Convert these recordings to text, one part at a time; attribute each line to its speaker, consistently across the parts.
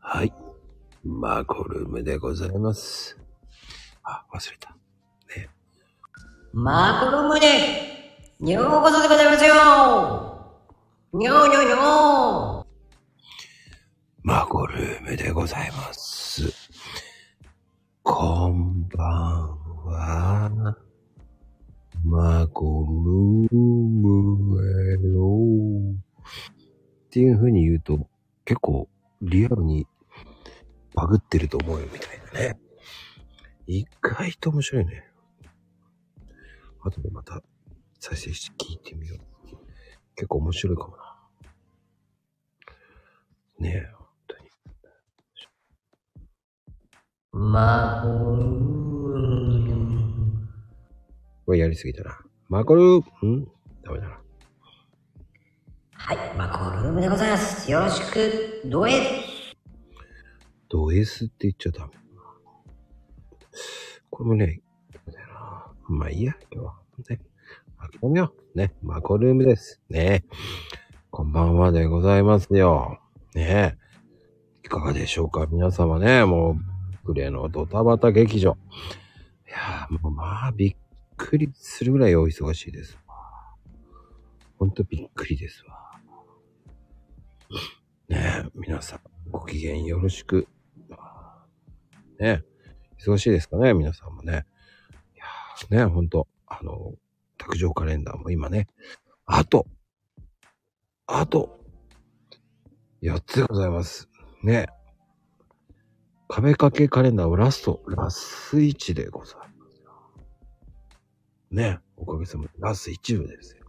Speaker 1: はい。マコルームでございます。あ、忘れた。
Speaker 2: マコロムで、ようこそでございますよにょうにょうにょう
Speaker 1: マコルームでございます。こんばんは。マコルームへよう。っていう風に言うと、結構リアルにバグってると思うよみたいなね。意外と面白いね。後でまた再生して聞いてみよう。結構面白いかもな。ねえ。
Speaker 2: マコロム
Speaker 1: これやりすぎたな。マコルんダメだな。
Speaker 2: はい、マコロムでございます。よろしく、どうえ
Speaker 1: ド S って言っちゃダメ。これもね、ダメだなまあいいや、今日は。ね。諦めよう。ね。マコルームです。ね。こんばんはでございますよ。ねいかがでしょうか皆様ね。もう、クレのドタバタ劇場。いやーもうまあ、びっくりするぐらいお忙しいですわ。ほんとびっくりですわ。ねえ、皆さん、ご機嫌よろしく。ねえ、忙しいですかね、皆さんもね。いやーねえ、ほんと、あの、卓上カレンダーも今ね、あと、あと、4つでございます。ねえ。壁掛けカレンダーはラスト、ラス1でございますよ。ねえ、おかげさまでラス1部ですよ。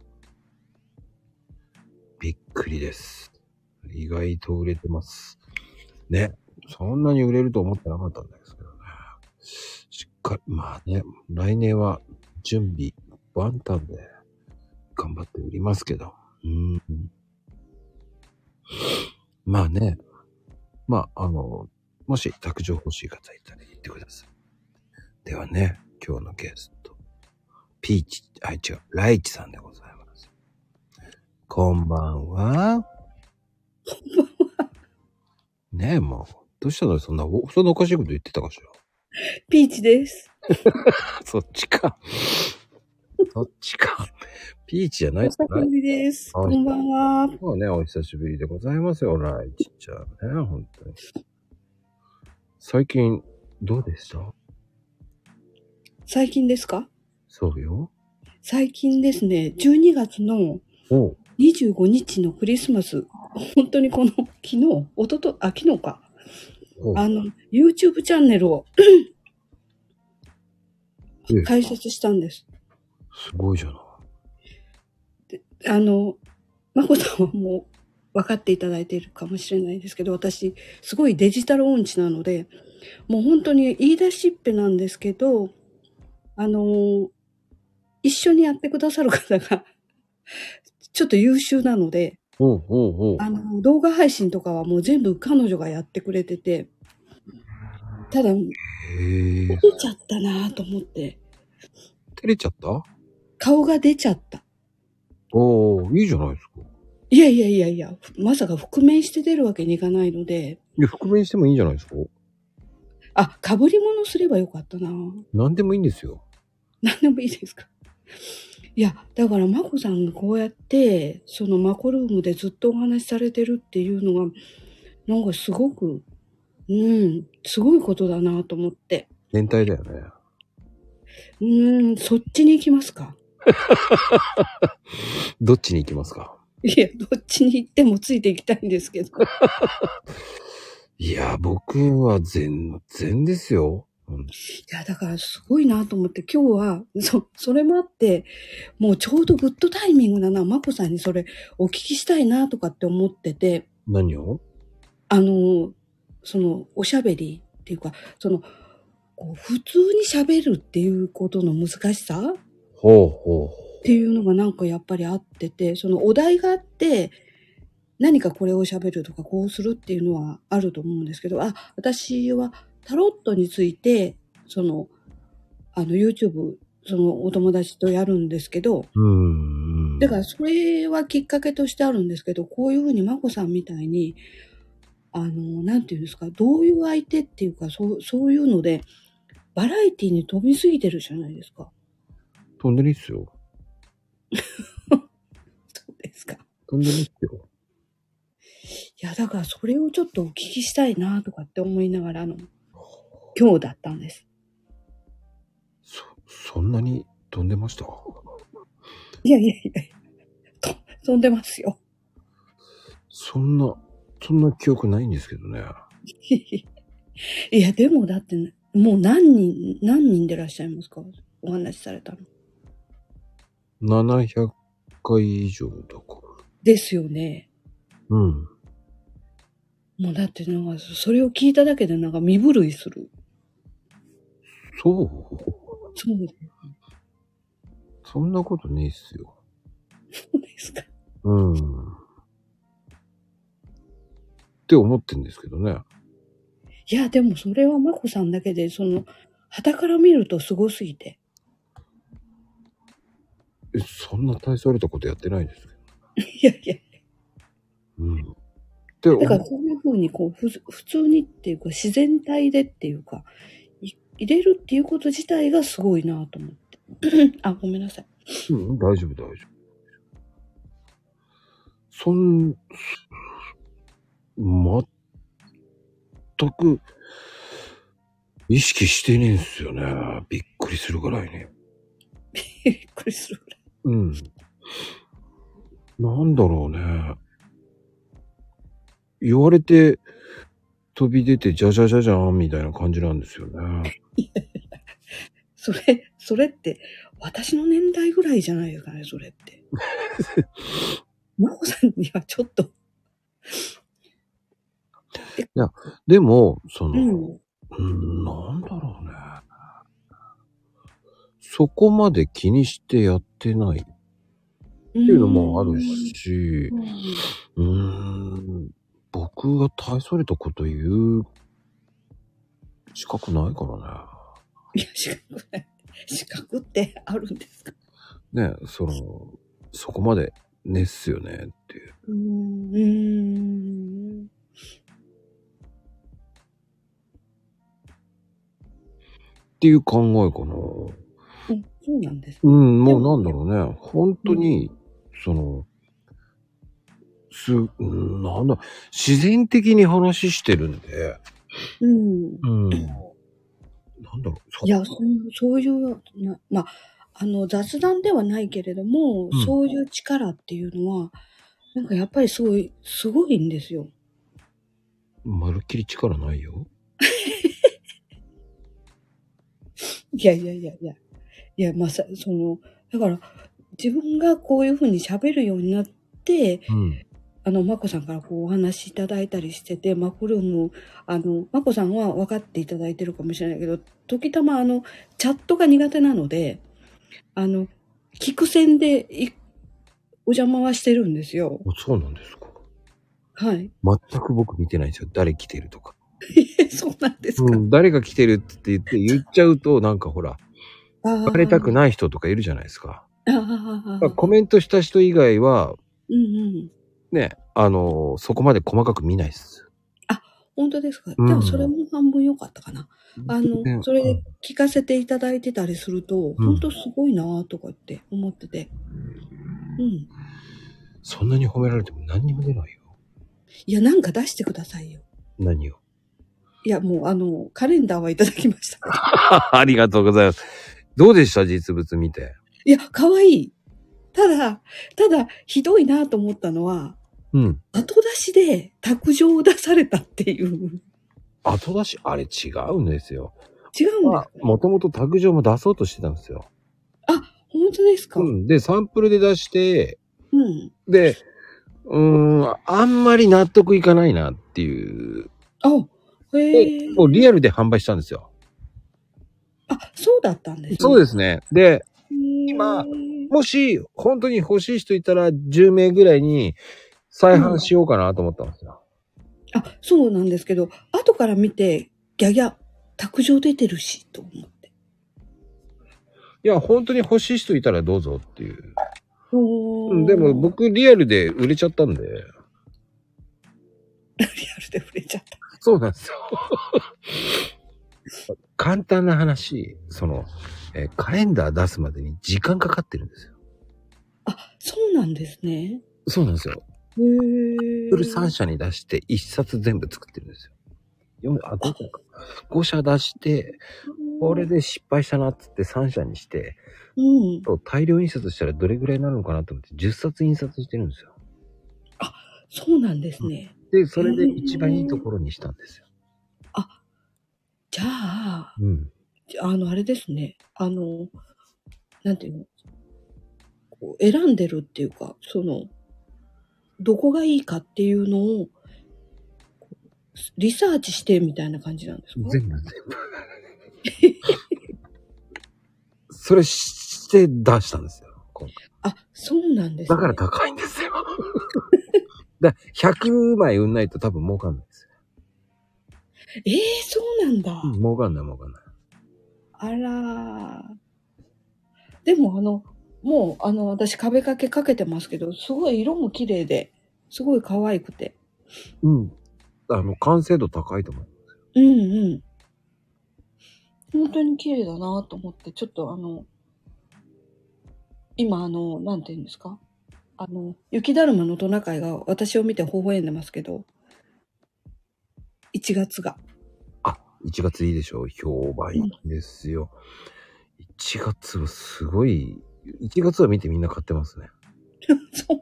Speaker 1: びっくりです。意外と売れてます。ね。そんなに売れると思ってなかったんですけどね。しっかり、まあね、来年は準備万端で頑張って売りますけど。うん。まあね、まあ、あの、もし卓上欲しい方いたら言ってください。ではね、今日のゲスト、ピーチ、あ、違う、ライチさんでございます。こんばんは。ねえ、もう。どうしたのそんな、おそんなおかしいこと言ってたかしら。
Speaker 3: ピーチです。
Speaker 1: そっちか。 そっちか。ピーチじゃない
Speaker 3: お
Speaker 1: ですか
Speaker 3: 久しぶりです。
Speaker 1: はい
Speaker 3: こんばんは。
Speaker 1: そうね、お久しぶりでございますよ、ライチちゃんね、本当に。最近、どうでした
Speaker 3: 最近ですか
Speaker 1: そうよ。
Speaker 3: 最近ですね、12月の
Speaker 1: おう
Speaker 3: 25日のクリスマス、本当にこの昨日、おとと、あ、昨日か。
Speaker 1: おう
Speaker 3: あの、YouTube チャンネルを
Speaker 1: ええ
Speaker 3: 開設したんです。
Speaker 1: すごいじゃない。
Speaker 3: あの、まこさんはもう分かっていただいているかもしれないですけど、私、すごいデジタル音痴なので、もう本当に言い出しっぺなんですけど、あの、一緒にやってくださる方が、ちょっと優秀なので、
Speaker 1: おうおうおう。
Speaker 3: あの、動画配信とかはもう全部彼女がやってくれてて、ただ、見
Speaker 1: へえ。
Speaker 3: ちゃったなぁと思って、
Speaker 1: 照れちゃった
Speaker 3: 顔が出ちゃった。
Speaker 1: おうおういいじゃないですか。
Speaker 3: いやいやいやいや、まさか覆面して出るわけにいかないので、
Speaker 1: いや、覆面してもいいんじゃないですか
Speaker 3: あ、かぶり物すればよかったな。
Speaker 1: 何でもいいんですよ。
Speaker 3: 何でもいいですか。いや、だから、まこさんがこうやって、そのマコルームでずっとお話しされてるっていうのが、なんかすごく、うん、すごいことだなと思って。
Speaker 1: 変態だよね。
Speaker 3: うん、そっちに行きますか。
Speaker 1: どっちに行きますか
Speaker 3: いや、どっちに行ってもついていきたいんですけど。
Speaker 1: いや、僕は全然ですよ。うん
Speaker 3: いや、だからすごいなと思って、今日は、そ、それもあって、もうちょうどグッドタイミングだな、まこさんにそれお聞きしたいなとかって思ってて、
Speaker 1: 何を
Speaker 3: あの、その、おしゃべりっていうか、その、こう普通に喋るっていうことの難しさっ
Speaker 1: ほうほうほう。
Speaker 3: ていうのがなんかやっぱりあってて、そのお題があって、何かこれを喋るとかこうするっていうのはあると思うんですけど、あ、私はタロットについて、その、あの YouTube そのお友達とやるんですけど、
Speaker 1: うんうん。
Speaker 3: だからそれはきっかけとしてあるんですけど、こういうふうに眞子さんみたいに、あの、なんていうんですか、どういう相手っていうか、そう、そういうので、バラエティに飛びすぎてるじゃないですか。
Speaker 1: 飛んでるっすよ。
Speaker 3: そうですか。い
Speaker 1: 飛んでるっすよ。
Speaker 3: や、だからそれをちょっとお聞きしたいなとかって思いながら、あの、今日だったんです。
Speaker 1: そ、そんなに飛んでました
Speaker 3: いやいやいやと、飛んでますよ。
Speaker 1: そんな、そんな記憶ないんですけどね。
Speaker 3: いや、でもだって、もう何人、何人でいらっしゃいますかお話しされたの。
Speaker 1: 700回以上とか。
Speaker 3: ですよね。
Speaker 1: うん。
Speaker 3: もうだってなんか、それを聞いただけでなんか身震いする。
Speaker 1: そう
Speaker 3: そうで
Speaker 1: そんなことねえっすよ。
Speaker 3: すか。
Speaker 1: うん。って思ってんですけどね。
Speaker 3: いや、でもそれはまこさんだけで、その、旗から見るとすごすぎて。
Speaker 1: え、そんな大それたことやってないですけど。
Speaker 3: いやいや、
Speaker 1: うん。って思
Speaker 3: だから
Speaker 1: う
Speaker 3: そういうふうにこう、ふ普通にっていうか、自然体でっていうか、い入れるっていうこと自体がすごいなと思って。 あ、ごめんなさい。
Speaker 1: うん、大丈夫、大丈夫。そん、ま全く、意識してねえんすよね。びっくりするぐらいね。
Speaker 3: びっくりするぐらい。
Speaker 1: うん。なんだろうね。言われて、飛び出て、じゃじゃじゃじゃーんみたいな感じなんですよね。
Speaker 3: それ、それって、私の年代ぐらいじゃないですかね、それ って。まこさんにはちょっと、
Speaker 1: でも、その、
Speaker 3: うん。
Speaker 1: うん、なんだろうね。そこまで気にしてやってないっ
Speaker 3: って
Speaker 1: ていうのもある。し、
Speaker 3: うん
Speaker 1: うーん、僕が大それたこと言う資格ないから
Speaker 3: いや、資格ない。資格ってあるんですか
Speaker 1: ね。ね、その、そこまでねっすよねっていう。
Speaker 3: うーん。
Speaker 1: っていう考えかな。
Speaker 3: うんそうなんです。
Speaker 1: うん、もうなんだろうね。本当に、その、す、うんなんだ、自然的に話してるんで、
Speaker 3: うん。
Speaker 1: うん。なんだろう、そ
Speaker 3: いや、そうそういうな、まあ、あの、雑談ではないけれども、
Speaker 1: うん
Speaker 3: そういう力っていうのは、なんかやっぱりすごい、すごいんですよ。
Speaker 1: まるっきり力ないよ。
Speaker 3: いやいやいやいや。いや、まさ、その、だから、自分がこういうふうに喋るようになって、
Speaker 1: うん。
Speaker 3: あの、まこさんからこうお話しいただいたりしてて、マコルーム、あの、まこさんは分かっていただいてるかもしれないけど、時たまあの、チャットが苦手なので、あの、聞く線でいお邪魔はしてるんですよ。
Speaker 1: あそうなんですか。
Speaker 3: はい。
Speaker 1: 全く僕見てないんですよ。誰来てるとか。
Speaker 3: そうなんです
Speaker 1: う
Speaker 3: か。
Speaker 1: ん、誰が来てるって言って言っちゃうと、なんかほら、
Speaker 3: あ
Speaker 1: バレたく
Speaker 3: い。
Speaker 1: ない人とかいるじゃないですか。
Speaker 3: あー
Speaker 1: だからコメントした人以外は、
Speaker 3: うんうん。
Speaker 1: ね、あのそこまで細かく見ないっす。
Speaker 3: 本当ですか。
Speaker 1: うん
Speaker 3: でもそれも半分良かったかな。あ
Speaker 1: ね
Speaker 3: の、それで聞かせていただいてたりする
Speaker 1: う
Speaker 3: と、
Speaker 1: ん
Speaker 3: 本当すごいなぁとかって思ってて。うん。
Speaker 1: そんなに褒められても何にも出ないよ。
Speaker 3: いや、なんか出してくださいよ。
Speaker 1: 何を。
Speaker 3: いや、もう、あの、カレンダーはいただきました。
Speaker 1: ありがとうございます。どうでした実物見て。
Speaker 3: いや、可愛い。ただ、ただ、ひどいなと思ったのは、
Speaker 1: うん。
Speaker 3: 後出しで卓上を出されたっていう。
Speaker 1: 後出し、あれ違うんですよ。
Speaker 3: 違うんです。
Speaker 1: もともと卓上も出そうとしてたんですよ。
Speaker 3: 本当ですか、
Speaker 1: う
Speaker 3: うん、
Speaker 1: ん。で、サンプルで出して、で、うーん、あんまり納得いかないなっていう。
Speaker 3: あ、へえ
Speaker 1: で。もうリアルで販売したんですよ。
Speaker 3: あ、そうだったんです、ね。
Speaker 1: そう
Speaker 3: す。
Speaker 1: ですね。で、今
Speaker 3: 今
Speaker 1: もし本当に欲しい人いたら10名ぐらいに再販しようかなと思ったんですよ。
Speaker 3: あ、そうなんですけど、後から見て、ギャギャ、卓上出てるし、と思って。
Speaker 1: いや、本当に欲しい人いたらどうぞっていう。
Speaker 3: お
Speaker 1: うん
Speaker 3: ー
Speaker 1: でも、僕リアルで売れちゃったんで。
Speaker 3: リアルで触れちゃった。
Speaker 1: そうなんですよ。 簡単な話、その、えーカレンダー出すまでに時間かかってるんですよ。
Speaker 3: あ、そうなんですね。
Speaker 1: そうなんですよ。
Speaker 3: へえ。
Speaker 1: それ3社に出して1冊全部作ってるんですよ。四あ、5社か。5社出して、これで失敗したなっつって3社にして、
Speaker 3: うん。
Speaker 1: そう大量印刷したらどれぐらいになるのかなと思って10冊印刷してるんですよ。
Speaker 3: そうなんですね。
Speaker 1: で、それで一番いいところにしたんですよ。
Speaker 3: じゃあ、
Speaker 1: うん。
Speaker 3: あの、あれですね。あの、なんていうのこう選んでるっていうか、その、どこがいいかっていうのを、こうリサーチしてみたいな感じなんですか
Speaker 1: 全 部全部。それして出したんですよ。今回
Speaker 3: あ、そうなんです、
Speaker 1: だ
Speaker 3: ね。
Speaker 1: から高いんですよ。 だから100枚売んないと多分儲かんないですよ。
Speaker 3: ええそうなんだ。
Speaker 1: うん儲かんない儲かんない。
Speaker 3: あらー。でもあの、もうあの、私壁掛けかけてますけど、すごい色も綺麗で、すごい可愛くて。
Speaker 1: うん。あの、完成度高いと思う。
Speaker 3: うんうん。本当に綺麗だなと思って、ちょっとあの、今あの、なんて言うんですかあの、雪だるまのトナカイが私を見て微笑んでますけど、1月が。
Speaker 1: あ、1月いいでしょう。評判いいですよ。1月はすごい、1月は見てみんな買ってますね。
Speaker 3: そう。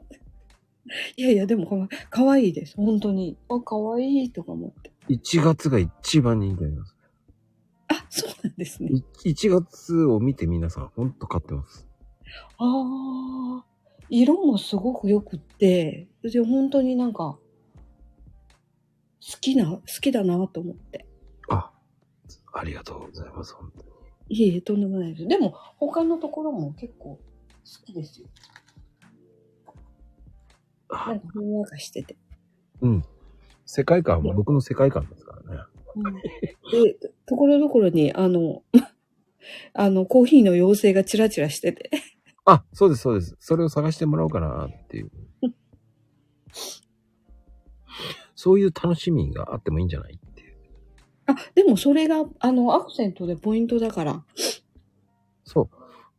Speaker 3: いやいや、でもかわかわいいです。本当に。あ、かわいいとか思って。
Speaker 1: 1月が一番人気あります。
Speaker 3: あ、そうなんですね。
Speaker 1: い1月を見て皆さんほんと買ってます。
Speaker 3: ああ、色もすごく良くって、で、本当になんか、好きな、好きだなと思って。
Speaker 1: あ、ありがとうございます。本当に
Speaker 3: いえいえ、とんでもないです。でも、他のところも結構好きですよ。な
Speaker 1: あ
Speaker 3: んか、ほんわかしてて。
Speaker 1: うん。世界観は僕の世界観ですからね。
Speaker 3: で、ところどころに、あの、 あの、コーヒーの妖精がチラチラしてて。
Speaker 1: あ、そうです、そうです。それを探してもらおうかなっていう。そういう楽しみがあってもいいんじゃないっていう。
Speaker 3: あ、でもそれが、あの、アクセントでポイントだから。
Speaker 1: そ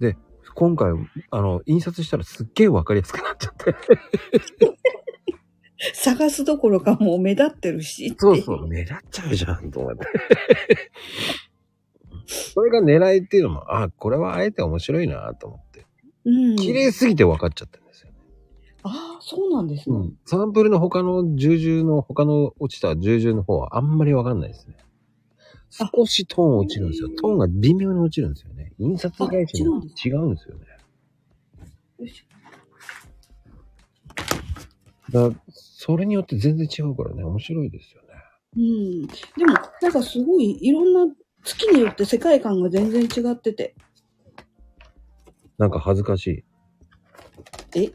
Speaker 1: う。で、今回、あの、印刷したらすっげえわかりやすくなっちゃって。
Speaker 3: 探すどころかもう目立ってるし。
Speaker 1: そうそう、狙っちゃうじゃんと思って。 それが狙いっていうのも、あ、これはあえて面白いなと思って。
Speaker 3: うん。
Speaker 1: 綺麗すぎて分かっちゃったんですよ。
Speaker 3: ああ、そうなんですね。
Speaker 1: うん。サンプルの他の重々の、他の落ちた重々の方はあんまり分かんないですね。
Speaker 3: あ
Speaker 1: 少しトーン落ちるんですよ。トーンが微妙に落ちるんですよね。印刷会社によって違うんですよね。
Speaker 3: よいし
Speaker 1: だからそれによって全然違うからね、面白いですよね。
Speaker 3: うん。でも、なんかすごい、いろんな、月によって世界観が全然違ってて。
Speaker 1: なんか恥ずかしい。
Speaker 3: えい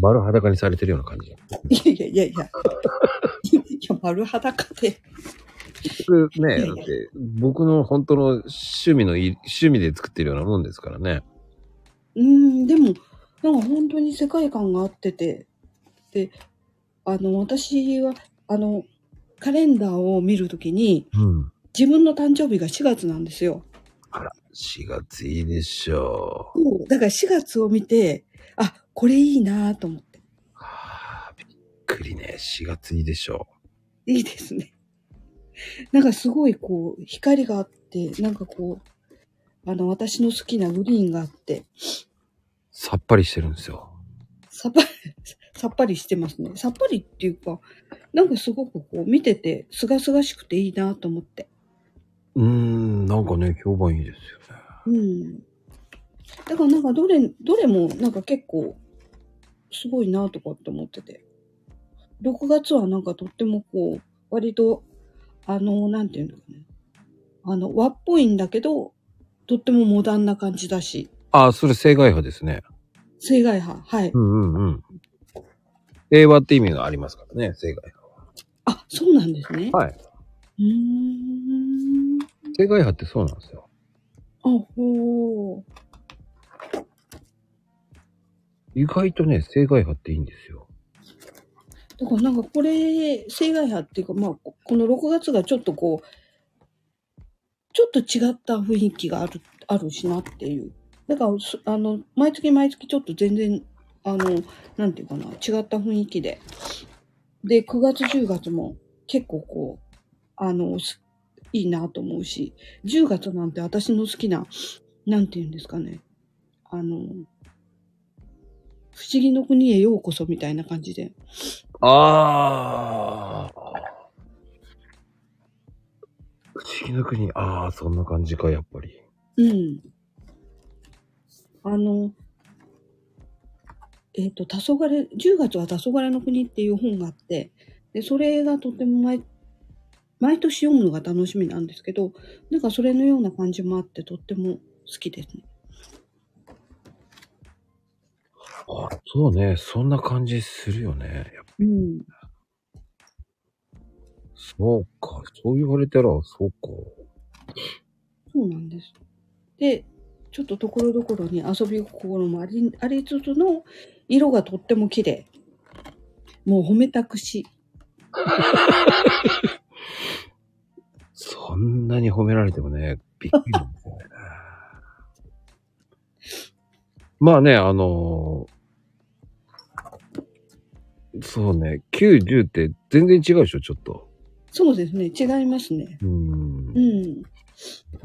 Speaker 1: 丸裸にされてるような感じ。
Speaker 3: やいやいやいや。いや、丸裸で。
Speaker 1: 結局ね、
Speaker 3: いや
Speaker 1: だ
Speaker 3: い
Speaker 1: っ
Speaker 3: や
Speaker 1: て僕の本当の趣味のい、趣味で作ってるようなもんですからね。
Speaker 3: うん、でも、なんか本当に世界観があってて。で、あの、私は、あの、カレンダーを見るときに、
Speaker 1: うん。
Speaker 3: 自分の誕生日が4月なんですよ。
Speaker 1: 4月いいでしょう。
Speaker 3: だから4月を見て、あ、これいいなと思って。
Speaker 1: はあ、びっくりね。4月いいでしょ
Speaker 3: いいですね。なんかすごいこう、光があって、なんかこう、あの、私の好きなグリーンがあって、
Speaker 1: う。さっぱりしてるんですよ。
Speaker 3: さっぱり、 さっぱりしてますね。さっぱりっていうか、なんかすごくこう、見てて、すがすがしくていいなと思って。
Speaker 1: うーん、なんかね、評判いいですよね。
Speaker 3: うん。だからなんかどれ、どれもなんか結構、すごいなとかって思ってて。6月はなんかとってもこう、割と、あの、なんていうのかね。あの、和っぽいんだけど、とってもモダンな感じだし、
Speaker 1: あ、それ正解派ですね。
Speaker 3: 水害派、はい。
Speaker 1: うんうんうん。平和って意味がありますからね、正解派。
Speaker 3: あ、そうなんですね。
Speaker 1: はい。
Speaker 3: うーん。
Speaker 1: 正解派ってそうなんですよ。
Speaker 3: あ、ほー。
Speaker 1: 意外とね、正解派っていいんですよ。
Speaker 3: だからなんかこれ、正外派っていうか、まあ、ここの6月がちょっとこう、ちょっと違った雰囲気がある、あるしなっていう。だから、そあの、毎月毎月ちょっと全然、あの、なんていうかな、違った雰囲気で。で、9月10月も結構こう、あの、すいいなと思うし、10月なんて私の好きな、なんていうんですかね、あの、不思議の国へようこそみたいな感じで。
Speaker 1: ああ。不思議の国、ああ、そんな感じか、やっぱり。
Speaker 3: うん。あの、えっ、と、黄昏、10月は黄昏の国っていう本があって、で、それがとても毎、毎年読むのが楽しみなんですけど、なんかそれのような感じもあって、とっても好きですね。
Speaker 1: あそうね、そんな感じするよね。やっぱ
Speaker 3: うん。
Speaker 1: そうか、そう言われたら、そうか。
Speaker 3: そうなんです。で、ちょっとところどころに遊び心もありありつつの、色がとっても綺麗。もう褒めたくし。
Speaker 1: そんなに褒められてもね、びっくりなんですよね。まあね、あのーそうね、9、10って全然違うでしょ、ちょっと。
Speaker 3: そうですね、違いますね。
Speaker 1: うん
Speaker 3: う。ん。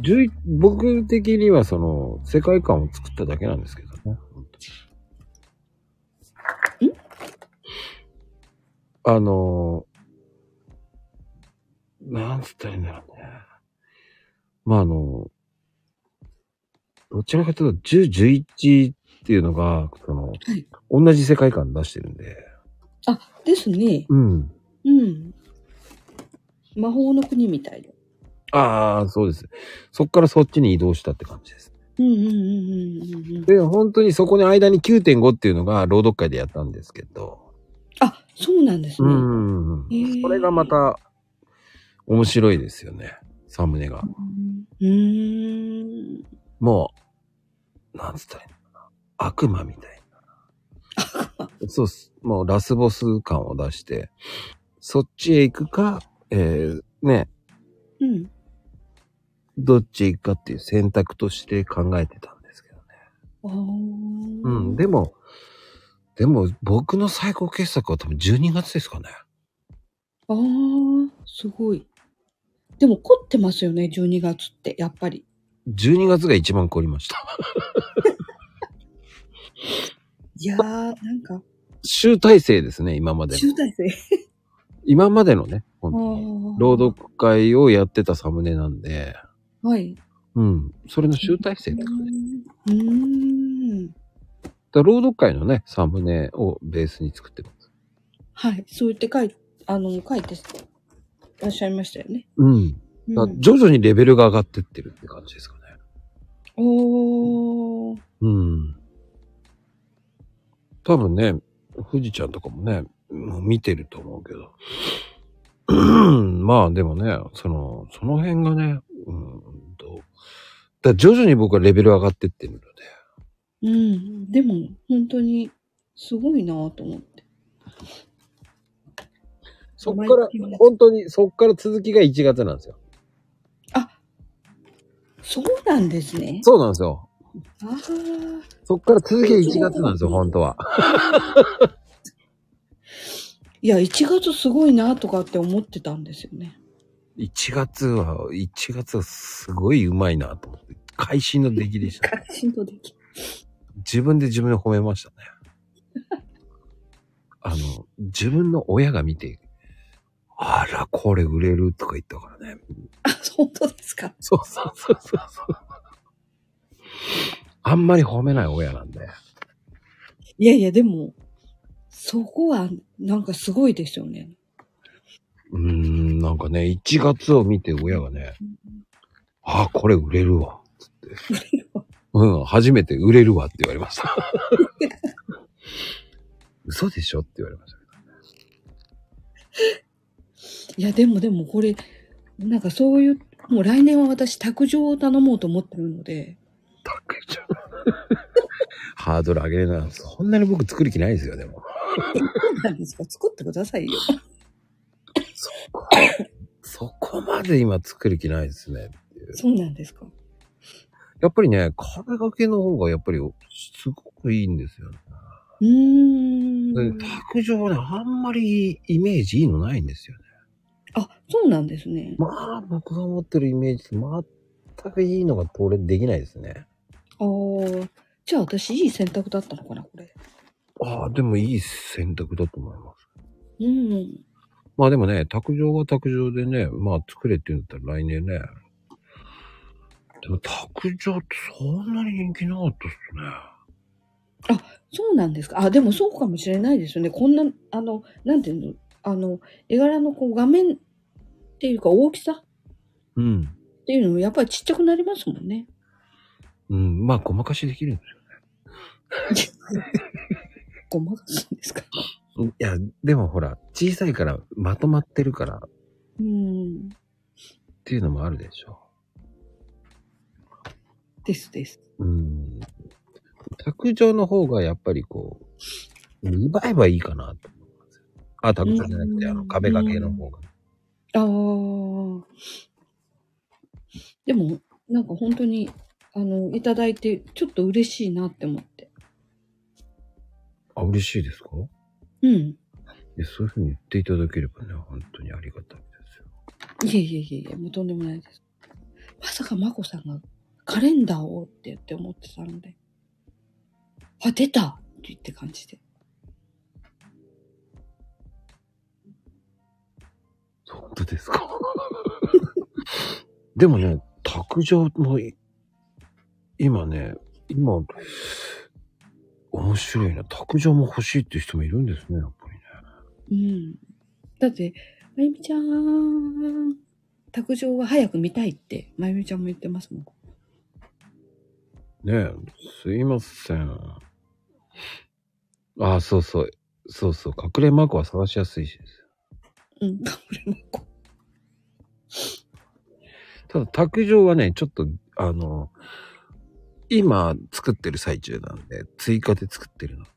Speaker 1: 11僕的にはその、世界観を作っただけなんですけどね。本当にあのー、なんつったらいいんだろうね。まああの、どちらかというと10、11っていうのが、その、
Speaker 3: い
Speaker 1: 同じ世界観出してるんで。
Speaker 3: あ、ですね。
Speaker 1: うん。
Speaker 3: うん。魔法の国みたいで。
Speaker 1: ああ、そうです。そっからそっちに移動したって感じです。
Speaker 3: うんうんうんうんうんうん。
Speaker 1: で、本当にそこに間に9.5っていうのが朗読会でやったんですけど、
Speaker 3: あ、そうなんです
Speaker 1: う
Speaker 3: ね。
Speaker 1: ん。
Speaker 3: へー
Speaker 1: これがま。た面白いですよね、サムネが。
Speaker 3: うーん。
Speaker 1: もう、なんつったらいいのかな。悪魔みたい な。そうっす。もうラスボス感を出して、そっちへ行くか、えー、ね、
Speaker 3: うん。
Speaker 1: どっちへ行くかっていう選択として考えてたんですけどね。
Speaker 3: ああ。
Speaker 1: う、
Speaker 3: うん
Speaker 1: でも、でも僕の最高傑作は多分12月ですかね。
Speaker 3: ああ、すごい。でも凝ってますよね、12月って、やっぱり。
Speaker 1: 12月が一番凝りました。
Speaker 3: いやー、なんか、
Speaker 1: 集大成ですね、今までの。
Speaker 3: 集大成。
Speaker 1: 今までのね、本当に。朗
Speaker 3: 朗。
Speaker 1: 読会をやってたサムネなんで、
Speaker 3: はい。
Speaker 1: うん。それの集大成
Speaker 3: う
Speaker 1: って感じ。
Speaker 3: ーん。
Speaker 1: だ朗読会のね、サムネをベースに作ってます。
Speaker 3: はい。そう言って書い、あの、書いてらっしゃいましたよね。
Speaker 1: うん。
Speaker 3: う
Speaker 1: だ
Speaker 3: ん
Speaker 1: 徐々にレベルが上がってってるって感じですかね。
Speaker 3: おー。
Speaker 1: うん。多分ね、富士ちゃんとかもね、もう見てると思うけど。 うんまあでもね、その、その辺がね、うんと、だ徐々に僕はレベル上がってってるので。
Speaker 3: うん。でも、本当に、すごいなぁと思って。
Speaker 1: そっから
Speaker 3: 毎月、
Speaker 1: 本当にそっから続きが1月なんですよ。
Speaker 3: そうなんですね。
Speaker 1: そうなんですよ。
Speaker 3: ああ。
Speaker 1: そっから続きが1月なんですよ、本当は。
Speaker 3: いや、1月すごいなぁとかって思ってたんですよね。
Speaker 1: 1月は、1月はすごいうまいなと思って、会心の出来でした。
Speaker 3: しんどでき。
Speaker 1: 自分で自分を褒めましたね。 あの、自分の親が見て、あら、これ売れるとか言ったからね。
Speaker 3: あ、本当ですか。
Speaker 1: そうそうそうそうそう。あんまり褒めない親なんで。
Speaker 3: いやいや、でも、そこは、なんかすごいですよね。
Speaker 1: うーん、なんかね、1月を見て親がね、あ、これ売れるわ。つ って。うん、初めて売れるわって言われま した。嘘でしょって言われました。
Speaker 3: いや、でもでも、これ、なんかそういう、もう 来年は私、卓上を頼もうと思ってるので、
Speaker 1: たけちゃん。 ハードル上げれない。そんなに僕作る気ないですよ、でも。
Speaker 3: なんですか作ってくださいよ。
Speaker 1: そこ、そこまで今作る気ないですね。
Speaker 3: そうなんですか
Speaker 1: やっぱりね、壁掛けの方がやっぱりすごくいいんですよね。
Speaker 3: うーん。
Speaker 1: 卓上ね、あんまりイメージいいのないんですよね。
Speaker 3: あ、そうなんですね。
Speaker 1: まあ、僕が持ってるイメージと全くいいのがこれできないですね。
Speaker 3: ああ。じゃあ私いい選択だったのかな、これ。
Speaker 1: ああ、でもいい選択だと思います。
Speaker 3: うん。
Speaker 1: まあでもね、卓上は卓上でね、まあ作れって言うんだったら来年ね。でも卓上ってそんなに人気なかったっすね。
Speaker 3: そうなんですか。あ、でもそうかもしれないですよね。こんな、あの、なんていうの、あの、絵柄のこう画面っていうか大きさ
Speaker 1: うん。
Speaker 3: っていうのもやっぱりちっちゃくなりますもんね。
Speaker 1: うん、まあごまかしできるんです
Speaker 3: ごまかすんですか。
Speaker 1: よ。いや、でもほら、小さいからまとまってるからっ
Speaker 3: うん。
Speaker 1: ていうのもあるでしょ。
Speaker 3: ですです。
Speaker 1: うん。卓上の方がやっぱりこう、見栄えはいいかなと思いますよ。あ、卓上じゃなくて、
Speaker 3: うん
Speaker 1: あの、壁掛けの方が。
Speaker 3: ああ。でも、なんか本当に、あの、いただいて、ちょっと嬉しいなって思って。
Speaker 1: あ、嬉しいですかい
Speaker 3: うん。
Speaker 1: やそういうふうに言っていただければね、本当にありがたいですよ。
Speaker 3: いえいえいえいえ、もうとんでもないです。まさかまこさんがカレンダーをって言って思ってたので。あ、出たって言って感じで。
Speaker 1: 本当ですか でもね、卓上もい、今ね、今、面白いな。卓上も欲しいっていう人もいるんですね、やっぱりね。
Speaker 3: うん。だって、まゆみちゃん、卓上が早く見たいって、まゆみちゃんも言ってますもん。
Speaker 1: ねえ、すいません。ああ、そうそう。そうそう。隠れマークは探しやすいしですよ。
Speaker 3: うん、これもこ
Speaker 1: ただ、卓上はね、ちょっと、あの、今作ってる最中なんで、追加で作ってるので、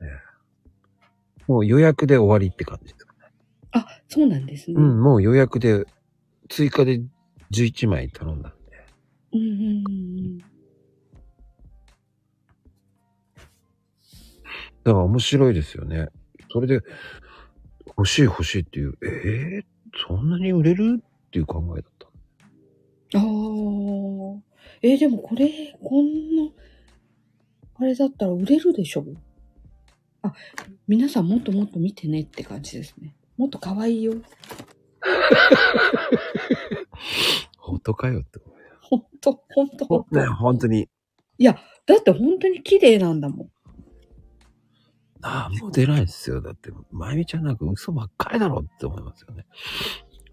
Speaker 1: もう予約で終わりって感じですかね。
Speaker 3: あ、そうなんですね。
Speaker 1: うん、もう予約で、追加で11枚頼んだんで。
Speaker 3: うんうんうん
Speaker 1: だから面白いですよね。それで、欲しい欲しいっていう、ええそんなに売れるっていう考えだった。
Speaker 3: うん。ああ。えーでもこれ、こんな、あれだったら売れるでしょあ、皆さんもっともっと見てねって感じですね。もっと可愛いよ。
Speaker 1: 本当かよって思う。
Speaker 3: ほんと、ほんと、ほんと。
Speaker 1: ね、本当に。
Speaker 3: だって本当に綺麗なんだもん。
Speaker 1: なんも出ないですよ。だって、まゆみちゃんなんか嘘ばっかりだろって思いますよね。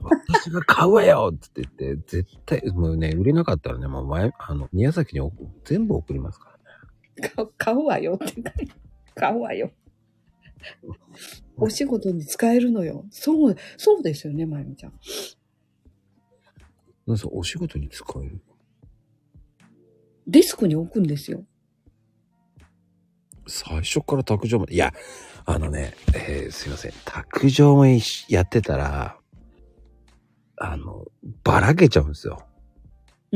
Speaker 1: 私が買うわよって言って、絶対、もうね、売れなかったらね、もう前、あの、宮崎にお全部送りますからね。
Speaker 3: 買う買うわよって書いて。買うわよ。お仕事に使えるのよ。そう、そうですよね、まゆみちゃん。
Speaker 1: なんせお仕事に使える。
Speaker 3: デスクに置くんですよ。
Speaker 1: 最初から卓上まで。いや、あのね、えーすいません。卓上もいしやってたら、あの、ばらけちゃうんですよ。
Speaker 3: う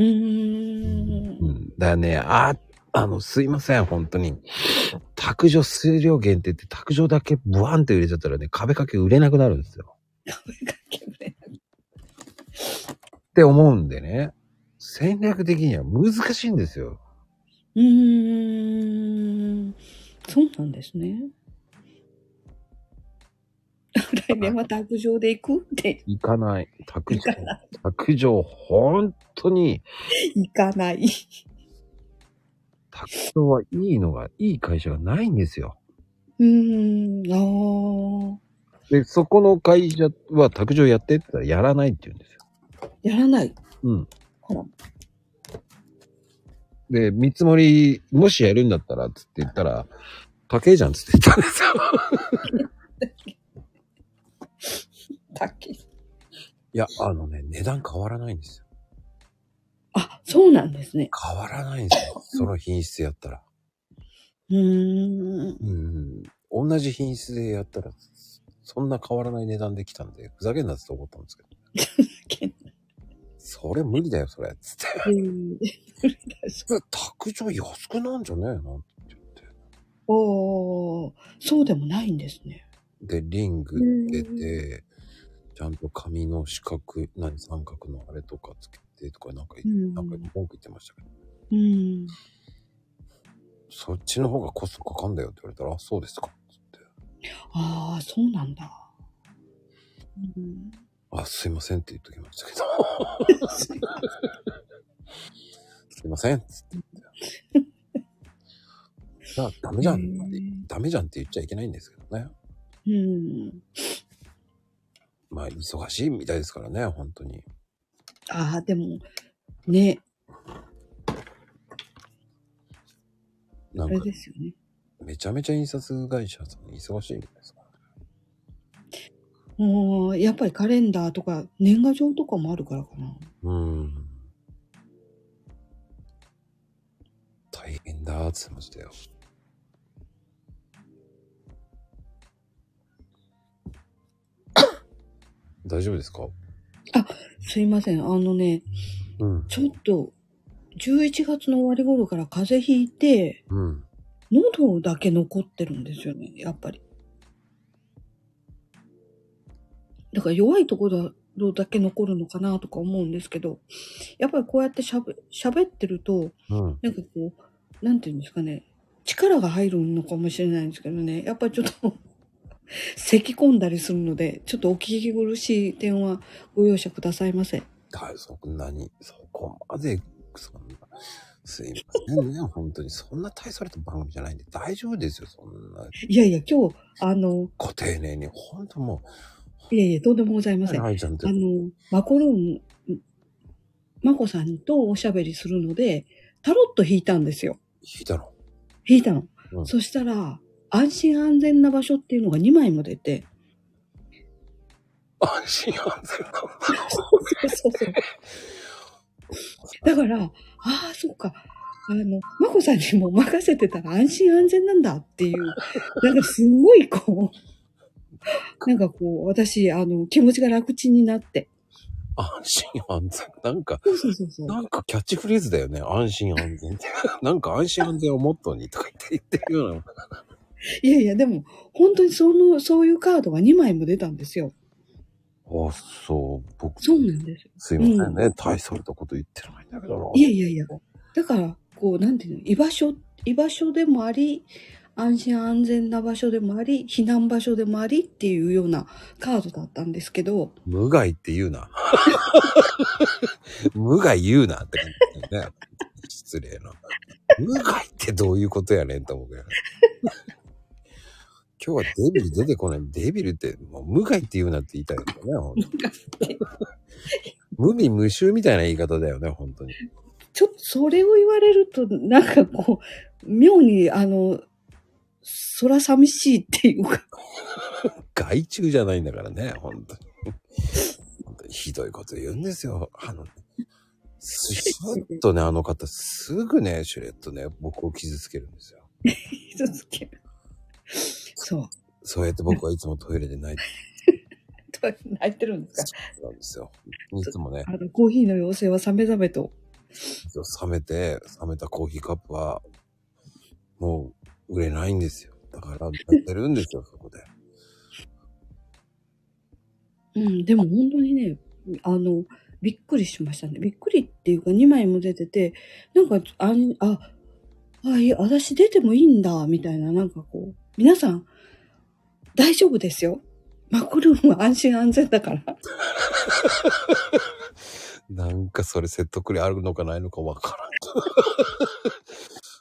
Speaker 1: う
Speaker 3: ーん。
Speaker 1: ん。だからね、あ、あの、すいません、本当に。卓上数量限定って卓上だけブワンって売れちゃったらね、壁掛け売れなくなるんですよ。って思うんでね、戦略的には難しいんですよ。
Speaker 3: うーん。そうなんです ね。来年は卓上で行くって
Speaker 1: 行かない。卓上、卓上、本当に、
Speaker 3: 行かない。
Speaker 1: 卓上はいいのが、いい会社がないんですよ。
Speaker 3: うーん。あー
Speaker 1: で、そこの会社は卓上やってって言ったらやらないって言うんですよ。
Speaker 3: やらない。
Speaker 1: うん。
Speaker 3: ほら。
Speaker 1: で、見積もり、もしやるんだったら、つって言ったら、高えじゃんつって言ったんですよ。
Speaker 3: 卓
Speaker 1: いや、あのね、値段変わらないんですよ。
Speaker 3: あ、そうなんですね。
Speaker 1: 変わらないんですよ。その品質やったら。
Speaker 3: うーん。
Speaker 1: うん。同じ品質でやったら、そんな変わらない値段できたんで、ふざけんなって思ったんですけど。
Speaker 3: けん
Speaker 1: それ無理だよ、それ。つって。
Speaker 3: うん
Speaker 1: 卓上安くなんじゃねえのって言って。
Speaker 3: おーそうでもないんですね。
Speaker 1: で、リング出て、ちゃんと紙の四角、何、三角のあれとかつけてとか、なんか、
Speaker 3: うん
Speaker 1: なんか文句言ってましたけど、
Speaker 3: うん。
Speaker 1: そっちの方がコストかかんだよって言われたら、あ、そうですか。つって。
Speaker 3: ああ、そうなんだ。うん、
Speaker 1: あ、すいませんって言っときましたけど。 すいませんっつ って言って。じゃあ、ダメじゃんって
Speaker 3: うん
Speaker 1: ダメじゃんって言っちゃいけないんですけどね。
Speaker 3: うん。
Speaker 1: まあ、忙しいみたいですからね、本当に。
Speaker 3: ああ、でも、ね、
Speaker 1: な
Speaker 3: あ
Speaker 1: ん
Speaker 3: れ
Speaker 1: か、
Speaker 3: ですよね。
Speaker 1: めちゃめちゃ印刷会社さん忙しいみたいですから。
Speaker 3: もう、やっぱりカレンダーとか、年賀状とかもあるからかな。
Speaker 1: うん。大変だーって言ってましたよ。 大丈夫ですか
Speaker 3: すいません。あのね、
Speaker 1: うん。
Speaker 3: ちょっと、11月の終わり頃から風邪ひいて、
Speaker 1: うん。
Speaker 3: 喉だけ残ってるんですよね、やっぱり。だから弱いところだけ残るのかなとか思うんですけど、やっぱりこうやってしゃべ喋ってると、
Speaker 1: うん。
Speaker 3: なんかこう、なんていうんですかね、力が入るのかもしれないんですけどね、やっぱりちょっと、 咳き込んだりするので、ちょっとお聞き苦しい点はご容赦くださいませ。
Speaker 1: はい、そんなに、そこまで、そんな、すいませんね、本当に。そんな大それた番組じゃないんで、大丈夫ですよ、そんな。
Speaker 3: いやいや、今日、あの、
Speaker 1: ご丁寧に、本当も
Speaker 3: いやいや、とんでもございません
Speaker 1: う、。愛ちゃんって
Speaker 3: あ、の、マコルーム、マコさんとおしゃべりするので、タロット引いたんですよ。
Speaker 1: 聞いたの。
Speaker 3: 引いたの。
Speaker 1: うん
Speaker 3: そしたら、安心安全な場所っていうのが2枚も出て、
Speaker 1: 安心安全な
Speaker 3: そうそう。 だから、ああ、そっか。あの、マコさんにも任せてたら安心安全なんだっていう、 なんかすごいこ う、なんかこう、私、あの、気持ちが楽ちんになって。
Speaker 1: 安心安全。なんか、
Speaker 3: そうそうそうそう。
Speaker 1: なんかキャッチフレーズだよね。安心安全 って。なんか安心安全をモットーにとか言って言ってるような。
Speaker 3: いやいや、でも、本当にその、そういうカードが2枚も出たんですよ。
Speaker 1: あ、そう、僕、
Speaker 3: そうなんです。
Speaker 1: すいませんね。大それたこと言ってないんだけどな。
Speaker 3: いやいやいや。だから、こう、なんていうの、居場所、居場所でもあり、安心安全な場所でもあり、避難場所でもありっていうようなカードだったんですけど、
Speaker 1: 無害って言うな。 無害言うなって感じだよね。失礼な。無害ってどういうことやねんと 思うけど。今日はデビル出てこない。デビルって、もう無害って言うなって言いたいよね、本当無味無臭みたいな言い方だよね、本当に。
Speaker 3: ちょっとそれを言われると、なんかこう、妙に、あの、そら寂しいっていうか、
Speaker 1: 害虫じゃないんだからね、本当に。本当にひどいこと言うんですよ。あの、スシュッとね、あの方、すぐね、シュレットね、僕を傷つけるんですよ。
Speaker 3: 傷つける。そう。
Speaker 1: そうやって僕はいつもトイレで泣いて
Speaker 3: と 泣いてるんですか
Speaker 1: たんですよ。いつもね、
Speaker 3: あの、コーヒーの妖精はさめざめと。
Speaker 1: 冷めて、冷めたコーヒーカップは、もう売れないんですよ。だから、泣いてるんですよ、そこで。
Speaker 3: うん、でも本当にね、あの、びっくりしましたね。びっくりっていうか2枚も出てて、なんか、あん、あ、あ、いや、私出てもいいんだ、みたいな、なんかこう、皆さん、大丈夫ですよ。マクルームは安心安全だから。
Speaker 1: なんかそれ説得力あるのかないのかわか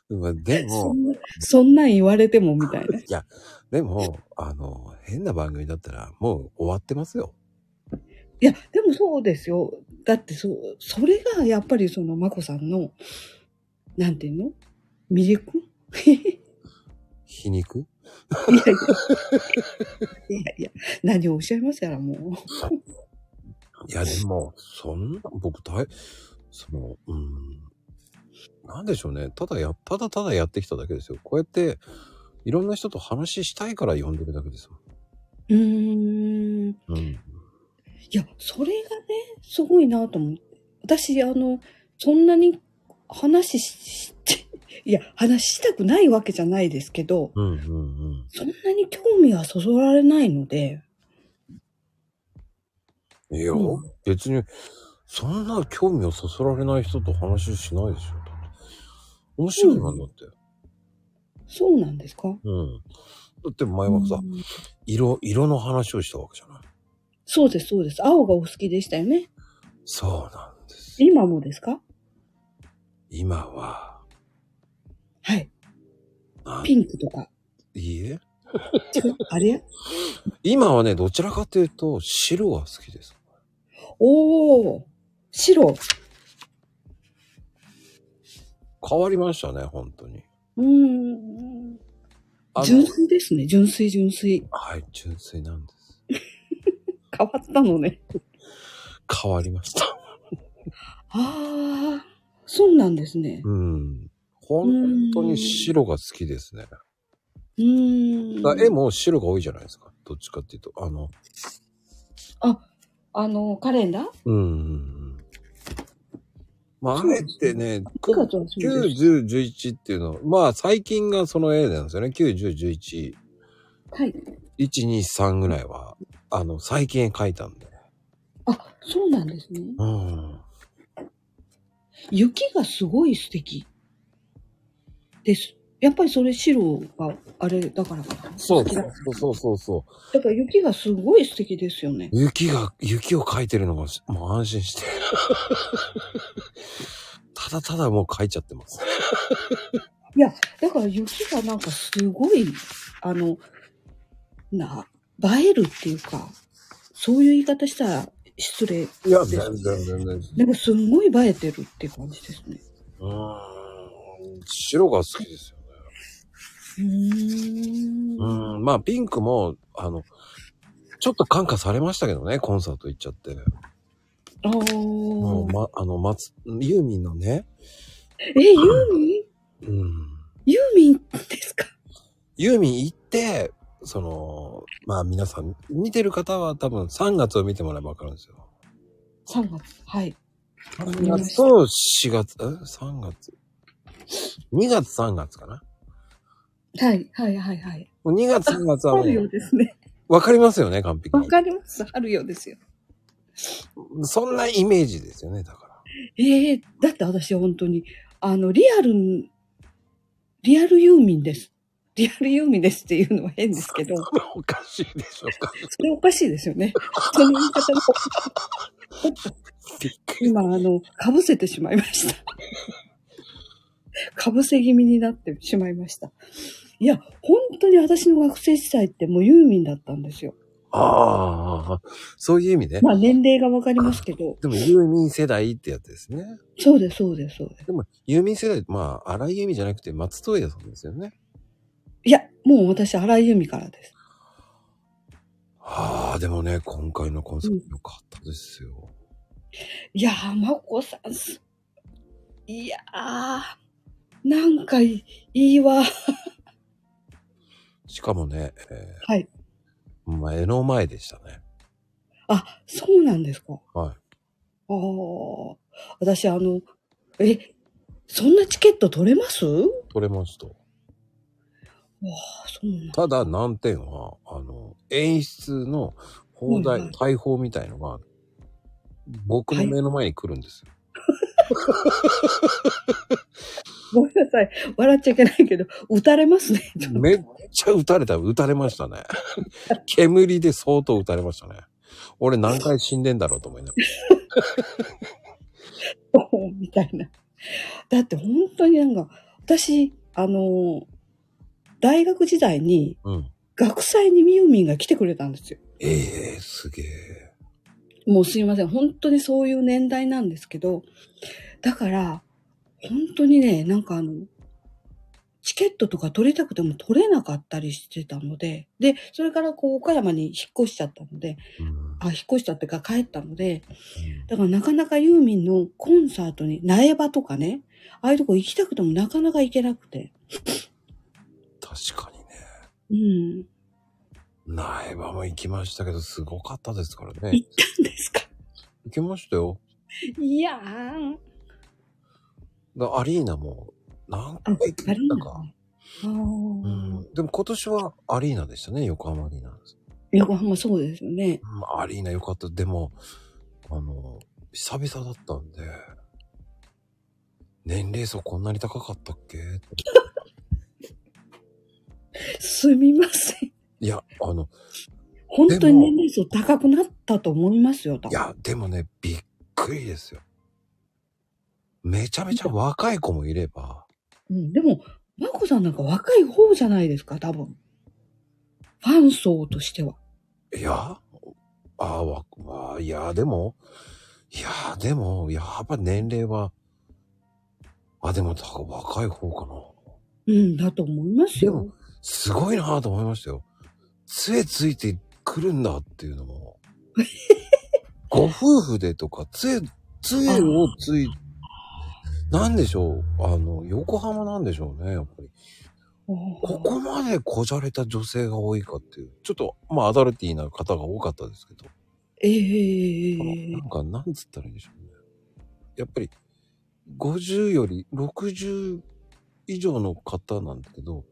Speaker 1: らん。 まあで
Speaker 3: そ
Speaker 1: も、
Speaker 3: んな、そんなん言われても、みたいな。
Speaker 1: いや、でも、あの、変な番組だったら、もう終わってますよ。
Speaker 3: いや、でもそうですよ。だって、そう、それがやっぱりその、マコさんの、なんていうの魅力
Speaker 1: 皮肉
Speaker 3: いやいや。いやいや、何をおっしゃいますやら、もう。
Speaker 1: いや、でも、そんな、僕大、その、うん、なんでしょうね。ただや、ただただやってきただけですよ。こうやって、いろんな人と話したいから呼んでるだけですも
Speaker 3: うーん。い
Speaker 1: ん。うん。
Speaker 3: や、それがね、すごいなと思って。私、あの、そんなに話し して、いや、話したくないわけじゃないですけど、
Speaker 1: うんうん
Speaker 3: そんなに興味はそそられないので、
Speaker 1: うん。いや、
Speaker 3: うん
Speaker 1: 別に、そんな興味をそそられない人と話しないでしょ。だって面白いもんだって。
Speaker 3: そうなんですか
Speaker 1: うん。だって前はさ、
Speaker 3: うん
Speaker 1: 色、色の話をしたわけじゃない。
Speaker 3: そうです、そうです。青がお好きでしたよね。
Speaker 1: そうなんです。
Speaker 3: 今もですか
Speaker 1: 今は、
Speaker 3: はい。
Speaker 1: なんい
Speaker 3: ピンク とか。
Speaker 1: いえ
Speaker 3: 違うあれ
Speaker 1: 今はね、どちらかというと、白が好きです。
Speaker 3: おー。白。
Speaker 1: 変わりましたね、本当に。
Speaker 3: うーん。
Speaker 1: あの
Speaker 3: 純粋ですね。純粋、純粋。
Speaker 1: はい、純粋なんです。
Speaker 3: 変わったのね。
Speaker 1: 変わりました。
Speaker 3: ああ、そうなんですね。
Speaker 1: うん。本当に白が好きですね。
Speaker 3: うー
Speaker 1: だ絵
Speaker 3: ん。
Speaker 1: も白が多いじゃないですか。どっちかっていうと、あの、
Speaker 3: あの、カレンダー
Speaker 1: うんうんうん。まあ、あえてね、
Speaker 3: 9月はそうです。
Speaker 1: 9、10、11っていうのは、まあ最近がその絵なんですよね。9、10、11。
Speaker 3: はい。
Speaker 1: 123ぐらいは、あの、最近描いたんで。
Speaker 3: あ、そうなんですね。
Speaker 1: うん。
Speaker 3: 雪がすごい素敵です。やっぱりそれ白があれだからかな。
Speaker 1: そう
Speaker 3: 好き
Speaker 1: そ
Speaker 3: だ
Speaker 1: うそうそうそ
Speaker 3: やっぱ雪がすごい素敵ですよね。
Speaker 1: う。雪が、雪を描いてるのが、もう安心 して。ただただもう描いちゃってます。
Speaker 3: だから雪がなんかすごい、あの、な、映えるっていうか、そういう言い方したら失礼。
Speaker 1: いや、
Speaker 3: 全
Speaker 1: 然全然。
Speaker 3: なんかすんごい映えてるって感じですね。
Speaker 1: うーん。白が好きですよね。
Speaker 3: うーん。
Speaker 1: うん。まあ、ピンクも、あの、ちょっと感化されましたけどね、コンサート行っちゃって。
Speaker 3: あ
Speaker 1: もう、
Speaker 3: ー。
Speaker 1: ま、あの、松、ユーミンのね、
Speaker 3: え、ユーミン
Speaker 1: うん。
Speaker 3: ユーミンですか
Speaker 1: ユーミン行って、その、まあ皆さん、見てる方は多分3月を見てもらえばわかるんですよ。
Speaker 3: ?3 月。はい。
Speaker 1: 3月と4月、え ?3 月。2月3月かな。
Speaker 3: はい、はい、はい、はい。
Speaker 1: もう2月3月はも
Speaker 3: 春よ
Speaker 1: う、
Speaker 3: うですね。
Speaker 1: わかりますよね、完璧
Speaker 3: わ
Speaker 1: に。
Speaker 3: かります。春ようですよ。
Speaker 1: そんなイメージですよね、だか
Speaker 3: ええだって私本当に、あの、リアルん、リアルユーミンです。リアルユーミンですっていうのは変ですけど、そ
Speaker 1: ら。 おかしいでしょうか。
Speaker 3: れおかしいですよね。その言い方も、
Speaker 1: びっくり。
Speaker 3: 今、あの、かぶせてしまいました。 かぶせ気味になってしまいました。いや、本当に私の学生時代ってもうユーミンだったんですよ。
Speaker 1: ああ、そういう意味ね。
Speaker 3: まあ年齢がわかりますけど、
Speaker 1: でも、ユーミン世代ってやつですね。
Speaker 3: そうです、そうです、そうです。
Speaker 1: でも、ユーミン世代、まあ、荒井由実じゃなくて松任谷さんですよね。
Speaker 3: いや、もう私、荒井由実からです。
Speaker 1: ああ、でもね、今回のコンサート良かったですよ。
Speaker 3: いやー、まこさんす。いやー、なんかいいいわ。
Speaker 1: しかもね、え
Speaker 3: はい。
Speaker 1: ー目の前でしたね。
Speaker 3: あ、そうなんですか。
Speaker 1: は
Speaker 3: ああ、私、あの、え、そんなチケット取れますわ
Speaker 1: い。取れました。
Speaker 3: あ、そうなん
Speaker 1: ただ難点は、あの、演出の放題、
Speaker 3: うんうん
Speaker 1: 大砲みたいのが、僕の目の前に来るんですよ。
Speaker 3: ごめんなさい。笑っちゃいけないけど、撃たれますね。
Speaker 1: めっちゃ撃たれた、撃たれましたね。 煙で相当撃たれましたね。俺何回死んでんだろうと思いながら。
Speaker 3: みたいな。だって本当になんか、私、あの、大学時代に
Speaker 1: うん。
Speaker 3: 学祭にミユーミンが来てくれたんですよ。
Speaker 1: ええすげえ。
Speaker 3: もうすいません。本当にそういう年代なんですけど、だから、本当にね、なんかあの、チケットとか取りたくても取れなかったりしてたので、で、それからこう、岡山に引っ越しちゃったので、
Speaker 1: うん
Speaker 3: あ、引っ越したっていうか帰ったので、だからなかなかユーミンのコンサートに、苗場とかね、ああいうとこ行きたくてもなかなか行けなくて。
Speaker 1: 確かにね。
Speaker 3: うん。
Speaker 1: 苗場も行きましたけど、すごかったですからね。
Speaker 3: 行ったんですか
Speaker 1: 行きましたよ。
Speaker 3: いやー。
Speaker 1: だアリーナも何
Speaker 3: あ
Speaker 1: 回行った
Speaker 3: あれな
Speaker 1: か
Speaker 3: の。あ
Speaker 1: う
Speaker 3: ー
Speaker 1: ん。でも今年はアリーナでしたね、横浜アリーナです。
Speaker 3: 横浜そうですよね。
Speaker 1: うん、アリーナ良かった。でも、あの、久々だったんで、年齢層こんなに高かったっけって
Speaker 3: すみません。
Speaker 1: いや、あの、
Speaker 3: 本当に年齢層高くなったと思いますよ、多
Speaker 1: い
Speaker 3: 分。
Speaker 1: や、でもね、びっくりですよ。めちゃめちゃ若い子もいれば、
Speaker 3: うん、でも、まこさんなんか若い方じゃないですか、多分。ファン層としては。
Speaker 1: いや、あわ、まあ、いや、でも、いや、でも、やっぱ年齢は、あ、でも、だから若い方かな。
Speaker 3: うん、だと思います
Speaker 1: で
Speaker 3: よ。
Speaker 1: すごいなと思いましたよ。杖ついてくるんだっていうのも。ご夫婦でとか、杖、杖をつい、なんでしょう。あの、横浜なんでしょうね、やっぱり。ここまでこじゃれた女性が多いかっていう。ちょっと、まあ、アダルティーな方が多かったですけど。
Speaker 3: ええ
Speaker 1: なんか、なんつったらいいんでしょうね。やっぱり、50より60以上の方なんだけど、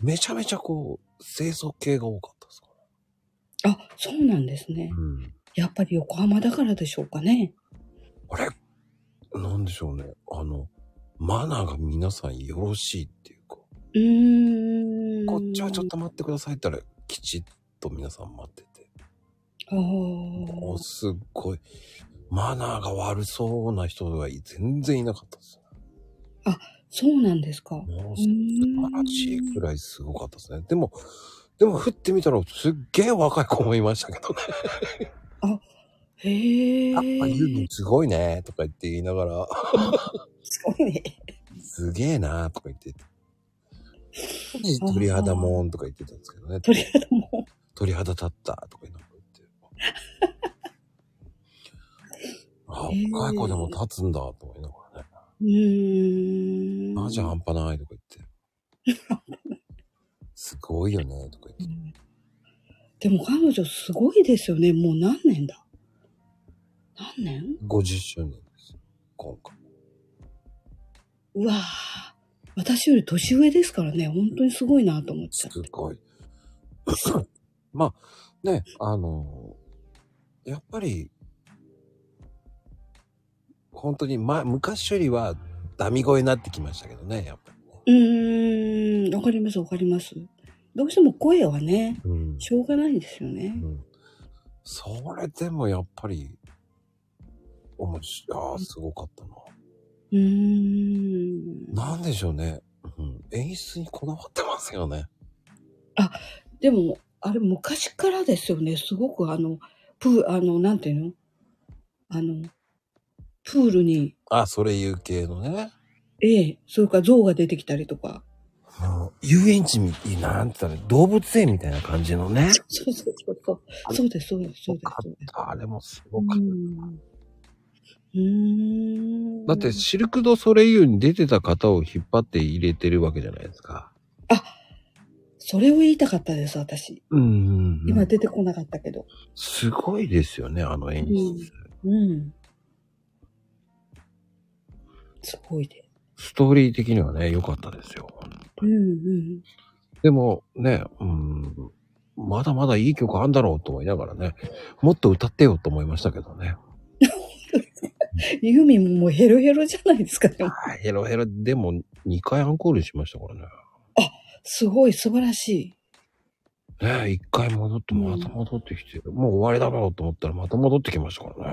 Speaker 1: めちゃめちゃこう、清楚系が多かったですか
Speaker 3: あ、そうなんですね
Speaker 1: ら。。うん。
Speaker 3: やっぱり横浜だからでしょうかね。
Speaker 1: あれなんでしょうね。あの、マナーが皆さんよろしいっていうか、
Speaker 3: うーん。
Speaker 1: こっちはちょっ。と待ってくださいって言ったら、きちっと皆さん待ってて。
Speaker 3: あ
Speaker 1: もう
Speaker 3: あ。
Speaker 1: すっごい、マナーが悪そうな人が全然いなかったです。
Speaker 3: そうなんですか。
Speaker 1: もう
Speaker 3: う
Speaker 1: 素
Speaker 3: ーん
Speaker 1: 晴らしいくらいすごかったですね。でも、でも降ってみたらすっげえ若い子もいましたけどね。
Speaker 3: へえ。
Speaker 1: やっぱユーミンすごいねとか言って言いながら、
Speaker 3: すごいね。
Speaker 1: すげえなとか言って。鳥肌もんとか言ってたんですけどね。
Speaker 3: 鳥肌も。
Speaker 1: 鳥肌立ったとか言いながら言って。あ、若い子でも立つんだと思いながらね。
Speaker 3: うーん。
Speaker 1: マジ半端ないとか言って。 すごいよねとか言って。
Speaker 3: でも彼女すごいですよね。もう何年だ何年
Speaker 1: 50周年です。今回。
Speaker 3: うわぁ。私より年上ですからね、本当にすごいなと思っち
Speaker 1: す
Speaker 3: ゃって。
Speaker 1: ごい。 まあ、ね、あの、やっぱり、本当に、ま、昔よりは、ダミ声になってきましたけどね、やっぱりね。
Speaker 3: うーん、わかりますわかります。どうしても声はね、
Speaker 1: うん
Speaker 3: しょうがないんですよね
Speaker 1: う。ん。それでもやっぱり、おもし、ああ、すごかった
Speaker 3: うーん。
Speaker 1: な。なんでしょうね。うん。演出にこだわってますよね。
Speaker 3: でも、あれ昔からですよね、すごくあの、プー、あの、なんていうのあの、プールに、
Speaker 1: あ、それ言う系のね。
Speaker 3: ええ、それから象が出てきたりとか。
Speaker 1: うん遊園地み、なんて言ったら、動物園みたいな感じのね。
Speaker 3: そうそうそうそう。そうです、そうです、そうですそうです。
Speaker 1: あれもすご
Speaker 3: う
Speaker 1: かった。
Speaker 3: んうーん。
Speaker 1: だってシルク・ドゥ・ソレイユに出てた方を引っ張って入れてるわけじゃないですか。
Speaker 3: それを言いたかったです、私。
Speaker 1: うんうんう
Speaker 3: 今
Speaker 1: ん。
Speaker 3: 出てこなかったけど。
Speaker 1: すごいですよね、あの演出。
Speaker 3: うん。すごいで。
Speaker 1: ストーリー的にはね、良かったですよ。
Speaker 3: うんうん。
Speaker 1: でもね、うん、まだまだいい曲あんだろうと思いながらね、もっと歌ってよと思いましたけどね。
Speaker 3: ユーミンももうヘロヘロじゃないですか、でも
Speaker 1: あヘロヘロ、でも2回アンコールしましたからね。
Speaker 3: すごい、素晴らし
Speaker 1: ね一1回戻って、また戻ってきて、もう終わりだろうと思ったらまた戻ってきましたから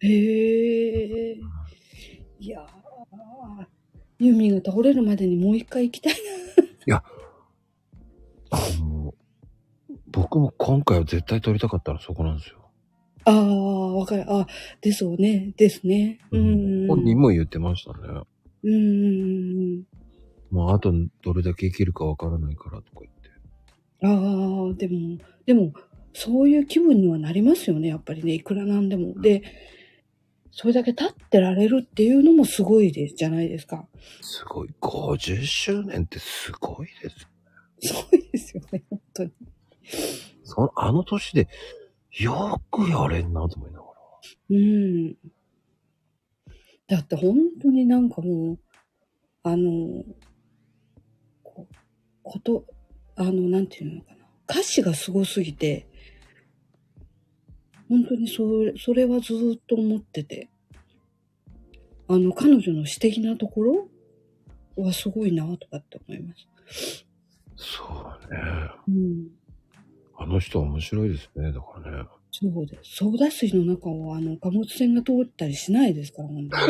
Speaker 1: ね。
Speaker 3: い。へえ。いやーユーミンが倒れるまでにもう一回行きたい。
Speaker 1: あの、僕も今回は絶対撮りたかったらそこなんですよ。
Speaker 3: ああ、わかる。あですよね。ですね。うん。
Speaker 1: 本人も言ってましたね。
Speaker 3: うんうん
Speaker 1: まあ、あとどれだけ生きるかわからないからとか言って。
Speaker 3: うんうん。ああ、でも、でも、そういう気分にはなりますよね、やっぱりね、いくらなんでも。で、それだけ立ってられるっていうのもすごいでじゃないですか。
Speaker 1: すごい。50周年ってすごいです。
Speaker 3: すごいですよね、本当に。
Speaker 1: その、あの年で、よくやれんなと思いながら。
Speaker 3: うん。だって本当になんかもう、あの、ここと、あの、なんていうのかな。歌詞がすごすぎて、本当にそれ、それはずっと思ってて。あの、彼女の詩的なところはすごいなとかって思います。
Speaker 1: そうね。
Speaker 3: うん。
Speaker 1: あの人面白いですね。だからね。
Speaker 3: そうです。ソーダ水の中をあの貨物船が通ったりしないですから、本当に。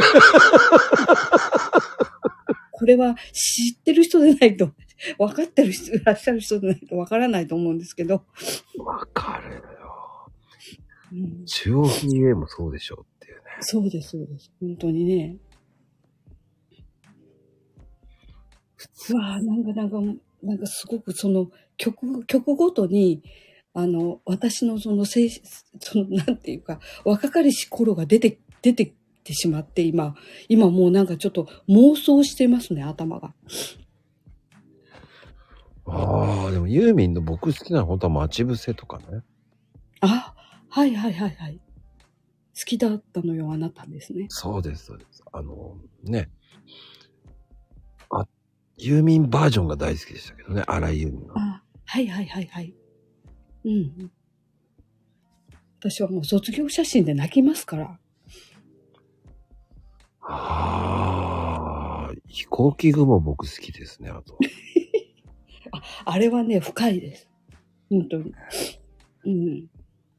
Speaker 3: これは知ってる人でないと、分かってる人、いらっしゃる人でないと分からないと思うんですけど。
Speaker 1: わかるよ。
Speaker 3: うん、
Speaker 1: 中央 PA もそうでしょうっていうね。
Speaker 3: そうです、そうです。本当にね。うわあなんか、なんか、なんかすごくその曲、曲ごとに、あの、私のその精、その、なんていうか、若かりし頃が出て、出てきてしまって、今、今もうなんかちょっと妄想してますね、頭が。
Speaker 1: ああ、でもユーミンの僕好きなのは本当は待ち伏せとかね。
Speaker 3: あ、はいはいはいはい。好きだったのよ、あなたですね。
Speaker 1: そうです、そうです。あの、ね。あ、ユーミンバージョンが大好きでしたけどね。荒井由実の。
Speaker 3: あ、はいはいはいはい。うんうん。私はもう卒業写真で泣きますから。
Speaker 1: ああ、飛行機雲僕好きですね、あと。
Speaker 3: あれはね、深いです。本当に。うん。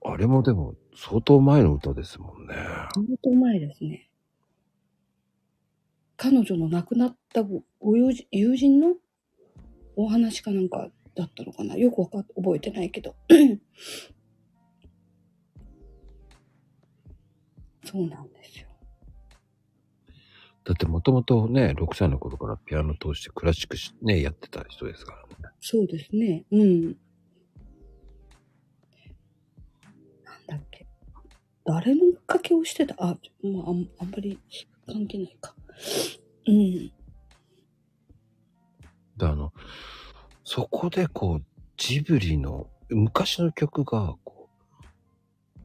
Speaker 1: あれもでも相当前の歌ですもんね。
Speaker 3: 相当前ですね。彼女の亡くなったごご友人友人のお話かなんかだったのかな。よくわかっ覚えてないけど。 そうなんですよ。
Speaker 1: だってもともとね、6歳の頃からピアノ通してクラシックしね、やってた人ですからね。
Speaker 3: そうですね。うん。なんだっけ。誰の追っかけをしてたあ、まあ、あんあんまり関係ないか。うん。
Speaker 1: で、あの、そこでこう、ジブリの昔の曲が、こう、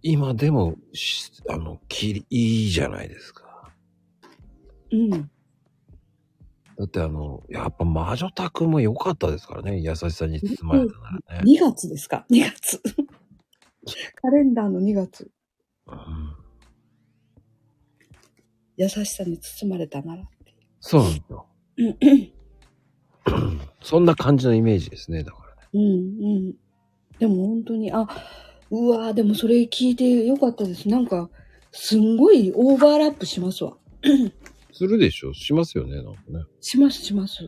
Speaker 1: 今でもし、あの、きり、いいじゃないですか。
Speaker 3: うん。
Speaker 1: だってあの、やっぱ魔女宅も良かったですからね。優しさに包まれたからね。
Speaker 3: 2月ですか ?2 月。 カレンダーの2月。
Speaker 1: うん、
Speaker 3: 優しさに包まれたなら。
Speaker 1: そうなんですよ。そんな感じのイメージですね、だからね。
Speaker 3: うんうん。でも本当に、あ、うわーでもそれ聞いてよかったです。なんか、すんごいオーバーラップしますわ。
Speaker 1: するでしょしますよね、なんかね。
Speaker 3: しますします。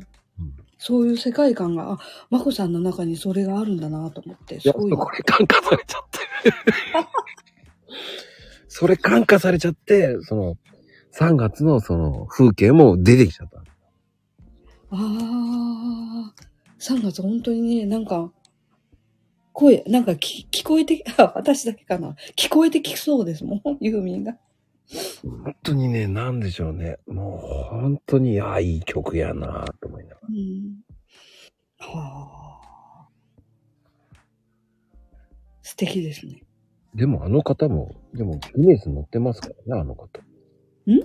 Speaker 3: そういう世界観が、あ、まこさんの中にそれがあるんだなと思って、
Speaker 1: い
Speaker 3: す
Speaker 1: や、
Speaker 3: ごい。
Speaker 1: これ感化されちゃって。 それ感化されちゃって、その、3月のその風景も出てきちゃった。
Speaker 3: あー、3月本当にね、なんか、声、なんかき 聞こえて、あ、私だけかな。聞こえてきそうですもん、 ユーミンが。
Speaker 1: 本当にね、なんでしょうね。もう本当に、ああ、いい曲やなぁと思いながら。
Speaker 3: うん。はあ。素敵ですね。
Speaker 1: でもあの方も、でもギネス乗ってますからね、あの方。
Speaker 3: ん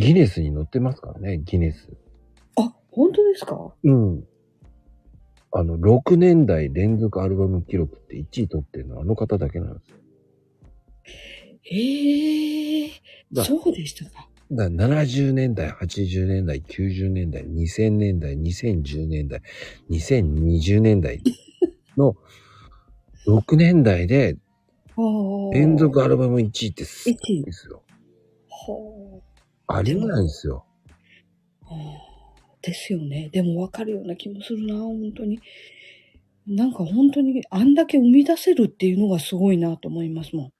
Speaker 1: ギネスに乗ってますからね、ギネス。
Speaker 3: あ、本当ですか
Speaker 1: うん。あの、6年代連続アルバム記録って1位取ってるのはあの方だけなんですよ。
Speaker 3: へえー、
Speaker 1: だ
Speaker 3: そうでしたか。
Speaker 1: だから70年代、80年代、90年代、2000年代、2010年代、2020年代の6年代で
Speaker 3: あー
Speaker 1: 連続アルバム1位ってすごいですよ。
Speaker 3: は
Speaker 1: ありえないですよ。
Speaker 3: あですよね。でもわかるような気もするな、本当に。なんか本当にあんだけ生み出せるっていうのがすごいなと思いますもん。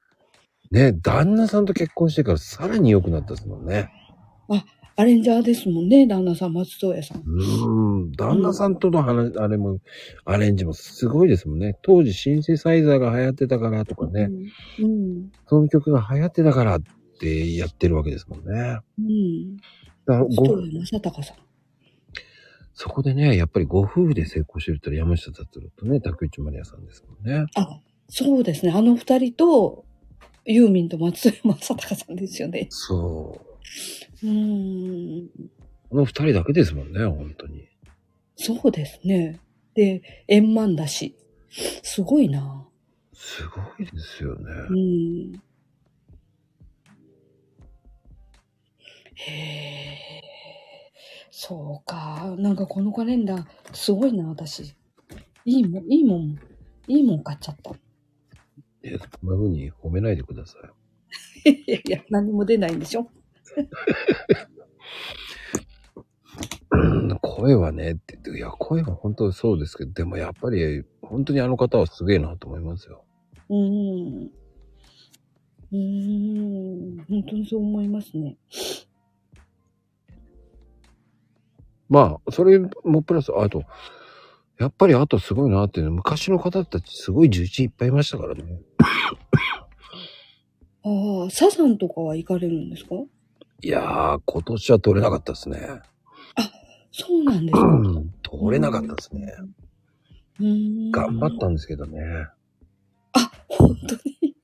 Speaker 1: ね、旦那さんと結婚してからさらに良くなったですもんね。
Speaker 3: アレンジャーですもんね、旦那さん、松任谷さん。
Speaker 1: うん。旦那さんとの話、あれも、アレンジもすごいですもんね。当時シンセサイザーが流行ってたからとかね、
Speaker 3: うん。うん。
Speaker 1: その曲が流行ってたからってやってるわけですもんね。
Speaker 3: うん。
Speaker 1: だから
Speaker 3: 佐
Speaker 1: ご
Speaker 3: 藤正隆さん。
Speaker 1: そこでね、やっぱりご夫婦で成功してるって言ったら山下達郎とね、竹内まりやさんですもんね。
Speaker 3: あ、そうですね。あの二人と、ユーミンと松任谷正隆さんですよね。
Speaker 1: そう。
Speaker 3: うん。
Speaker 1: この二人だけですもんね、本当に。
Speaker 3: そうですね。で、円満だし。すごいな。
Speaker 1: すごいですよね。
Speaker 3: うん。へえ。そうか。なんかこのカレンダー、すごいな、私。いいもん、いいもん、いいもん買っちゃった。
Speaker 1: え、そんな風に褒めないでください。
Speaker 3: い やいや、何も出ないんでしょ
Speaker 1: うん声はねって言って、いや、声は本当そうですけど、でもやっぱり、本当にあの方はすげえなと思いますよ。
Speaker 3: うーん。うーん。本当にそう思いますね。
Speaker 1: まあ、それもプラス、あと、やっぱりあとすごいなっていうのは、昔の方たちすごい重鎮いっぱいいましたからね。
Speaker 3: ああ、サザンとかは行かれるんですか
Speaker 1: いやー、今年は取れなかったですね。
Speaker 3: そうなんです
Speaker 1: う
Speaker 3: か。
Speaker 1: ん取れなかったですね。
Speaker 3: うーん。
Speaker 1: 頑張ったんですけどね。
Speaker 3: あ、本当に。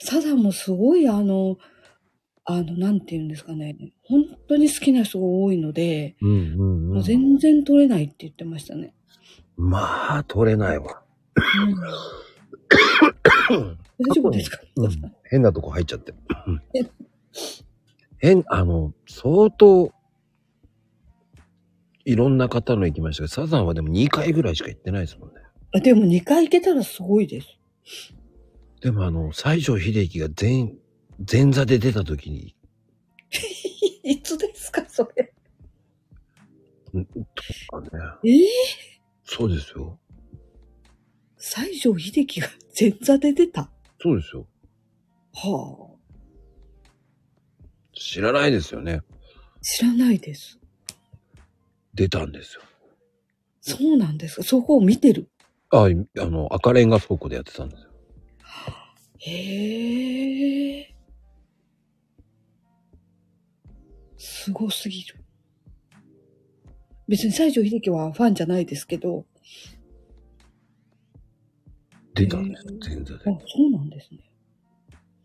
Speaker 3: サザンもすごいあの、あの、なんて言うんですかね。本当に好きな人が多いので、
Speaker 1: うんうんう。
Speaker 3: もうん全然取れないって言ってましたね。
Speaker 1: まあ、取れないわ。
Speaker 3: うん大丈夫ですか、
Speaker 1: うん変なとこ入っちゃって。変、あの、相当、いろんな方の行きましたけど、サザンはでも2回ぐらいしか行ってないですもんね。
Speaker 3: あでも2回行けたらすごいです。
Speaker 1: でもあの、西城秀樹が前、前座で出た時に、
Speaker 3: いつですか、それ。
Speaker 1: あのね、
Speaker 3: えー
Speaker 1: そうですよ。
Speaker 3: 西城秀樹が前座で出た。
Speaker 1: そうですよ。
Speaker 3: は
Speaker 1: 知らないですよね。
Speaker 3: あ、知らないです。
Speaker 1: 出たんですよ。
Speaker 3: そうなんですか。そこを見てる。
Speaker 1: あ、いあの、赤レンガ倉庫でやってたんですよ。
Speaker 3: へえ。すごすぎる。別に西城秀樹はファンじゃないですけど、
Speaker 1: 出たんですよ、前座
Speaker 3: あ、
Speaker 1: で。
Speaker 3: そうなんですね。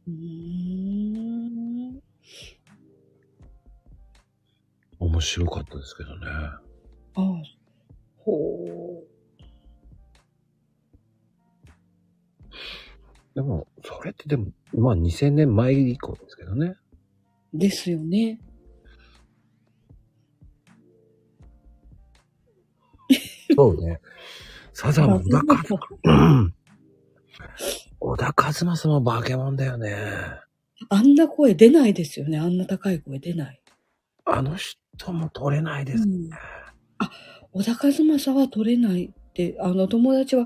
Speaker 3: うーん。
Speaker 1: 面白かったですけどね。
Speaker 3: あほう。
Speaker 1: でも、それってでも、まあ2000年前以降ですけどね。
Speaker 3: ですよね。
Speaker 1: そうね。サザンも小田和、うん。小田和正も化け物だよね。
Speaker 3: あんな声出ないですよね。あんな高い声出ない。
Speaker 1: あの人も取れないです。
Speaker 3: うん、あ小田和正は取れないってあの友達は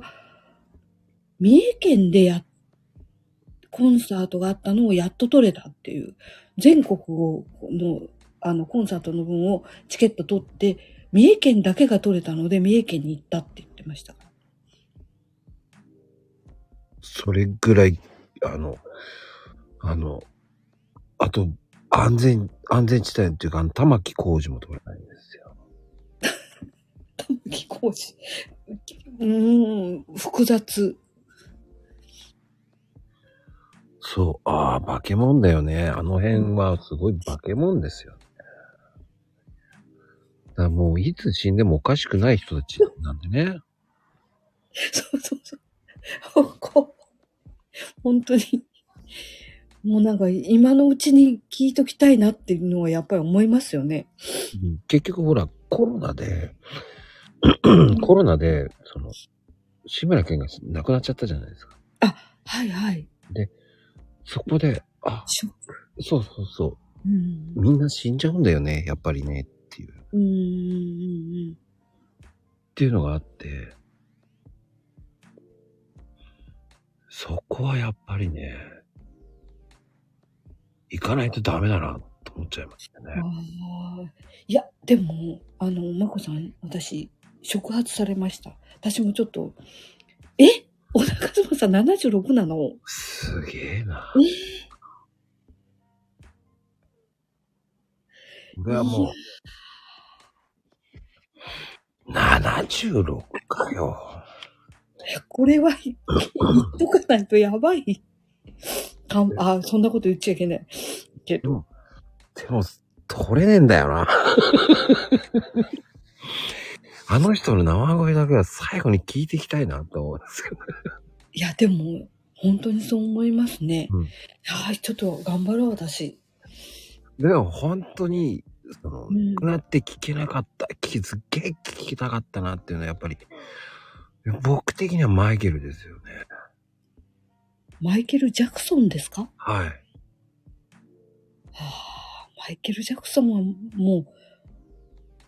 Speaker 3: 三重県でやっコンサートがあったのをやっと取れたっていう全国をのあのコンサートの分をチケット取って三重県だけが取れたので三重県に行ったって言ってま したから
Speaker 1: それぐらい、あの、あの、あと、安全、安全地帯っていうか、あの玉木浩二も取れないんですよ。
Speaker 3: 玉木浩二うーん複雑
Speaker 1: そう、ああ、化け物だよね。あの辺はすごい化け物ですよね。だからもういつ死んでもおかしくない人たちなんでね。
Speaker 3: そうそうそう。こう本当に、もうなんか今のうちに聞いときたいなっていうのはやっぱり思いますよね。
Speaker 1: 結局ほら、コロナで、コロナで、その、志村けんが亡くなっちゃったじゃないですか。
Speaker 3: はいはい。
Speaker 1: そこで、あ、
Speaker 3: ショック。
Speaker 1: そうそうそうう、
Speaker 3: ん。
Speaker 1: みんな死んじゃうんだよね、やっぱりね、っていう、っ
Speaker 3: うんうん
Speaker 1: ていうのがあって、そこはやっぱりね、行かないとダメだな、とと思っちゃいました
Speaker 3: あ
Speaker 1: ね。
Speaker 3: ーいや、でも、あの、まこさん、私、触発されました。私もちょっと、えお腹すまさん76なの
Speaker 1: すげえな。俺はもう、76かよ。
Speaker 3: これは、言っとかないとやばい。かんあ、そんなこと言っちゃいけない。けど、
Speaker 1: でも、取れねえんだよな。あの人の生声だけは最後に聞いていきたいなと思うんですけど。
Speaker 3: いや、でも、本当にそう思いますね。
Speaker 1: うん
Speaker 3: はい、ちょっと頑張ろう、私。
Speaker 1: でも本当に、その、
Speaker 3: うん
Speaker 1: なくなって聞けなかった、聞きすっげえ聞きたかったなっていうのはやっぱり、僕的にはマイケルですよね。
Speaker 3: マイケル・ジャクソンですか
Speaker 1: はい。
Speaker 3: はあ、マイケル・ジャクソンはもう、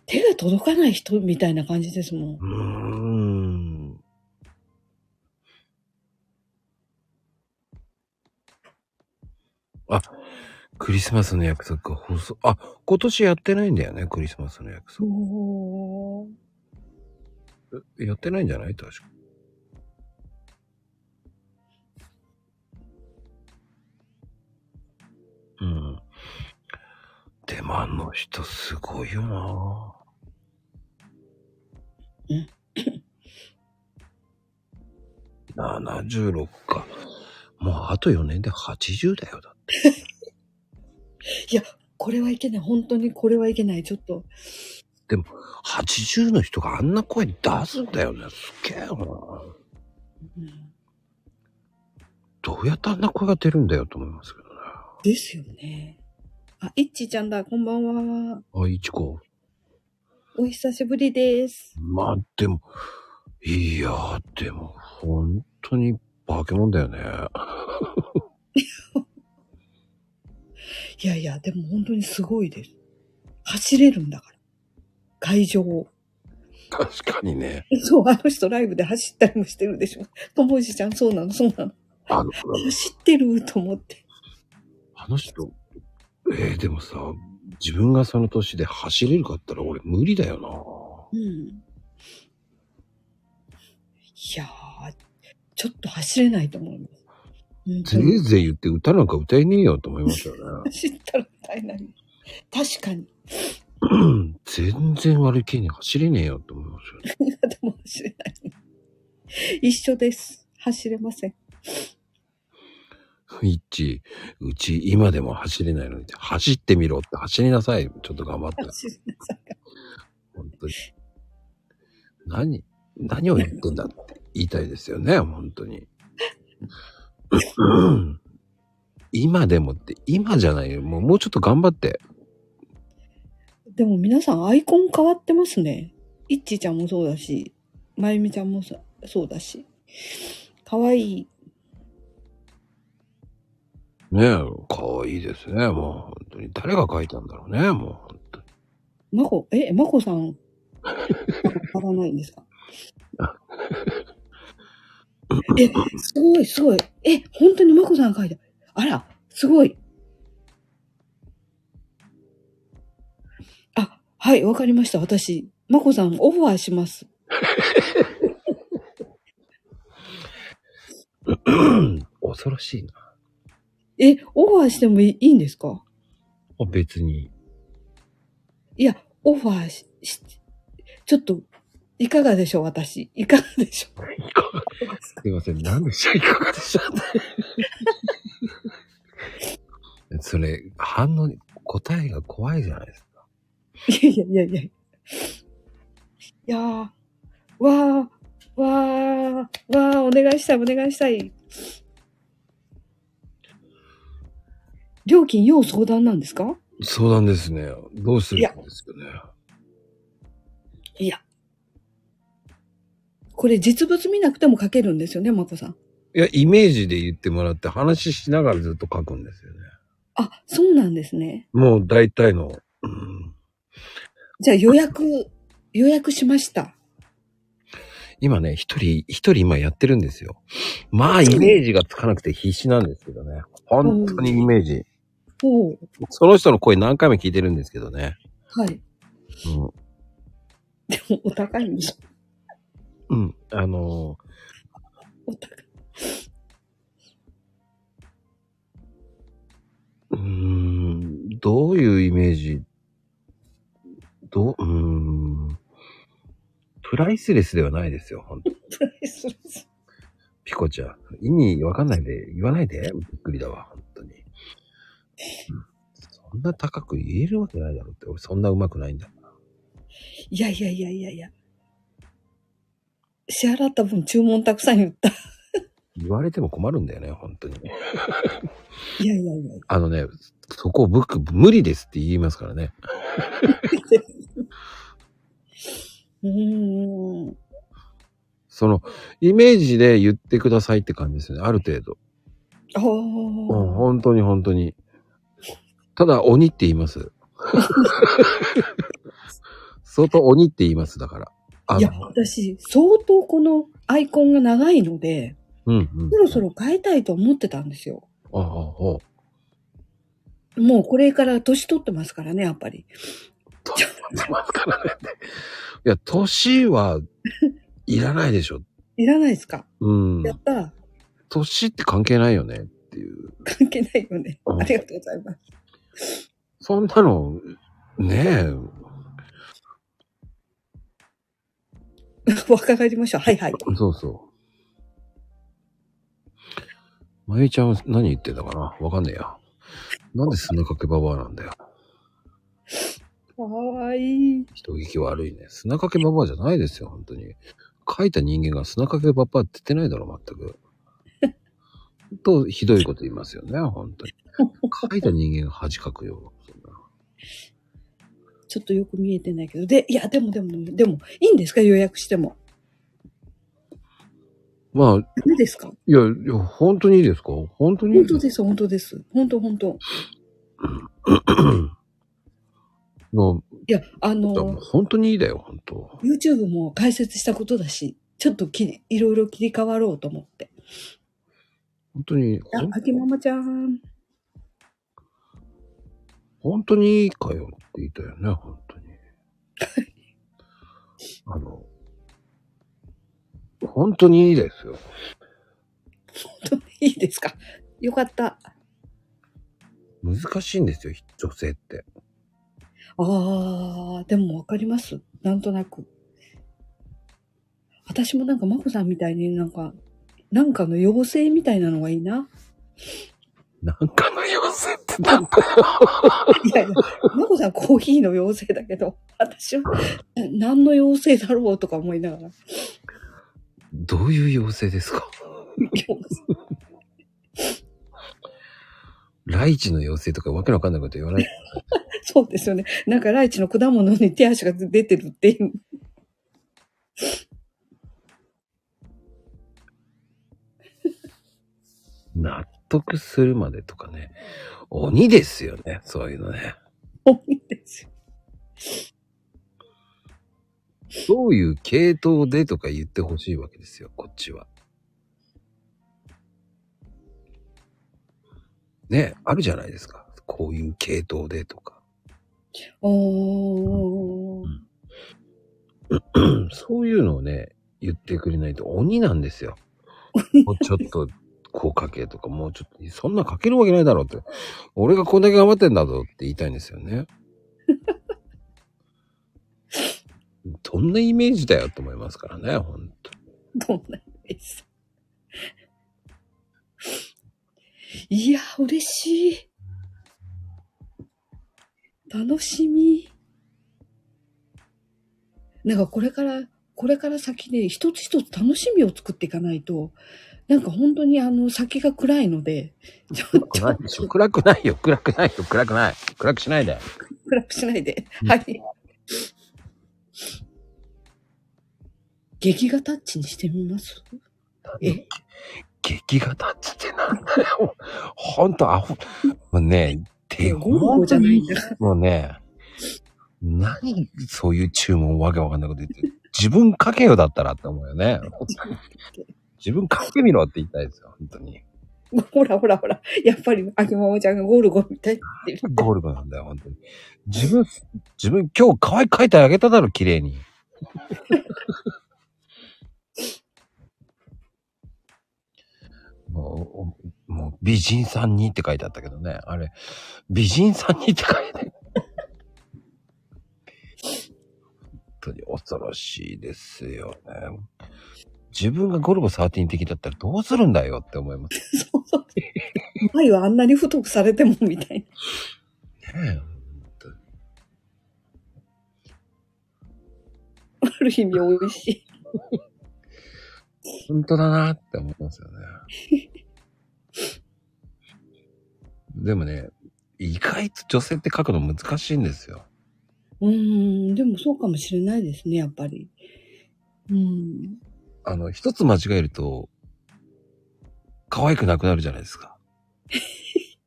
Speaker 3: 手が届かない人みたいな感じですもん。
Speaker 1: うーん。あ、クリスマスの約束放送。あ、今年やってないんだよね、クリスマスの約束。
Speaker 3: そう。
Speaker 1: えやってないんじゃない確か。うん。でもあの人すごいよな
Speaker 3: う
Speaker 1: ぁ。76か。もうあと4年で80だよだって。
Speaker 3: これはいけない。本当にこれはいけない。ちょっと。
Speaker 1: 80の人があんな声出すんだよね。すげえよな
Speaker 3: うん
Speaker 1: どうやってあんな声が出るんだよと思いますけどね。
Speaker 3: ですよね。あ、いっちーちゃんだ。こんばんは。
Speaker 1: あ、いちこ。
Speaker 3: お久しぶりです。
Speaker 1: まあでも、いやーでも本当に化け物だよね。
Speaker 3: いやいや、でも本当にすごいです。走れるんだから。会場を。
Speaker 1: 確かにね。
Speaker 3: そう、あの人ライブで走ったりもしてるでしょ。ともじちゃん、そうなの、そうなの。
Speaker 1: あの、
Speaker 3: 走ってると思って。
Speaker 1: あの人、えー、でもさ、自分がその年で走れるかったら俺無理だよ
Speaker 3: うん。いやー、ちょっと走れないと思います。本
Speaker 1: な。
Speaker 3: 当
Speaker 1: ぜ
Speaker 3: に
Speaker 1: いぜい言って歌なんか歌えねえよと思いますよ ね。
Speaker 3: 走ったら歌えない。確かに。
Speaker 1: うん全然悪い気に走れねえよと思いますよね。
Speaker 3: いやでも走れない。一緒です。走れません。
Speaker 1: いっち、うち今でも走れないのに、走ってみろって走りなさい。ちょっと頑張って。
Speaker 3: 走れなさい。
Speaker 1: 本当に。何、何を言ってんだって言いたいですよね、本当に。うん今でもって、今じゃないよ。もうもうちょっと頑張って。
Speaker 3: でも皆さんアイコン変わってますね。いっちーちゃんもそうだし、まゆみちゃんもそそうだし。かわいい。
Speaker 1: ねえ、可愛いですね、もう本当に。誰が書いたんだろうね、もう本当に。
Speaker 3: まこ、え、まこさん、変わらないんですかえ、すごい、すごい。え、本当にまこさんが書いた。あら、すごい。あ、はい、わかりました。私、まこさんオファーします。
Speaker 1: 恐ろしいな。
Speaker 3: え、オファーしてもいいいいんですか
Speaker 1: あ別に。
Speaker 3: いや、オファーし、しちょっと、いかがでしょう、私。いかがでしょう。
Speaker 1: いかがすいません、何でしたいかがでしょうねそれ、反応に、答えが怖いじゃないですか。
Speaker 3: いやいやいやいや。いやー、わー、わー、わー、お願いしたい、お願いしたい。料金要相談なんですか
Speaker 1: 相談ですね。どうす
Speaker 3: い
Speaker 1: る
Speaker 3: や
Speaker 1: んですよね。
Speaker 3: いや。これ実物見なくても書けるんですよね、まこさん。
Speaker 1: いや、イメージで言ってもらって話しながらずっと書くんですよね。
Speaker 3: あ、そうなんですね。
Speaker 1: もう大体の、うん
Speaker 3: じゃあ予約、予約しました。
Speaker 1: 今ね、一人、一人今やってるんですよ。まあ、イメージがつかなくて必死なんですけどね。本当にイメージ。
Speaker 3: おう
Speaker 1: その人の声何回も聞いてるんですけどね。
Speaker 3: はい。
Speaker 1: うん
Speaker 3: でも、お高いんでしょ。
Speaker 1: うん。あの
Speaker 3: お高い。
Speaker 1: ー、うーん、どういうイメージどう、うーん、プライスレスではないですよ、本当
Speaker 3: プライスレス。
Speaker 1: ピコちゃん。意味わかんないで、言わないで。びっくりだわ、本当に。うんそんな高く言えるわけないだろうって、俺そんな上手くないんだ。
Speaker 3: いやいやいやいやいや。支払った分注文たくさん言った。
Speaker 1: 言われても困るんだよね、本当に。
Speaker 3: いやいやいや。
Speaker 1: あのね、そこを僕、無理ですって言いますからね。
Speaker 3: うーん。
Speaker 1: その、イメージで言ってくださいって感じですね、ある程度。
Speaker 3: あ
Speaker 1: うん、
Speaker 3: あ。
Speaker 1: 本当に本当に。ただ、鬼って言い ます。相当鬼って言います、だから。あ
Speaker 3: いや、
Speaker 1: の、
Speaker 3: 私、相当このアイコンが長いので、
Speaker 1: うん、うん
Speaker 3: そ。ろそろ変えたいと思ってたんですよ。
Speaker 1: ああ、ほう。
Speaker 3: もうこれから年取ってますからね、やっぱり。
Speaker 1: 年取ってますからね。いや、年はいらないでしょ。
Speaker 3: いらないですか、
Speaker 1: うん。
Speaker 3: やったら
Speaker 1: 年って関係ないよねっていう。
Speaker 3: 関係ないよね。
Speaker 1: うん
Speaker 3: ありがとうございます。
Speaker 1: そんなの、ねえ、
Speaker 3: 若返りましょう。はいはい。
Speaker 1: そうそう。まゆみちゃんは何言ってんだかなわかんねえや。なんで砂かけばばあなんだよ。
Speaker 3: かわいい。
Speaker 1: 人聞き悪いね。砂かけばばあじゃないですよ、本当に。書いた人間が砂かけばばあって言ってないだろ、全く。と、ひどいこと言いますよね、本当に。書いた人間が恥かくよ。そんな
Speaker 3: ちょっとよく見えてないけど。で、いや、でもでも、でも、いいんですか予約しても。
Speaker 1: まあ、
Speaker 3: ダメですか
Speaker 1: いや、いや本当にいいですか本当にいい
Speaker 3: 本当です、本当です。本当本当。
Speaker 1: も
Speaker 3: いや、あ
Speaker 1: うもう
Speaker 3: の、
Speaker 1: 本当にいいだよ、本当。
Speaker 3: YouTube も解説したことだし、ちょっときりいろいろ切り替わろうと思って。
Speaker 1: 本当に、
Speaker 3: あ
Speaker 1: ほん、
Speaker 3: 秋ママちゃん。
Speaker 1: 本当にいいかよって言ったよね、本 当に。あの、本当にいいですよ。
Speaker 3: 本当にいいですかよかった。
Speaker 1: 難しいんですよ、女性って。
Speaker 3: ああ、でもわかります。なんとなく。私もなんか、まこさんみたいになんか、なんかの妖精みたいなのがいいな。
Speaker 1: なんかの妖精ってなんか。
Speaker 3: いやいや、まこさんコーヒーの妖精だけど、私はな何の妖精だろうとか思いながら。
Speaker 1: どういう妖精ですかライチの妖精とかわけのわかんないこと言わない。
Speaker 3: そうですよね。なんかライチの果物に手足が出てるっていう。
Speaker 1: 納得するまでとかね。鬼ですよね、そういうのね。
Speaker 3: 多いですよ。
Speaker 1: どういう系統でとか言ってほしいわけですよ、こっちは。ね、あるじゃないですか。こういう系統でとか。
Speaker 3: おー。
Speaker 1: うんそういうのをね、言ってくれないと鬼なんです よ。もうちょっと、こう書けとか、もうちょっと、そんな書けるわけないだろうって。俺がこんだけ頑張ってんだぞって言いたいんですよ ね。どんなイメージだよって思いますからね、ほんと。
Speaker 3: どんなです。いや、嬉しい。楽しみ。なんかこれから、これから先で一つ一つ楽しみを作っていかないと、なんか本当にあの先が暗いので、ちょっ
Speaker 1: 暗
Speaker 3: と
Speaker 1: いでしょ暗くないよ、暗くないよ、暗くない。暗くしないで。
Speaker 3: 暗くしないで。
Speaker 1: うん
Speaker 3: はい。劇画タッチにしてみますえ
Speaker 1: 劇画タッチってなんだよ。ほんと、アホ。もうね、手
Speaker 3: ゴルゴじゃないんだから。
Speaker 1: もうね、何、そういう注文わけわかんないこと言ってる。自分書けよだったらって思うよね。自分書いてみろって言いたいですよ、本当に。
Speaker 3: ほらほらほら。やっぱり、あきももちゃんがゴルゴみたいって言って
Speaker 1: ゴルゴなんだよ、本当に。自分、自分今日可愛く描いてあげただろ、綺麗に。もう、もう美人さんにって書いてあったけどね。あれ、美人さんにって書いてある。本当に恐ろしいですよね。自分がゴルゴ13的だったらどうするんだよって思います
Speaker 3: そうそう。前はあんなに太くされても、みたいな。
Speaker 1: ね。
Speaker 3: ある意味美味しい。
Speaker 1: 本当だなって思いますよね。でもね、意外と女性って書くの難しいんですよ。
Speaker 3: うーん、でもそうかもしれないですね、やっぱり。うん。
Speaker 1: あの、一つ間違えると、可愛くなくなるじゃないですか。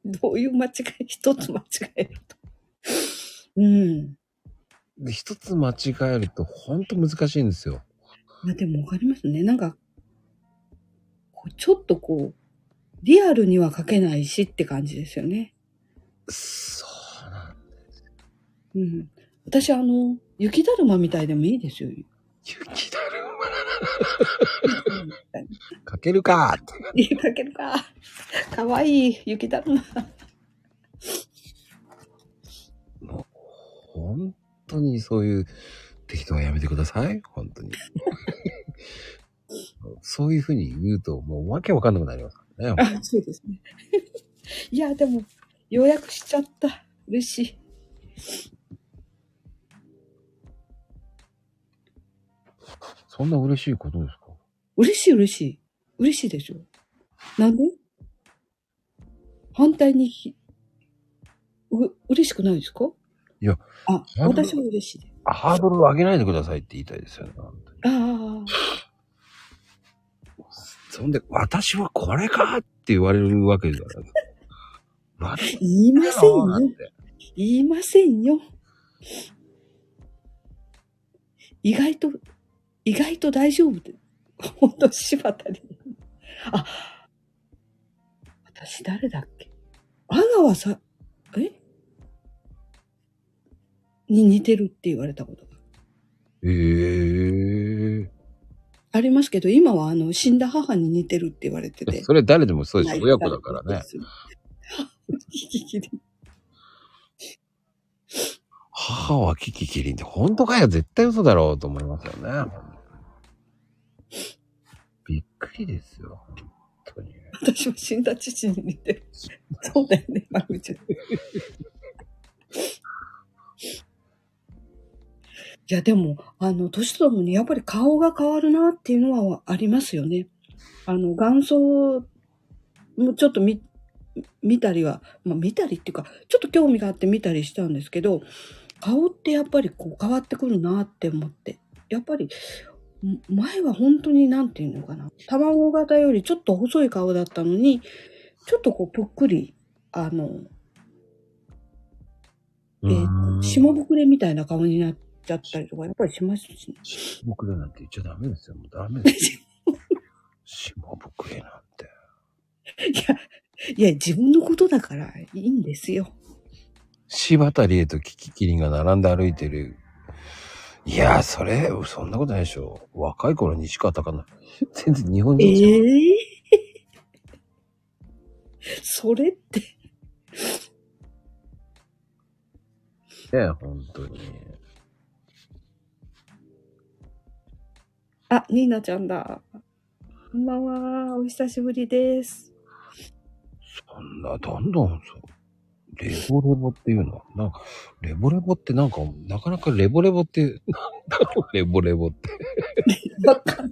Speaker 3: どういう間違い、一つ間違えると。うん。
Speaker 1: で、一つ間違えると、ほんと難しいんですよ。
Speaker 3: まあでもわかりますね。なんか、こうちょっとこう、リアルには書けないしって感じですよね。
Speaker 1: そうなん
Speaker 3: うん。私、あの、雪だるまみたいでもいいですよ。
Speaker 1: 雪だるま。書けるかーって。
Speaker 3: いいかけるか。かわいい雪だるま。
Speaker 1: 本当にそういう適当はやめてください。本当に。そういうふうに言うと、もうわけわかんなくなりますからね。
Speaker 3: あ、そうですね。 いや、でも、予約しちゃった。嬉しい。
Speaker 1: そんな嬉しいことですか
Speaker 3: 嬉しい嬉しい。嬉しいですよ。なんで反対にひ、う、嬉しくないですか
Speaker 1: いや。
Speaker 3: あ、
Speaker 1: なんで
Speaker 3: 私は嬉しいです。
Speaker 1: ハードルを上げないでくださいって言いたいですよね。本当に
Speaker 3: ああ。
Speaker 1: そんで、私はこれかって言われるわけじゃない。私
Speaker 3: 言いませんよ
Speaker 1: だ。って
Speaker 3: 言いませんよ。意外と、意外と大丈夫で。ほんと、柴田に。あ、私誰だっけ阿川さ、えに似てるって言われたことが
Speaker 1: ええ
Speaker 3: ありますけど、今はあの、死んだ母に似てるって言われてて。
Speaker 1: それ誰でもそうですよ。親子だから ね。。
Speaker 3: キキキリン
Speaker 1: 母はキキキリンって本当かよ絶対嘘だろうと思いますよね。びっくりですよ。本当に。
Speaker 3: 私は死んだ父に似てる。そうだよね、まぐちゃん。いや、でも、あの、年とともにやっぱり顔が変わるなっていうのはありますよね。あの、眼相もちょっと見、見たりは、まあ見たりっていうか、ちょっと興味があって見たりしたんですけど、顔ってやっぱりこう変わってくるなって思って。やっぱり、ん前は本当になんていうのかな。卵型よりちょっと細い顔だったのに、ちょっとこうぷっくり、あの、えー
Speaker 1: うん
Speaker 3: しもぶくれみたいな顔になっちゃったりとか、やっぱりしますし、ね、
Speaker 1: しもぶくれなんて言っちゃダメですよ。もうダメです よ。しもぶくれなんて。
Speaker 3: いや、自分のことだからいいんですよ。
Speaker 1: 柴田理恵とキキキリンが並んで歩いてる。いやー、それ、そんなことないでしょ。若い 頃にしかたかな。全然日本
Speaker 3: え
Speaker 1: 人じゃん
Speaker 3: え それって、
Speaker 1: ね、本当に。
Speaker 3: あ、ニーナちゃんだ。こんばんは。お久しぶりです。
Speaker 1: そんな、どんどんそう。レボレボっていうのは、なんか、レボレボってなんか、なかなかレボレボって、なんだろう、レボレボって。
Speaker 3: ばっか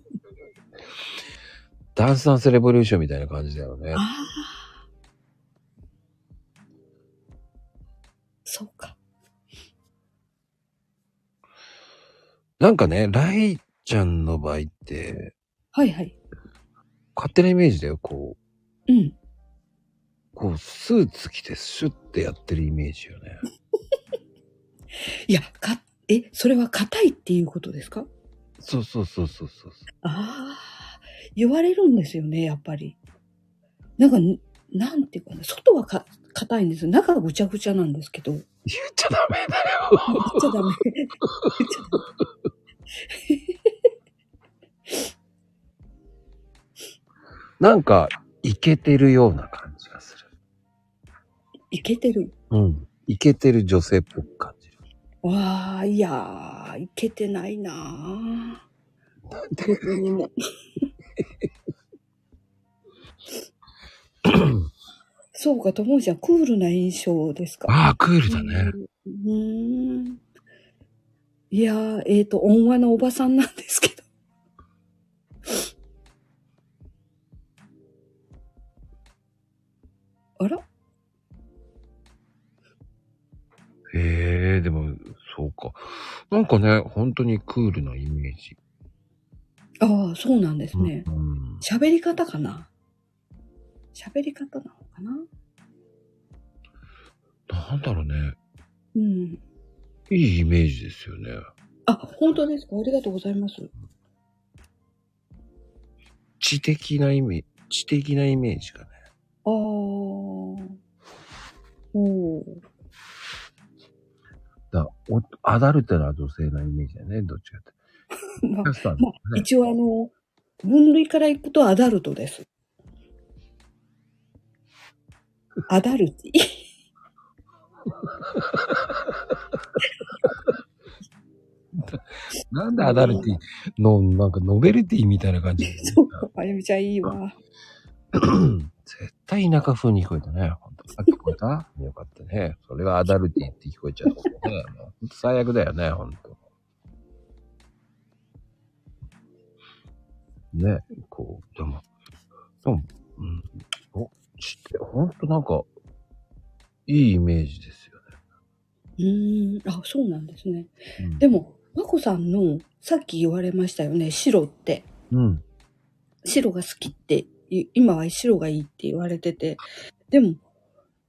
Speaker 1: ダンスダンスレボリューションみたいな感じだよね。
Speaker 3: ああ。そうか。
Speaker 1: なんかね、ライちゃんの場合って、
Speaker 3: はいはい。
Speaker 1: 勝手なイメージだよ、こう、
Speaker 3: うん。
Speaker 1: こう、スーツ着てシュッてやってるイメージよね。
Speaker 3: いや、か、え、それは硬いっていうことですか
Speaker 1: そうそうそうそうそうそう。
Speaker 3: ああ、言われるんですよね、やっぱり。なんか、なんていうかな、外はか硬いんですよ。中がぐちゃぐちゃなんですけど。言っ
Speaker 1: 言っちゃダメだよ。
Speaker 3: ちゃダメ。 言っちゃダメ。
Speaker 1: なんか、いけてるような感じがする。
Speaker 3: いけてる。
Speaker 1: うん。いけてる女性っぽく感じる。
Speaker 3: わあ、いやー、いけてないなー。どこにも。そうか、と思うじゃん。クールな印象ですか。
Speaker 1: ああ、クールだね。
Speaker 3: うーん。いやー、えっ、と、温和なおばさんなんですけど。あら
Speaker 1: へえ、でも、そうか。なんかね、本当にクールなイメージ。
Speaker 3: ああ、そうなんですね。
Speaker 1: うん。
Speaker 3: 喋り方かな喋り方なのかな
Speaker 1: なんだろうね。
Speaker 3: うん。
Speaker 1: いいイメージですよね。
Speaker 3: あ、本当ですかありがとうございます。
Speaker 1: 知的なイメージ、知的なイメージかね。
Speaker 3: ああ。おお。
Speaker 1: だおアダルテな女性なイメージだよね、どっちかって。
Speaker 3: まあ
Speaker 1: キャスター
Speaker 3: ま
Speaker 1: の
Speaker 3: あ、
Speaker 1: ね。
Speaker 3: 一応あの、分類からいくとアダルトです。アダルティ。
Speaker 1: なんでアダルティの、なんかノベルティみたいな 感じ。
Speaker 3: そうか、あゆみちゃんいいわ。
Speaker 1: 絶対田舎風に聞こえたね。ほんとあ、聞こえたよかったね。それがアダルティって聞こえちゃうからね。もうほんと最悪だよね、ほんと。ね、こう、でも、でも、うん、どっちって、ほんとなんか、いいイメージですよ
Speaker 3: うーん、あ、そうなんですね。
Speaker 1: ね。うん、
Speaker 3: でも、まこさんの、さっき言われましたよね、白って。
Speaker 1: うん。
Speaker 3: 白が好きって、い今は白がいいって言われてて。でも、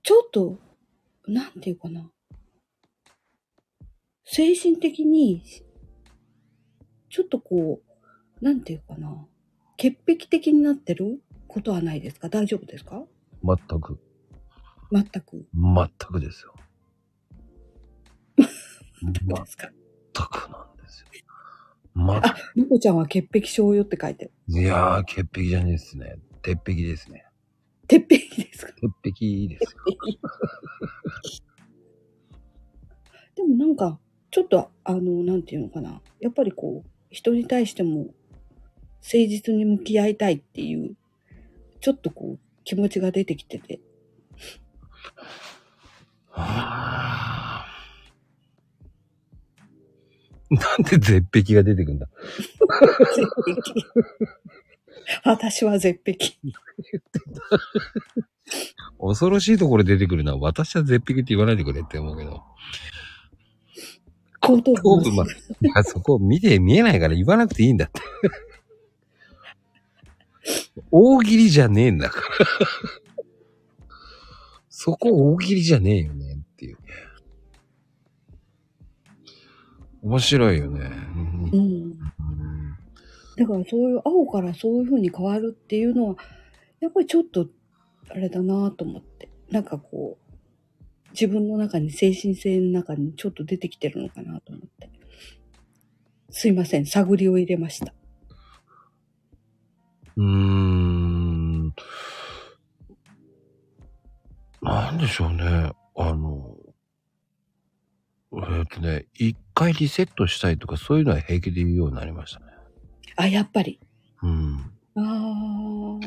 Speaker 3: ちょっと、なんていうかな。精神的に、ちょっとこう、なんていうかな。潔癖的になってることはないですか大丈夫ですか
Speaker 1: 全く、
Speaker 3: 全く。
Speaker 1: 全くです よ。
Speaker 3: どう
Speaker 1: 全
Speaker 3: ですか
Speaker 1: くなんですよ。ま
Speaker 3: あまこちゃんは潔癖症よって書いてる。
Speaker 1: いやー、潔癖じゃねえっすね。鉄壁ですね。
Speaker 3: 鉄壁ですか
Speaker 1: 鉄壁ですよ。
Speaker 3: でもなんか、ちょっと、あの、なんていうのかな。やっぱりこう、人に対しても、誠実に向き合いたいっていう、ちょっとこう、気持ちが出てきてて。
Speaker 1: はー なんで絶壁が出てくんだ
Speaker 3: 絶 壁。私は絶壁。
Speaker 1: 恐ろしいところで出てくるのは私は絶壁って言わないでくれって思うけど。
Speaker 3: 後頭
Speaker 1: 頭
Speaker 3: 部
Speaker 1: 部まで。いやそこ見て見えないから言わなくていいんだって。大喜利じゃねえんだから。そこ大喜利じゃねえよねっていう。面白いよね。
Speaker 3: う
Speaker 1: うん
Speaker 3: ん。だからそういう、青からそういう風に変わるっていうのは、やっぱりちょっと、あれだなと思って。なんかこう、自分の中に、精神性の中にちょっと出てきてるのかなと思って。すいません、探りを入れました。
Speaker 1: うーん。なんでしょうね。あの、えーっとね、一回リセットしたいとかそういうのは平気で言うようになりましたね。
Speaker 3: あ、やっぱり。
Speaker 1: うん。
Speaker 3: ああ。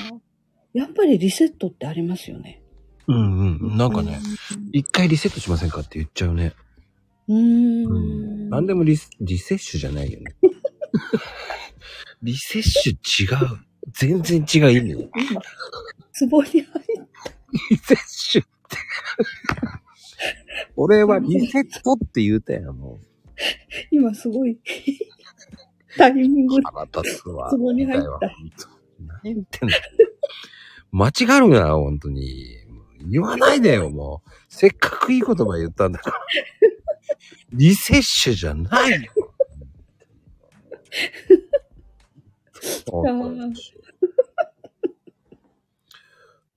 Speaker 3: やっぱりリセットってありますよね。
Speaker 1: うんうん。なんかね、一回リセットしませんかって言っちゃうね。
Speaker 3: うーん。
Speaker 1: うなんでもリスリセッシュじゃないよね。リセッシュ違う。全然違う意味よ。
Speaker 3: ツボに入っ
Speaker 1: リセッシュって。俺はリセットって言うたやん、もう。
Speaker 3: 今すごい、 タイミングで
Speaker 1: 腹立つわ。
Speaker 3: ツボに入っ
Speaker 1: みい
Speaker 3: た
Speaker 1: わ。何言ってんの間違えるな、本当に。言わないでよ、もう。せっかくいい言葉言ったんだから。リセッシュじゃないよ。そ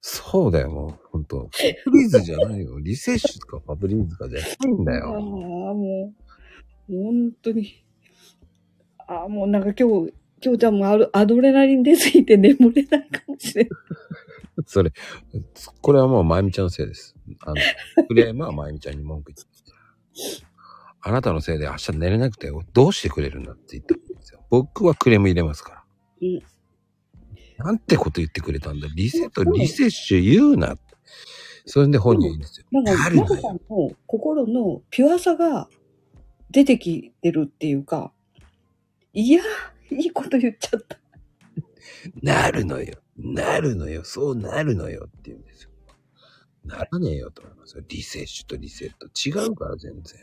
Speaker 1: そうだよ、もう。ほんと。ファブリーズじゃないよ。リセッシュとかファブリーズとかじゃないんだ
Speaker 3: ああ、
Speaker 1: よ。
Speaker 3: もう、本当に。ああ、もうなんか今日、今日じゃあもうアドアドレナリン出すぎて眠れないかもしれない。
Speaker 1: それ、これはもうまゆみちゃんのせいです。あの、クレームはまゆみちゃんに文句言って。あなたのせいで明日寝れなくて、どうしてくれるんだって言ったんですよ。僕はクレーム入れますから。
Speaker 3: うん
Speaker 1: なんてこと言ってくれたんだ。リセット、リセッシュ言うなって。それで本人いいんですよ。
Speaker 3: なんか、
Speaker 1: 誰だ
Speaker 3: マ
Speaker 1: よ
Speaker 3: コさんの心のピュアさが出てきてるっていうか、いや、いいこと言っちゃった。
Speaker 1: なるのよ。なるのよ。そうなるのよって言うんですよ。ならねえよと思いますよ。リセッシュとリセット。違うから、全然。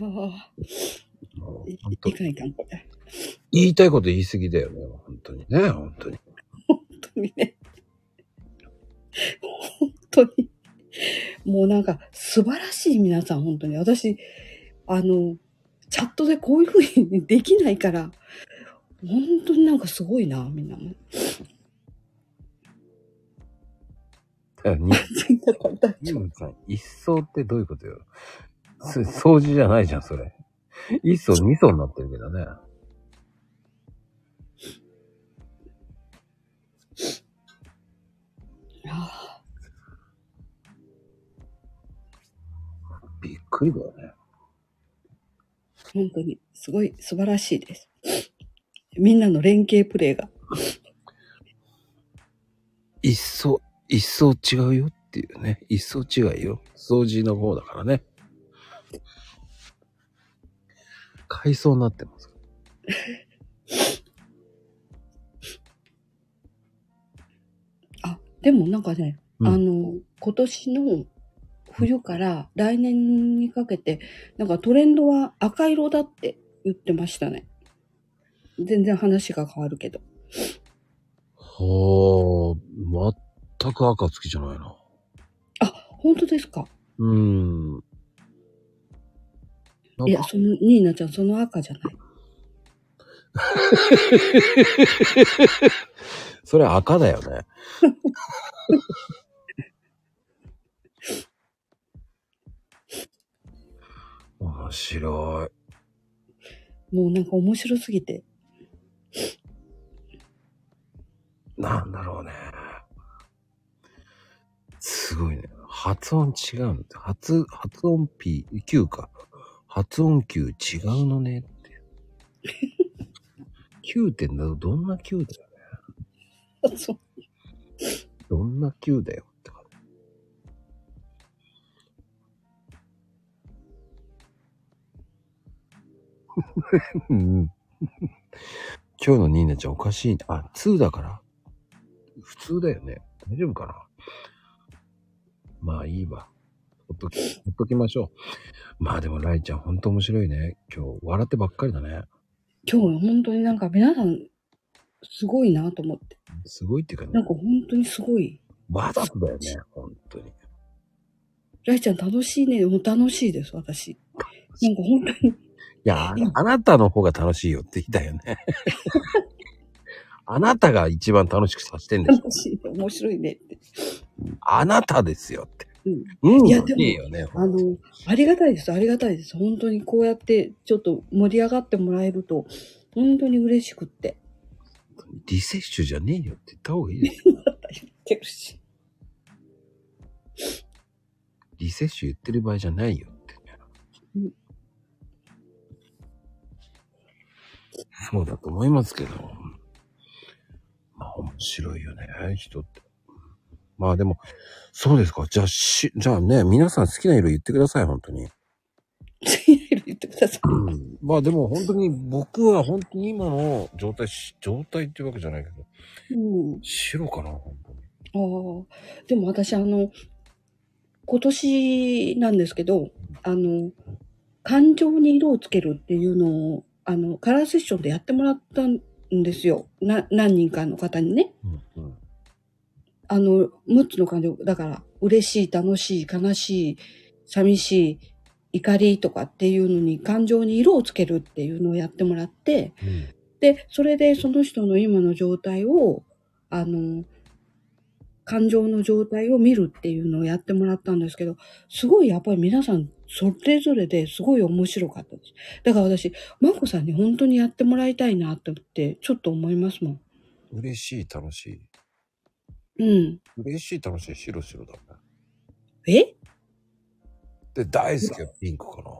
Speaker 3: あ
Speaker 1: も
Speaker 3: あ、
Speaker 1: う
Speaker 3: い
Speaker 1: 本当
Speaker 3: いかんいかん。本
Speaker 1: 言いたいこと言い過ぎだよね。本当にね。本当に。
Speaker 3: 当にね。本当に。もうなんか、素晴らしい皆さん、本当に。私、あの、チャットでこういうふうにできないから、本当になんかすごいな、みんなも。
Speaker 1: だからにニムさん、一層ってどういうことよ。す掃除じゃないじゃん、それ。一層、二層になってるけどね。
Speaker 3: あ
Speaker 1: びっくりだよね。
Speaker 3: あ本当に、すごい素晴らしいです。みんなの連携プレーが。
Speaker 1: 一層、一層違うよっていうね。一層違いよ。掃除の方だからね。階層になってます。
Speaker 3: あ、でもなんかね、
Speaker 1: うん
Speaker 3: あの、今年の冬から来年にかけて、なんかトレンドは赤色だって言ってましたね。全然話が変わるけど。
Speaker 1: はあ、全く赤月じゃないな。
Speaker 3: あ、本当ですか
Speaker 1: うーん。ないん
Speaker 3: や、
Speaker 1: か、
Speaker 3: その、ニーナちゃん、その赤じゃない。
Speaker 1: それ赤だよね。面白い。
Speaker 3: もうなんか面白すぎて。
Speaker 1: なんだろうね。すごいね。発音違うんです。発、発音 P、Q か。発音 Q 違うのねって。Q ってどどんな Q だよ。
Speaker 3: あそう
Speaker 1: どんな Q だよって感じ。 うん今日のニーナちゃんおかしいな。あ、2だから普通だよね。大丈夫かなまあいいわ。ほっとき、ほっときましょう。まあでもライちゃんほんと面白いね。今日笑ってばっかりだね。
Speaker 3: 今日本当になんか皆さん、すごいなと思って。
Speaker 1: すごいっていうか
Speaker 3: なん
Speaker 1: ね。
Speaker 3: か本当にすごい。
Speaker 1: わざとだよね。ほんとに。
Speaker 3: ライちゃん楽しいね。もう楽しいです、私。なんか本当に
Speaker 1: いや、ああなたの方が楽しいよって言ったよね。 あなたが一番楽しくさせてんでしょ。
Speaker 3: 楽しいね。面白いねって。
Speaker 1: あなたですよって。
Speaker 3: うん
Speaker 1: うん、
Speaker 3: いや
Speaker 1: よ
Speaker 3: でも
Speaker 1: ねえよね。
Speaker 3: あの、ありがたいです、ありがたいです。本当にこうやってちょっと盛り上がってもらえると、本当に嬉しくって。
Speaker 1: リセッシュじゃねえよって言った方がいいです。
Speaker 3: 言ってるし。
Speaker 1: リセッシュ言ってる場合じゃないよって
Speaker 3: うん。
Speaker 1: そうだと思いますけど。まあ面白いよね、人って。まあでも、そうですか。じゃあし、じゃあね、皆さん好きな色言ってください、本当に。
Speaker 3: いろいろ言ってください。
Speaker 1: うんまあでも本当に僕は本当に今の状態し、状態っていうわけじゃないけど、
Speaker 3: うん。
Speaker 1: 白かな、本当に。
Speaker 3: ああ。でも私、あの、今年なんですけど、あの、感情に色をつけるっていうのを、あの、カラーセッションでやってもらったんですよ。な、何人かの方にね。
Speaker 1: うんうん
Speaker 3: あの、6つの感情、だから、嬉しい、楽しい、悲しい、寂しい、怒りとかっていうのに感情に色をつけるっていうのをやってもらって、で、それでその人の今の状態を、あの、感情の状態を見るっていうのをやってもらったんですけど、すごいやっぱり皆さんそれぞれですごい面白かったです。だから私、マコさんに本当にやってもらいたいなって思って、ちょっと思いますもん。
Speaker 1: うん。嬉しい、楽しい。
Speaker 3: うん。
Speaker 1: 嬉しい、楽しい、白白だね。
Speaker 3: え
Speaker 1: で、大好きはピンクかな。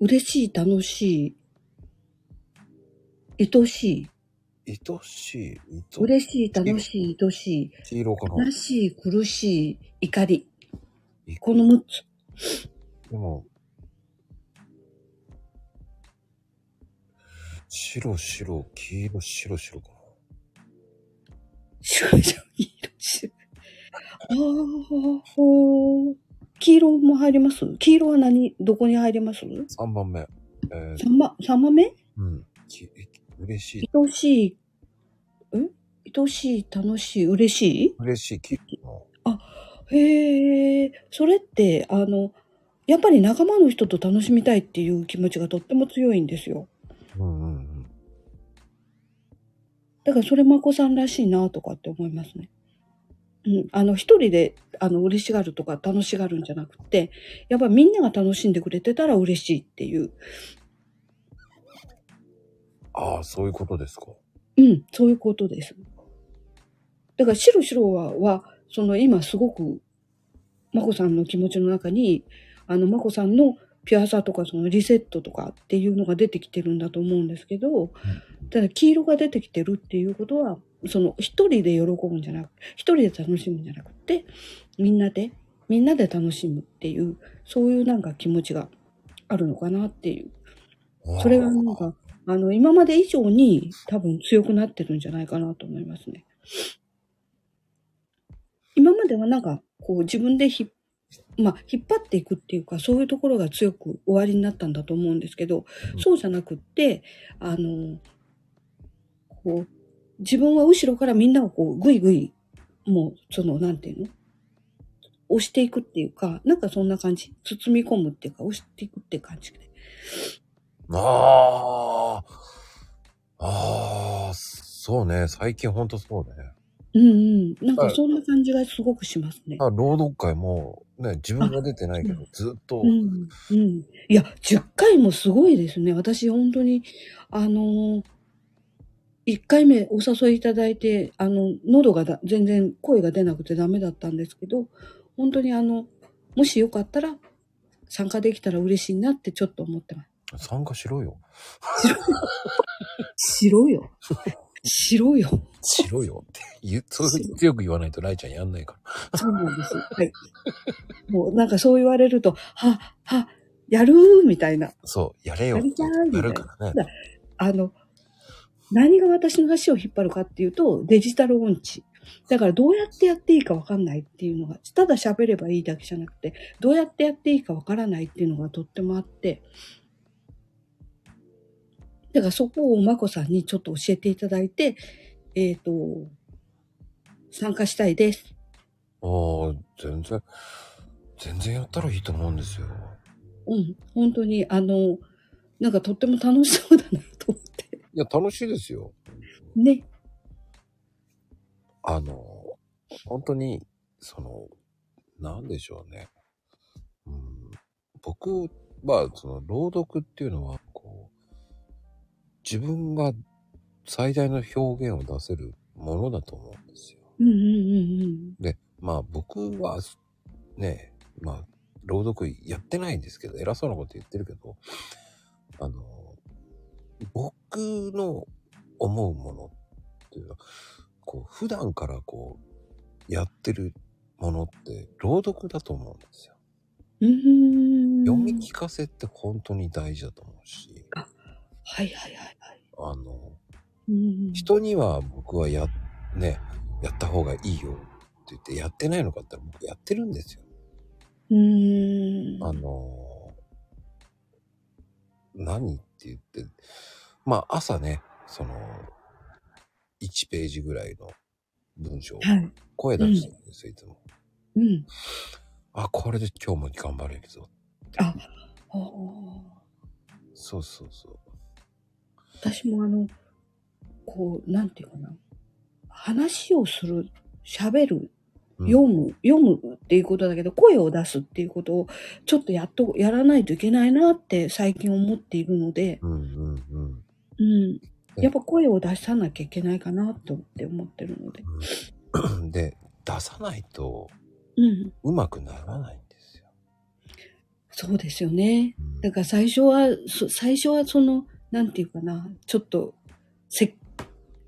Speaker 3: 嬉しい、楽しい、愛しい、
Speaker 1: 愛しい、愛し
Speaker 3: 嬉しい、楽しい、愛し
Speaker 1: い。黄色か
Speaker 3: い、
Speaker 1: な
Speaker 3: 悲。しい、苦しい、怒り。
Speaker 1: い
Speaker 3: この6つ。
Speaker 1: でも、白白、黄色、白白かな。
Speaker 3: 白色、黄色、白。あーほー黄色も入ります黄色は何どこに入ります
Speaker 1: 3番目。えー、
Speaker 3: 三番、三番目
Speaker 1: うん。き嬉しい、
Speaker 3: 愛しい、ん愛しい、楽しい、嬉し
Speaker 1: 嬉しい、黄色か
Speaker 3: いへえ、それって、あの、やっぱり仲間の人と楽しみたいっていう気持ちがとっても強いんですよ。
Speaker 1: な。うんうんうん。
Speaker 3: だからそれまこさんらしいなとかって思いますね。うん、あの一人であの嬉しがるとか楽しがるんじゃなくてやっぱみんなが楽しんでくれてたら嬉しいっていう、
Speaker 1: ああ、そういうことですか。
Speaker 3: うん、そういうことです。だから白白ははその今すごくまこさんの気持ちの中にあのまこさんのピュアさとかそのリセットとかっていうのが出てきてるんだと思うんですけど、ただ黄色が出てきてるっていうことはその一人で喜ぶんじゃなく一人で楽しむんじゃなくてみんなでみんなで楽しむっていうそういうなんか気持ちがあるのかなっていう
Speaker 1: ああ
Speaker 3: それがなんかあの今まで以上に多分強くなってるんじゃないかなと思いますね。今まではなんかこう自分でひ、まあ、引っ張っていくっていうかそういうところが強く終わりになったんだと思うんですけど、
Speaker 1: うん
Speaker 3: そうじゃなくってあのこう自分は後ろからみんながこうぐいぐいもうそのなんていうの押していくっていうかなんかそんな感じ包み込むっていうか押していくって感じで
Speaker 1: ああ。ああ、そうね。最近ほんとそうね。
Speaker 3: うんうん。なん
Speaker 1: は
Speaker 3: か
Speaker 1: い
Speaker 3: そんな感じがすごくしますね。
Speaker 1: あ朗読会も、ね、自分が出てないけど、ずっと、
Speaker 3: うん。うん。いや、10回もすごいですね。私、本当に、あの1回目お誘いいただいて、あの、喉がだ全然声が出なくてダメだったんですけど、本当にあの、もしよかったら参加できたら嬉しいなってちょっと思ってます。
Speaker 1: 参加しろ よ。
Speaker 3: しろ よ。しろよ。
Speaker 1: しろよって言う、そう強く言わないとライちゃんやんないから。
Speaker 3: そうなんです。はい。もうなんかそう言われると、は、は、やるーみたいな。
Speaker 1: そう、やれよ
Speaker 3: やりたい
Speaker 1: やるからね。
Speaker 3: あの、何が私の足を引っ張るかっていうと、デジタル音痴。だからどうやってやっていいかわかんないっていうのが、ただ喋ればいいだけじゃなくて、どうやってやっていいかわからないっていうのがとってもあって、だからそこをまこさんにちょっと教えていただいて、えっ、と、参加したいです。
Speaker 1: ああ、全然、全然やったらいいと思うんですよ。
Speaker 3: うん、本当にあの、なんかとっても楽しそうだなと思って。
Speaker 1: いや、楽しいですよ。
Speaker 3: ね。
Speaker 1: あの、本当に、その、なんでしょうね。うん、僕は、その、朗読っていうのは、こう、自分が最大の表現を出せるものだと思うんですよ。
Speaker 3: うんうんうんうん。
Speaker 1: で、まあ僕は、ね、まあ、朗読やってないんですけど、偉そうなこと言ってるけど、あの、僕の思うものっていうのは、こう、普段からこう、やってるものって、朗読だと思うんですよ。
Speaker 3: うーん
Speaker 1: 読み聞かせって本当に大事だと思うし、
Speaker 3: はいはいはいはい。
Speaker 1: あの、
Speaker 3: うん
Speaker 1: 人には僕はや、ね、やった方がいいよって言って、やってないのかって言ったら僕やってるんですよ。
Speaker 3: うーん。
Speaker 1: あのー何って言って、まあ朝ね、その、1ページぐらいの文章を
Speaker 3: はい。
Speaker 1: 声出してるんですよ、いつも。
Speaker 3: うん。
Speaker 1: あ、これで今日も頑張れるぞ。
Speaker 3: あ、おお。
Speaker 1: そうそうそう。
Speaker 3: 私もあの、こう、なんていうかな。話をする、喋る、
Speaker 1: うん
Speaker 3: 読む、読むっていうことだけど、声を出すっていうことを、ちょっとやっと、やらないといけないなって最近思っているので、
Speaker 1: うんうんうん。
Speaker 3: うん。やっぱ声を出さなきゃいけないかなと思って思ってるので。
Speaker 1: で出さないと
Speaker 3: うん。
Speaker 1: うまくならないんですよ。
Speaker 3: そうですよね。
Speaker 1: うん
Speaker 3: だから最初は、そ最初はその、なんていうかな、ちょっと、せ、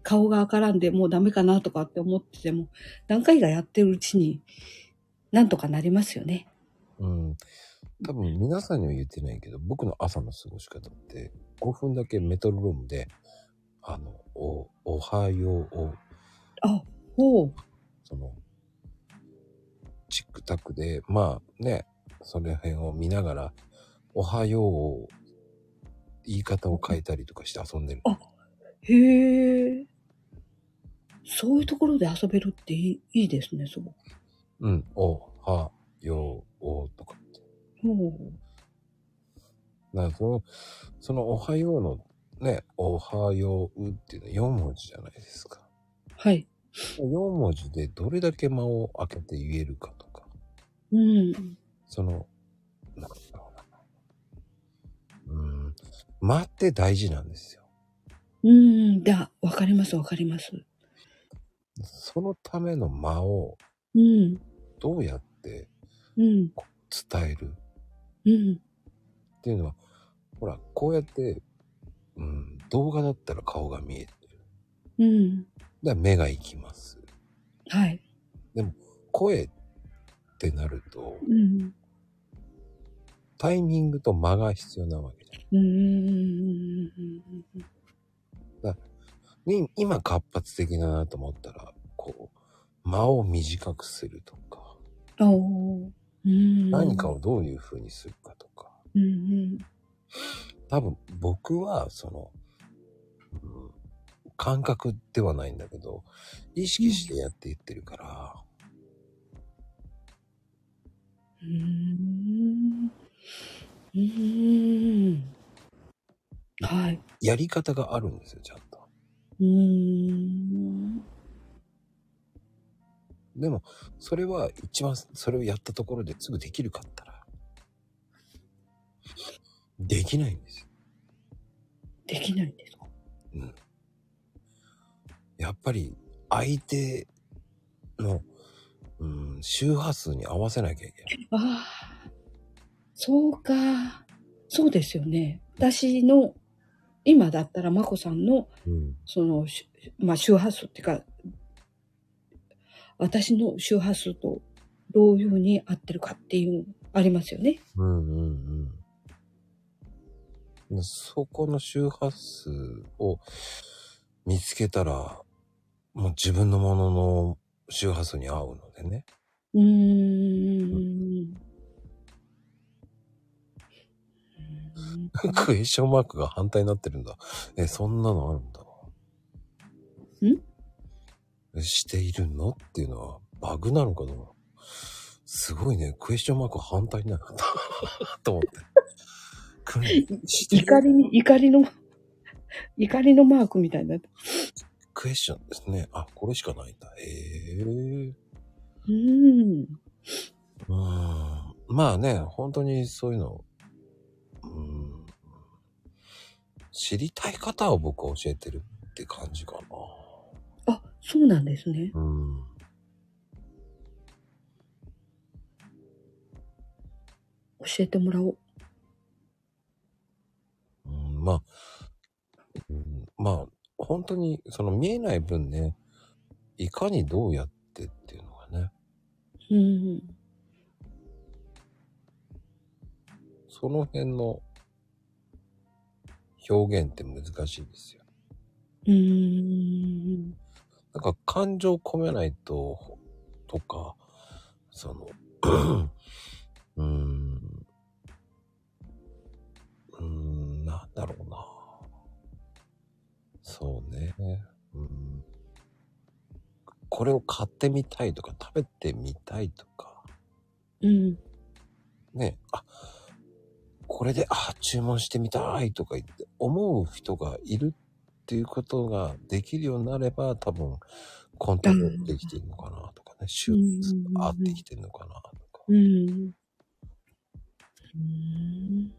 Speaker 3: 顔が赤らんでもうダメかなとかって思ってても、何回かやってるうちに、なんとかなりますよね。
Speaker 1: うん、多分皆さんには言ってないけど僕の朝の過ごし方って5分だけメトロロームで「あのおおはよう」を
Speaker 3: あ、ほう。
Speaker 1: そのチックタックでまあねその辺を見ながら「おはよう」を言い方を変えたりとかして遊んでる。
Speaker 3: へえ。そういうところで遊べるっていいいいですね、すごく。
Speaker 1: うん、おはようとか。
Speaker 3: ほ
Speaker 1: だからその、そのおはようのね、おはようっていうのは4文字じゃないですか。
Speaker 3: う。はい。
Speaker 1: 4文字でどれだけ間を空けて言えるかとか、
Speaker 3: うん。
Speaker 1: その、なんだろうな。うん、間って大事なんですよ。
Speaker 3: うん。だ、わかります、わかります。
Speaker 1: そのための間を
Speaker 3: うん。
Speaker 1: どうやって
Speaker 3: うん。
Speaker 1: 伝える
Speaker 3: うん。
Speaker 1: っていうのは、ほら、こうやって、うん、動画だったら顔が見えてる。
Speaker 3: うん。
Speaker 1: だから目が行きます。
Speaker 3: はい。
Speaker 1: 声ってなると、
Speaker 3: うん。
Speaker 1: タイミングと間が必要なわけじゃ
Speaker 3: うーん。
Speaker 1: ん。に今活発的だなと思ったら、こう、間を短くするとか、
Speaker 3: おーうん。
Speaker 1: 何かを。どういう風にするかとか、
Speaker 3: うんうん。
Speaker 1: 多分僕はその、うん感覚ではないんだけど、意識してやっていってるから、
Speaker 3: うーん。うーん。はい。
Speaker 1: やり方があるんですよ、ちゃんと。
Speaker 3: うーん。
Speaker 1: でも、それは一番それをやったところですぐできるかったら、できないんですよ
Speaker 3: できないんですか
Speaker 1: やっぱり相手の、うん、周波数に合わせなきゃいけない。
Speaker 3: ああ。そうか。そうですよね。私の、今だったら、まこさんの、
Speaker 1: うん。
Speaker 3: その、しまあ、周波数っていうか、私の周波数とどういうふうに合ってるかっていう、ありますよね。
Speaker 1: うんうんうん。そこの周波数を見つけたら、もう自分のものの周波数に合うのでね。
Speaker 3: うーん。
Speaker 1: クエスチョンマークが反対になってるんだ。え、そんなのあるんだ。しているのっていうのはバグなのかなすごいね。クエスチョンマーク反対になるんだ。 と思って。訓練して
Speaker 3: 怒
Speaker 1: る
Speaker 3: りに、怒りの、怒りのマークみたいになって。
Speaker 1: クエスチョンですね。あ、これしかないんだ。へえ。
Speaker 3: うーん。
Speaker 1: うーん。まあね、本当にそういうの、うーん。知りたい方を僕は教えてるって感じかな。
Speaker 3: あ、そうなんですね。
Speaker 1: うん
Speaker 3: 教えてもらおう。
Speaker 1: うんまあ、うんまあ、本当に、その見えない分ね、いかにどうやってっていうのがね、
Speaker 3: うん。
Speaker 1: その辺の表現って難しいんですよ。
Speaker 3: うー
Speaker 1: な
Speaker 3: ん。
Speaker 1: んか感情込めないと、とか、その、 うーん、うーん、なんだろうな。そうね。うん、これを買ってみたいとか、食べてみたいとか、
Speaker 3: うん。
Speaker 1: ね、あ、これで、あ、注文してみたいとか言って思う人がいるっていうことができるようになれば、多分、コントロールできてるのかなとかね、収
Speaker 3: うん
Speaker 1: 入が合ってきてるのかなとか。
Speaker 3: うん。うん。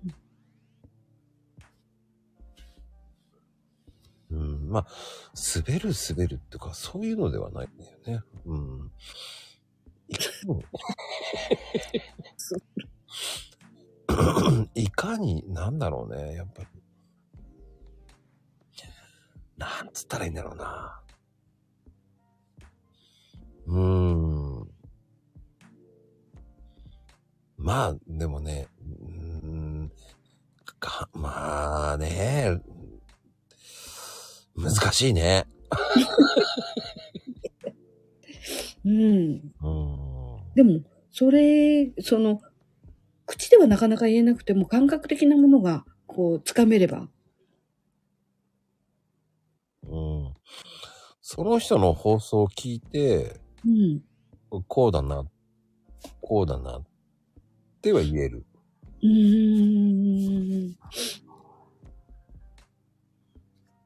Speaker 1: うん、まあ、滑る滑るっていうか、そういうのではないんだよね。うん。いかに いかに、なんだろうね、やっぱり。なんつったらいいんだろうな。うーん。まあ、でもね、うーん。か、まあね、難しいね。
Speaker 3: うん。
Speaker 1: うん。
Speaker 3: でも、それ、その、口ではなかなか言えなくても、感覚的なものが、こう、つかめれば。
Speaker 1: うん。その人の放送を聞いて、
Speaker 3: うん。
Speaker 1: こうだな、こうだな、っては言える。
Speaker 3: うーん。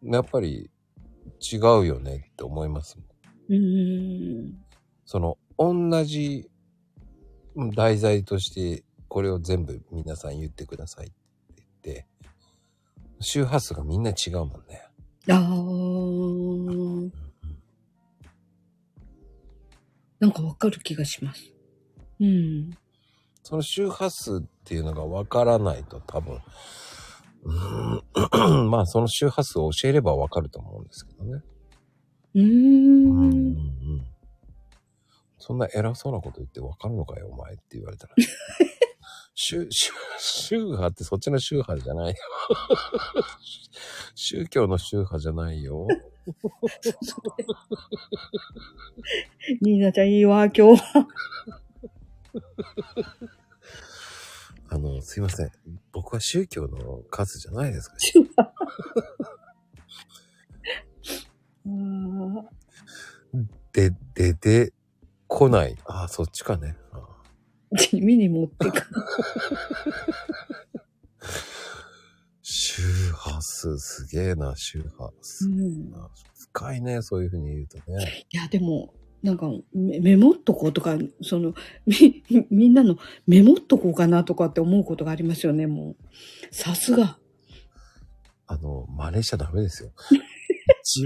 Speaker 1: やっぱり違うよねって思いますもん。
Speaker 3: うーん。
Speaker 1: その、同じうん題材として、これを全部皆さん言ってくださいって言って、周波数がみんな違うもんね。
Speaker 3: あー。なんかわかる気がします。うん。
Speaker 1: その周波数っていうのがわからないと多分、うん まあその周波数を教えればわかると思うんですけどね。
Speaker 3: う
Speaker 1: うんうんう
Speaker 3: ーん。
Speaker 1: んそんな偉そうなこと言ってわかるのかよ、お前って言われ たら。宗宗宗派ってそっちの宗派じゃないよ。 宗教の宗派じゃないよ。
Speaker 3: ニーナちゃんいいわ、今日。
Speaker 1: あの、すいません。僕は宗教の数じゃないですか。
Speaker 3: あー
Speaker 1: で、で、で、来ない。ああ、そっちかね。ああ
Speaker 3: 地味に持ってか。
Speaker 1: 周波数すげえな、周波
Speaker 3: う
Speaker 1: 数。
Speaker 3: ん。
Speaker 1: 深いね、そういうふうに言うとね。
Speaker 3: いや、でも、なんかメ、メモっとこうとか、その、み、みんなのメモっとこうかなとかって思うことがありますよね、もう。さすが。
Speaker 1: あの、真似しちゃダメ ですよ。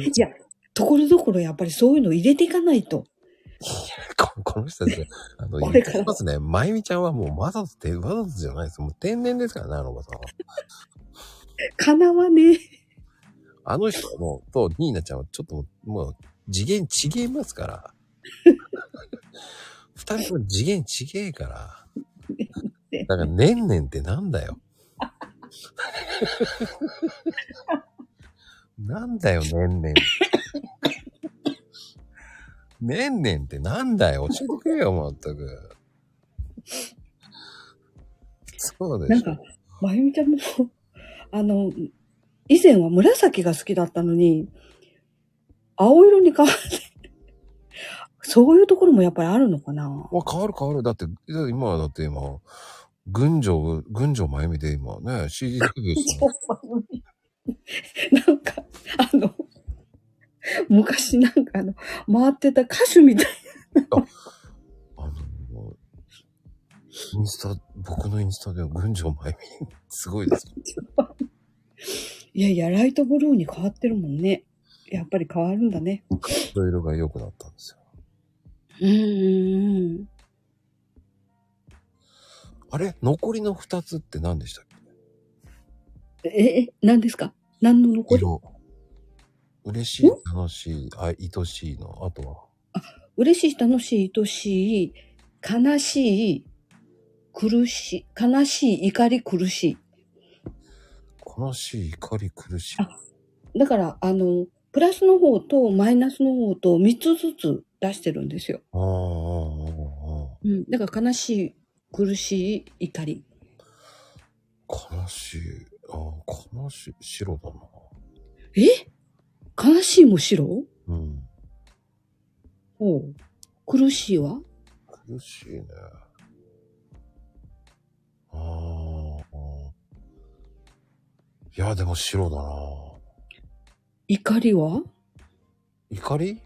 Speaker 3: いや、ところどころやっぱりそういうの入れていかないと。
Speaker 1: ここの人たち、あの、言
Speaker 3: これ
Speaker 1: っ
Speaker 3: から
Speaker 1: てますね。まゆみちゃんはもうわざとって、わざとじゃないです。もう天然ですからね、あのおばさんは。
Speaker 3: 叶わねえ。
Speaker 1: あの人も、と、ニーナちゃんはちょっともう、もう次元違えますから。 二人とも次元違えから。だから、ねんねんってなんだよ。 なんだよ、ねんねん。ねんねんってなんだよ、教えてくれよ、まったく。そうで
Speaker 3: なん
Speaker 1: しょ。
Speaker 3: か、まゆみちゃんも、あの、以前は紫が好きだったのに、青色に変わって、そういうところもやっぱりあるのかな。
Speaker 1: わ、変わる変わる。だって、だって今はだって今、群青、群青まゆみで今ね、CD デビューしたの。
Speaker 3: なんか、あの、昔なんかあの、回ってた歌手みたい
Speaker 1: あの、インスタ、僕のインスタでは群青まゆみ、 すごいです。
Speaker 3: いやいや、ライトブルーに変わってるもんね。やっぱり変わるんだね。
Speaker 1: 色色が良くなったんですよ。
Speaker 3: うんうん
Speaker 1: あれ残りの二つって何でしたっ
Speaker 3: うん。え、何ですか何の
Speaker 1: け
Speaker 3: 残り
Speaker 1: 色。嬉しい、楽しい、あ、愛しいの。あとは、
Speaker 3: 嬉しい、楽しい、愛しい、悲しい、苦しい、悲しい、怒り、苦し
Speaker 1: 悲しい、怒り、苦しい。
Speaker 3: い。だから、あの、プラスの方とマイナスの方と3つずつ出してるんですよ。
Speaker 1: ああ、ああ、
Speaker 3: うん。だから悲しい、苦しい、怒り。
Speaker 1: ああ。悲しい。ああ、悲しい。白だな。
Speaker 3: え悲しいも白
Speaker 1: うん。
Speaker 3: おう苦しいは
Speaker 1: 苦しいね。ああ。いや、でも白だな
Speaker 3: 怒りは
Speaker 1: 怒り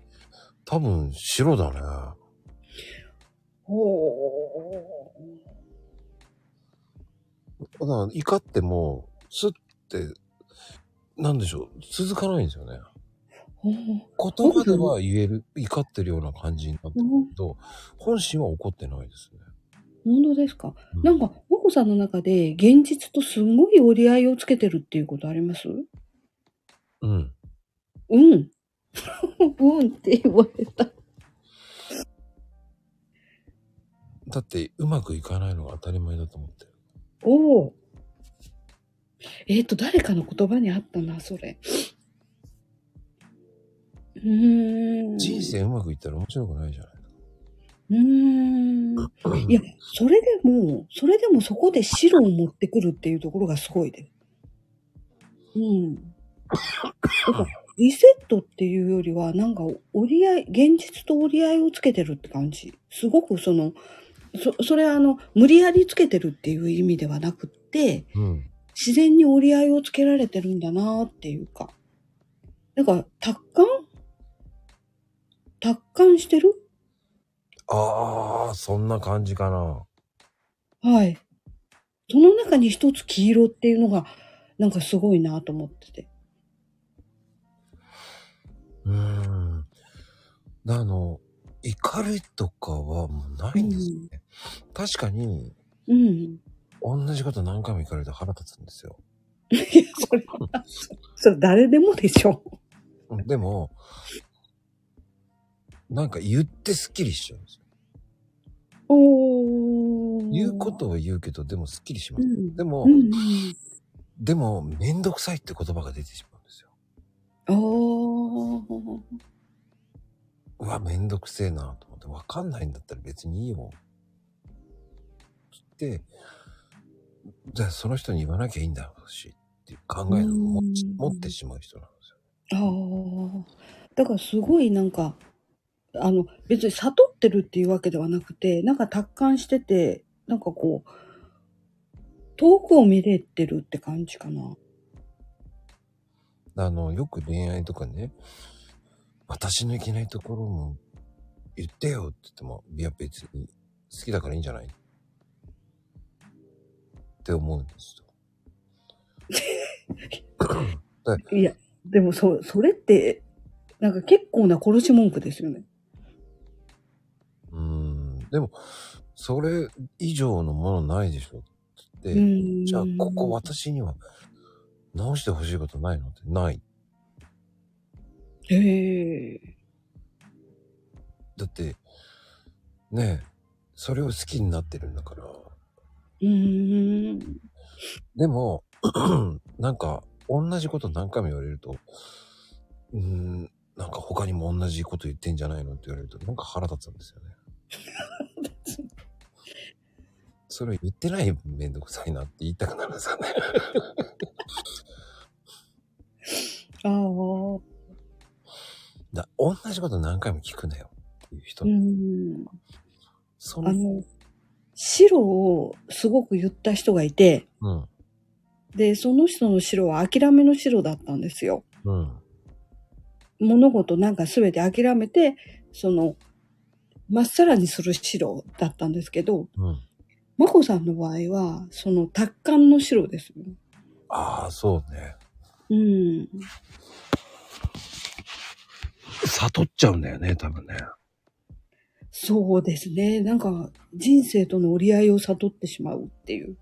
Speaker 1: 多分白だね。
Speaker 3: お
Speaker 1: ただ、怒っても、スッて、なんでしょう、続かないんですよね。
Speaker 3: ー。
Speaker 1: 言葉では言える、怒ってるような感じになってるけど、本心は怒ってないですね。
Speaker 3: 本当ですか、
Speaker 1: うん
Speaker 3: なんか、マコさんの中で現実とすごい折り合いをつけてるっていうことあります
Speaker 1: うん。
Speaker 3: うん。うんって言われた。
Speaker 1: だって、うまくいかないのが当たり前だと思ってる。
Speaker 3: おお。えっ、と、誰かの言葉にあったな、それ。うーん。
Speaker 1: 人生うまくいったら面白くないじゃな
Speaker 3: うーん。
Speaker 1: い。
Speaker 3: いや、それでも、それでもそこで白を持ってくるっていうところがすごいで。うん。だからリセットっていうよりは、なんか折り合い、現実と折り合いをつけてるって感じ。すごくその、そ、それはあの、無理やりつけてるっていう意味ではなくって、
Speaker 1: うん。
Speaker 3: 自然に折り合いをつけられてるんだなっていうか。なんか、達観達観してる
Speaker 1: ああ、そんな感じかな。
Speaker 3: はい。その中に一つ黄色っていうのが、なんかすごいなと思ってて。
Speaker 1: うーん。あの、怒りとかはもうないんですよね。確かに、
Speaker 3: うん。
Speaker 1: 同じこと何回も怒られて腹立つんですよ。
Speaker 3: いや、それは、それ誰でもでしょ。
Speaker 1: うんでも、なんか言ってスッキリしちゃうんですよ。
Speaker 3: おー
Speaker 1: 言うことは言うけど、でもスッキリしま
Speaker 3: う
Speaker 1: す。
Speaker 3: ん。
Speaker 1: でも
Speaker 3: う、ん。
Speaker 1: でも、めんどくさいって言葉が出てしまうんですよ。
Speaker 3: おー。
Speaker 1: うわ、めんどくせえなと思って、わかんないんだったら別にいいよ。って、じゃあその人に言わなきゃいいんだし、っていう考えを持ち
Speaker 3: うん
Speaker 1: 持ってしまう人なんですよ。
Speaker 3: ああ。だからすごいなんか、あの、別に悟ってるっていうわけではなくて、なんか達観してて、なんかこう、遠くを見れてるって感じかな。
Speaker 1: あの、よく恋愛とかね、私のいけないところも言ってよって言っても、いや別に好きだからいいんじゃないって思うんですよ。
Speaker 3: いや、でもそ、それって、なんか結構な殺し文句ですよね。
Speaker 1: うーん、でも、それ以上のものないでしょって言って、じ
Speaker 3: じ
Speaker 1: ゃあここ。私には直してほしいことないのってない。
Speaker 3: へえ。
Speaker 1: だって、ねえ、それを好きになってるんだから。
Speaker 3: うーん。
Speaker 1: でも、 なんか、同じこと何回も言われると、うーん、なんか他にも同じこと言ってんじゃないのって言われると、なんか腹立つんですよね。それを言ってないめんどくさいなって言いたくなるんですよね。
Speaker 3: ああ。う
Speaker 1: だ同じこと何回も聞くなよっていう人。
Speaker 3: ーん。
Speaker 1: そ
Speaker 3: あ
Speaker 1: の、
Speaker 3: の、白をすごく言った人がいて、
Speaker 1: うん、
Speaker 3: で、その人の白は諦めの白だったんですよ。
Speaker 1: うん、
Speaker 3: 物事なんか全て諦めて、その、まっさらにする白だったんですけど、
Speaker 1: うん。
Speaker 3: まこさんの場合は、その達観の白ですよね。
Speaker 1: ああ、そうね。
Speaker 3: うん。
Speaker 1: 悟っちゃうんだよね、多分ね。
Speaker 3: そうですね。なんか、人生との折り合いを悟ってしまうっていう。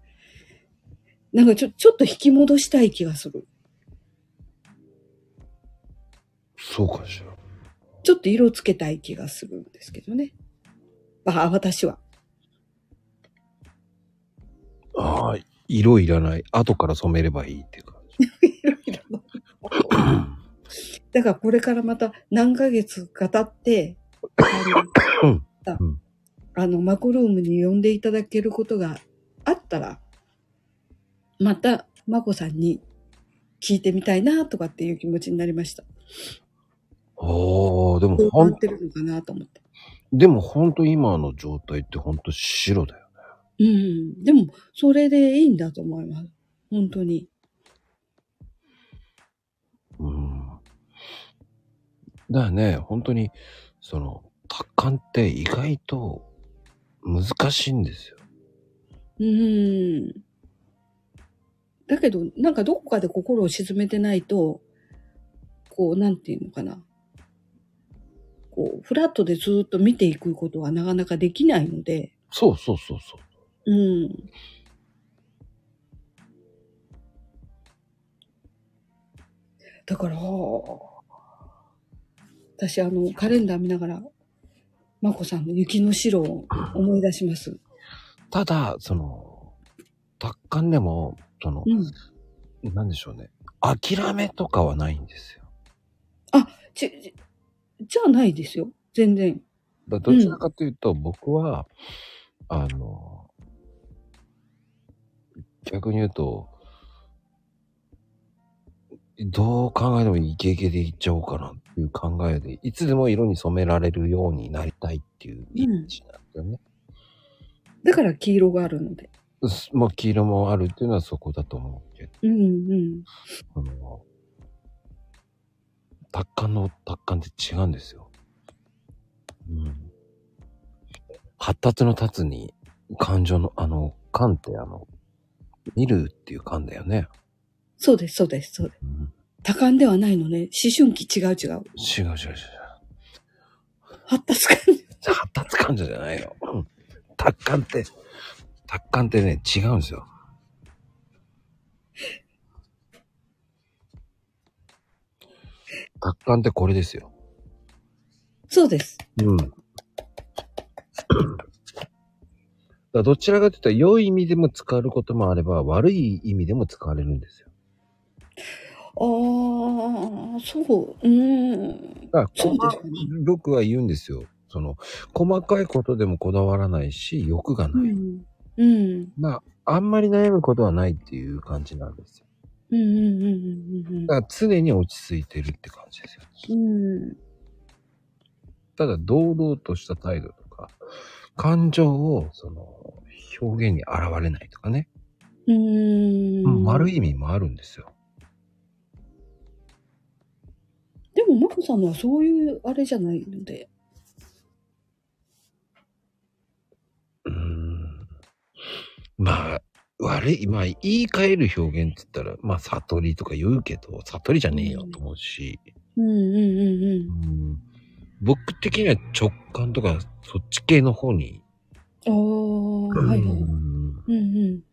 Speaker 3: なんかちょ、ちょっと引き戻したい気がする。
Speaker 1: そうかしら。
Speaker 3: ちょっと色つけたい気がするんですけどね。あ、私は。
Speaker 1: ああ、色いらない。後から染めればいいっていう感じ。
Speaker 3: だからこれからまた何ヶ月か経って、あ
Speaker 1: う
Speaker 3: の
Speaker 1: ん、
Speaker 3: あ
Speaker 1: うん
Speaker 3: あのマコルームに呼んでいただけることがあったら、またマコさんに聞いてみたいなとかっていう気持ちになりました。
Speaker 1: ああ、でも
Speaker 3: どう
Speaker 1: ほ
Speaker 3: なんっ、てるのかなと思って。
Speaker 1: でもほんと今の状態ってほんと白だよ。
Speaker 3: うん。でも、それでいいんだと思います。本当に。
Speaker 1: だからね、本当に、その、達観って意外と難しいんですよ。
Speaker 3: うーん。だけど、なんかどこかで心を沈めてないと、こう、なんていうのかな。こう、フラットでずーっと見ていくことはなかなかできないので、
Speaker 1: そうそうそうそう。
Speaker 3: うん。だから、私、あの、カレンダー見ながら、まこさんの雪の白を思い出します。
Speaker 1: ただ、その、達観でも、その、
Speaker 3: うん。
Speaker 1: なんでしょうね。諦めとかはないんですよ。
Speaker 3: ち、ちじゃないですよ。全然。
Speaker 1: だどちらかというと、僕は、あの、逆に言うと、どう考えてもイケイケでいっちゃおうかなっていう考えで、いつでも色に染められるようになりたいっていうイメージなんだよね。
Speaker 3: だから黄色があるので。
Speaker 1: うすまあ、黄色もあるっていうのはそこだと思うけど、
Speaker 3: うんうん。
Speaker 1: あの、達観の達観って違うんですよ。うん。発達の達に、感情の、あの、感ってあの、見るっていう感だよね。
Speaker 3: そうです、そうです、そうです。
Speaker 1: うん、
Speaker 3: 多感ではないのね。思春期違う違う。
Speaker 1: 違う違う違う。
Speaker 3: 発達感。
Speaker 1: 発達感情じゃないよ。うん達観って、達観ってね、違うんですよ。達観ってこれですよ。
Speaker 3: そうです。
Speaker 1: うん。だからどちらかというと、良い意味でも使えることもあれば、悪い意味でも使われるんですよ。
Speaker 3: ああ、そう。うーん。
Speaker 1: だから
Speaker 3: そう
Speaker 1: 細
Speaker 3: で
Speaker 1: か
Speaker 3: すよね
Speaker 1: 僕は言うんですよ。その、細かいことでもこだわらないし、欲が
Speaker 3: う
Speaker 1: ない。
Speaker 3: ん。うん。
Speaker 1: まあ、あんまり悩むことはないっていう感じなんですよ。
Speaker 3: うんうんうんうん
Speaker 1: だから常に落ち着いてるって感じですよ。
Speaker 3: うん。うん。
Speaker 1: ただ、堂々とした態度とか、感情を、その、表現に現れないとかね。
Speaker 3: うーん。
Speaker 1: 丸い意味もあるんですよ。
Speaker 3: でも、まこさんのはそういうあれじゃないので。
Speaker 1: うーんまあ、悪い、まあ、言い換える表現って言ったら、まあ、悟りとか言うけど、悟りじゃねえよと思うし、
Speaker 3: うんうんうんうん。
Speaker 1: うん僕的には直感とか、そっち系の方に、
Speaker 3: ああ、はいはい。うん
Speaker 1: うん
Speaker 3: う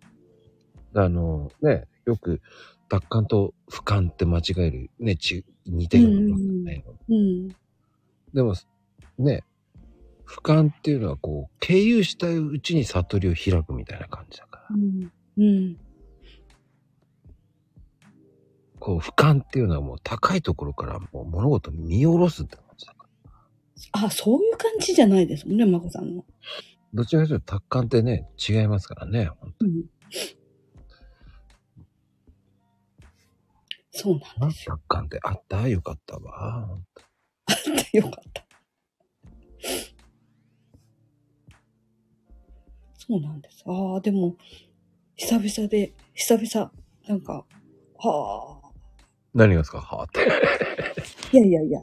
Speaker 3: ん。
Speaker 1: あの、ね、よく、達観と俯瞰って間違える、ね、ち似てるのかないの。
Speaker 3: うん。
Speaker 1: でも、ね、俯瞰っていうのは、こう、経由したうちに悟りを開くみたいな感じだから。
Speaker 3: うん。うん。
Speaker 1: こう、俯瞰っていうのはもう高いところからもう物事を見下ろすって感じだから。
Speaker 3: あ、そういう感じじゃないですもんね、まこさんの。
Speaker 1: どちらかというと達観ってね、違いますからね。ほん
Speaker 3: うん。そうな
Speaker 1: と
Speaker 3: ん
Speaker 1: な
Speaker 3: ですよ。
Speaker 1: 達観ってあったよかったわ。
Speaker 3: よかった。そうなんです。ああ、でも、久々で、久々、なんか、はあ、
Speaker 1: 何がですかはあって。
Speaker 3: いやいやいや、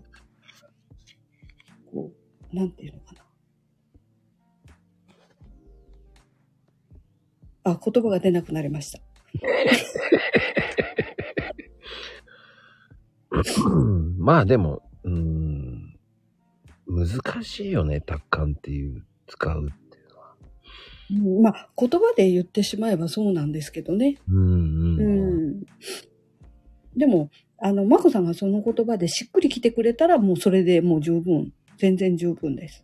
Speaker 3: こう、なんていうのかな。あ、言葉が出なくなりました。
Speaker 1: うんまあでも、うーん、難しいよね、達観っていう、使うっていうのは。
Speaker 3: うんまあ、言葉で言ってしまえばそうなんですけどね。
Speaker 1: うん
Speaker 3: う
Speaker 1: うん。
Speaker 3: ん。でも、あの、まこさんがその言葉でしっくりきてくれたら、もうそれでもう十分、全然十分です。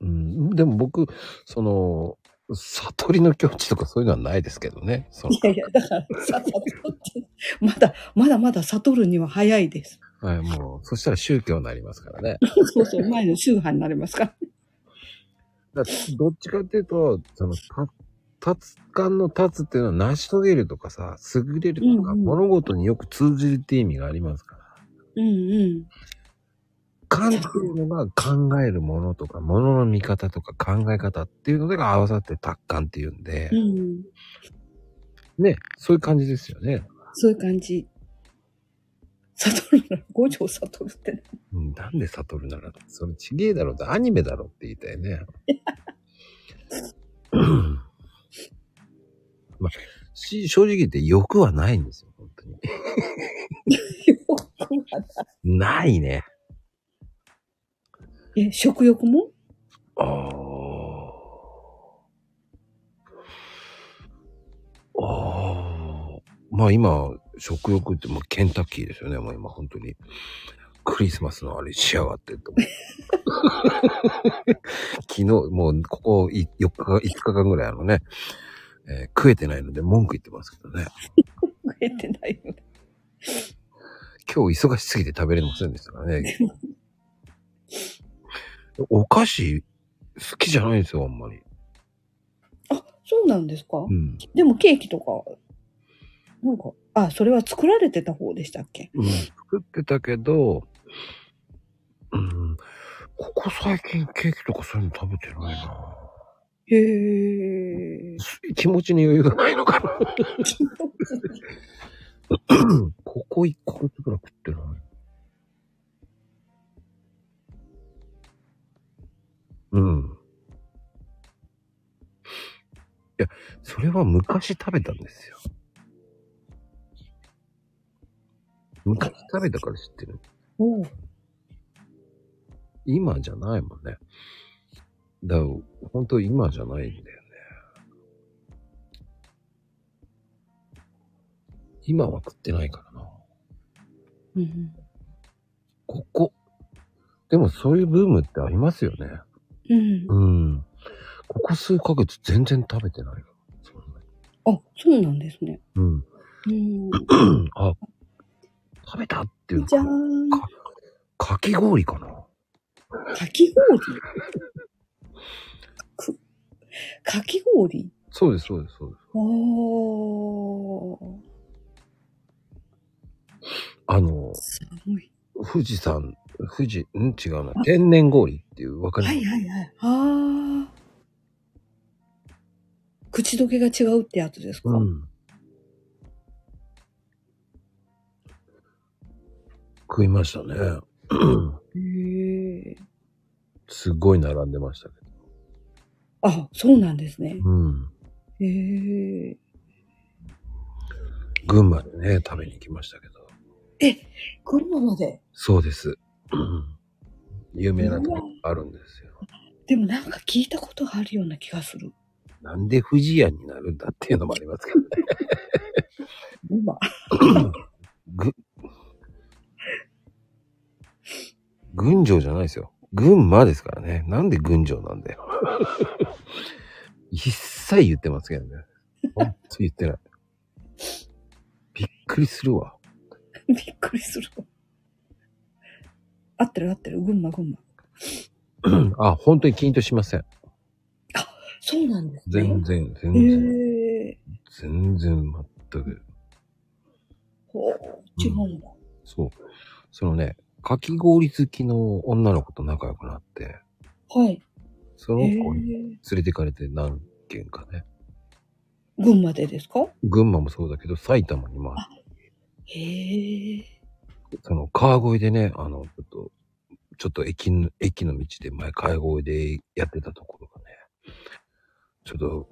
Speaker 1: うん、でも僕、その、悟りの境地とかそういうのはないですけどね。その
Speaker 3: いやいや、だから、さ、悟って、まだ、まだまだ悟るには早いです。
Speaker 1: はい、もう、そしたら宗教になりますからね。
Speaker 3: そうそう、前の宗派になりますから。
Speaker 1: だどっちかっていうと、その、た、立つ感の立つっていうのは成し遂げるとかさ、優れるとか、
Speaker 3: うんうん
Speaker 1: 物事によく通じるって意味がありますから。
Speaker 3: うんうん。
Speaker 1: 感っていうのが考えるものとか、ものの見方とか考え方っていうのが合わさって達観っていうんで、
Speaker 3: うん。
Speaker 1: ね、そういう感じですよね。
Speaker 3: そういう感じ。悟るなら五条悟るって、ね、
Speaker 1: うんなんで悟るならそれちげえだろってアニメだろって言いたい ね。まあ、し正直言って欲はないんですよ、本当に。ないね。
Speaker 3: え、食欲も
Speaker 1: ああ。ああ。まあ今、食欲ってもうケンタッキーですよね、もう今本当に。クリスマスのあれしやがってと思う 昨日、もうここい4日、5日間ぐらいあのね、えー食えてないので文句言ってますけどね。
Speaker 3: 食えてないよね。
Speaker 1: 今日忙しすぎて食べれませんでしたからね。お菓子好きじゃないんですよ、あんまり。
Speaker 3: あ、そうなんですか、
Speaker 1: うん。
Speaker 3: でもケーキとか、なんか、あ、それは作られてた方でしたっけ
Speaker 1: うん、作ってたけど、うん、ここ最近ケーキとかそういうの食べてないな。
Speaker 3: へえ。
Speaker 1: 気持ちに余裕がないのかな。ここ1個月ぐらい食ってない。うん。いや、それは昔食べたんですよ。昔食べたから知ってる。
Speaker 3: おう
Speaker 1: 今じゃないもんね。だから、本当今じゃないんだよね。今は食ってないからな。
Speaker 3: うん。
Speaker 1: ここ。でもそういうブームってありますよね。
Speaker 3: うん。
Speaker 1: うん。ここ数ヶ月全然食べてないよ。そんなに
Speaker 3: あ、そうなんですね。
Speaker 1: うん。
Speaker 3: うん。
Speaker 1: うん あ、食べたっていう
Speaker 3: じゃ
Speaker 1: か
Speaker 3: ー、ん。
Speaker 1: かかき氷かな。
Speaker 3: かき氷くかき氷
Speaker 1: そうです、そうです、そうです。
Speaker 3: おー。
Speaker 1: あの、
Speaker 3: すごい。
Speaker 1: 富士山、富士、ん違うな。天然氷っていう、わかりま
Speaker 3: は
Speaker 1: す
Speaker 3: いはいはい。あー。口どけが違うってやつですか、
Speaker 1: うん。食いましたね。
Speaker 3: へえ。
Speaker 1: すごい並んでましたけ
Speaker 3: あ、そうなんですね。
Speaker 1: ど。うん。
Speaker 3: へえ。
Speaker 1: 群馬でね、食べに行きましたけど。
Speaker 3: 群馬まで。
Speaker 1: そうです。うん有名なとこあるんですよ。
Speaker 3: でもなんか聞いたことがあるような気がする。
Speaker 1: なんで富士屋になるんだっていうのもありますけどね。
Speaker 3: 今。
Speaker 1: ぐ、群青じゃないですよ。群馬ですからね。なんで群青なんだよ。一切言ってますけどね。ほんと言ってない。びっくりするわ。
Speaker 3: びっくりする。合ってる合ってる。群馬群馬。
Speaker 1: あ、本当に緊張しません。
Speaker 3: そうなんですね。
Speaker 1: 全然、全然、
Speaker 3: へえ。
Speaker 1: 全然全く。
Speaker 3: ほう、違うんだ。
Speaker 1: そう。そのね、かき氷好きの女の子と仲良くなって、
Speaker 3: はい。
Speaker 1: そ
Speaker 3: へ
Speaker 1: の
Speaker 3: え
Speaker 1: 子に連れてかれて何軒かね。
Speaker 3: 群馬でですか
Speaker 1: 群馬もそうだけど、埼玉にもあっ
Speaker 3: へえ。
Speaker 1: その川越でね、あの、ちょっと、ちょっと駅の、駅の道で前川越でやってたところがね、ちょっと、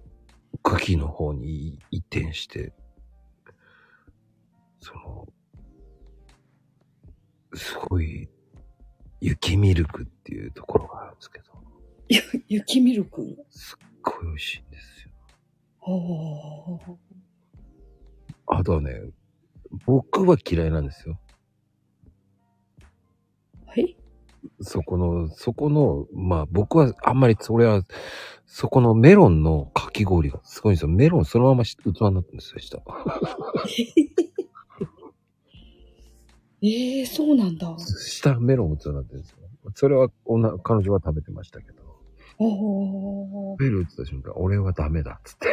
Speaker 1: 茎の方に移転して、その、すごい、雪ミルクっていうところがあるんですけど、
Speaker 3: ゆ雪ミルク。
Speaker 1: すっごい美味しいんですよ。
Speaker 3: ほう。
Speaker 1: あとはね、僕は嫌いなんですよ。
Speaker 3: はい
Speaker 1: そこの、そこの、まあ僕はあんまりそれは、そこのメロンのかき氷がすごいんですよ。メロンそのままし器になってるんですよ、下。
Speaker 3: ええそうなんだ。
Speaker 1: 下メロン器になってるんですよ。それは女、彼女は食べてましたけど。
Speaker 3: ほう。
Speaker 1: 食べるって言った瞬間、俺はダメだっつって。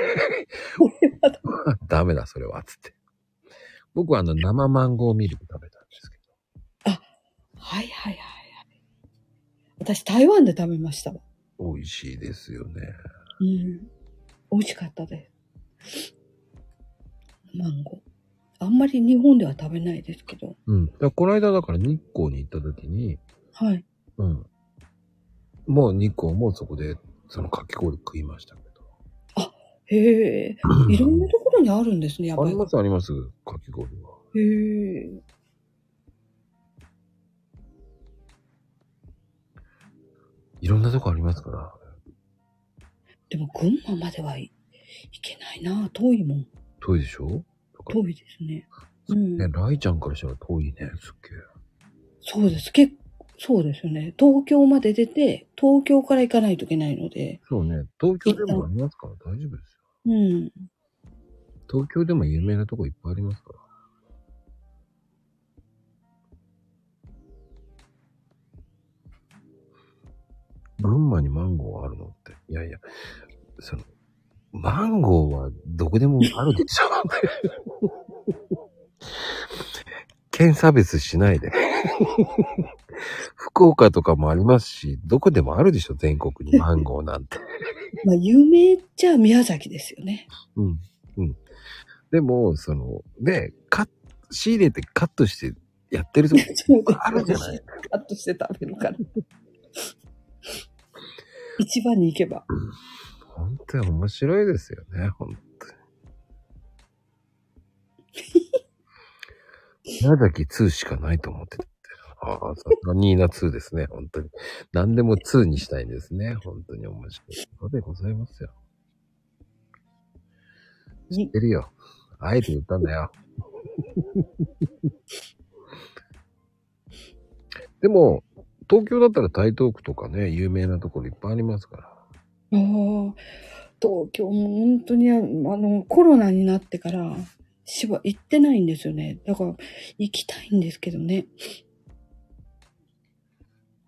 Speaker 1: 俺は ダメだ、それはっつって。僕はあの生マンゴーミルク食べたんですけど。
Speaker 3: はいはいはいはい。私、台湾で食べました。うん。
Speaker 1: 美味しいですよね。
Speaker 3: 美味しかったです。マンゴー。あんまり日本では食べないですけど。
Speaker 1: うん。だからこの間だから日光に行った時に、
Speaker 3: はい。
Speaker 1: うん。もう日光もそこで、そのかき氷食いましたけ
Speaker 3: へえ。
Speaker 1: ど。
Speaker 3: いろんなところにあるんですね、やっ
Speaker 1: あ
Speaker 3: ぱ
Speaker 1: り
Speaker 3: り。
Speaker 1: ますあります、かき氷は。
Speaker 3: へえ。
Speaker 1: いろんなとこありますから。
Speaker 3: でも群馬まではい行けないな。遠いもん。
Speaker 1: 遠いでしょだから
Speaker 3: 遠いですね。うん。
Speaker 1: ね、ライちゃんからしたら遠いね、すっげえ。
Speaker 3: そうです。結構、そうですよね。東京まで出て、東京から行かないといけないので。
Speaker 1: そうね、東京でもありますから大丈夫ですよ。
Speaker 3: うん。
Speaker 1: 東京でも有名なとこいっぱいありますから。群馬にマンゴーあるのって。いやいや、その、マンゴーはどこでもあるでしょ県差別しないで。福岡とかもありますし、どこでもあるでしょ全国にマンゴーなんて。
Speaker 3: まあ、有名っちゃ宮崎ですよね。
Speaker 1: うん。うん。でも、その、ね、カッ、仕入れてカットしてやってるとこあるじゃない。
Speaker 3: カットして食べる から。市場に行けば。
Speaker 1: 本当に面白いですよね、本当に。宮崎2しかないと思ってた。ああ、さすがニーナ2ですね、本当に。何でも2にしたいんですね、本当に面白いことでございますよ。知ってるよ。あえて言ったんだよ。 でも、東京だったら台東区とかね、有名なところいっぱいありますから。
Speaker 3: ああ、東京も本当にあのコロナになってからしば行ってないんですよね。だから行きたいんですけどね。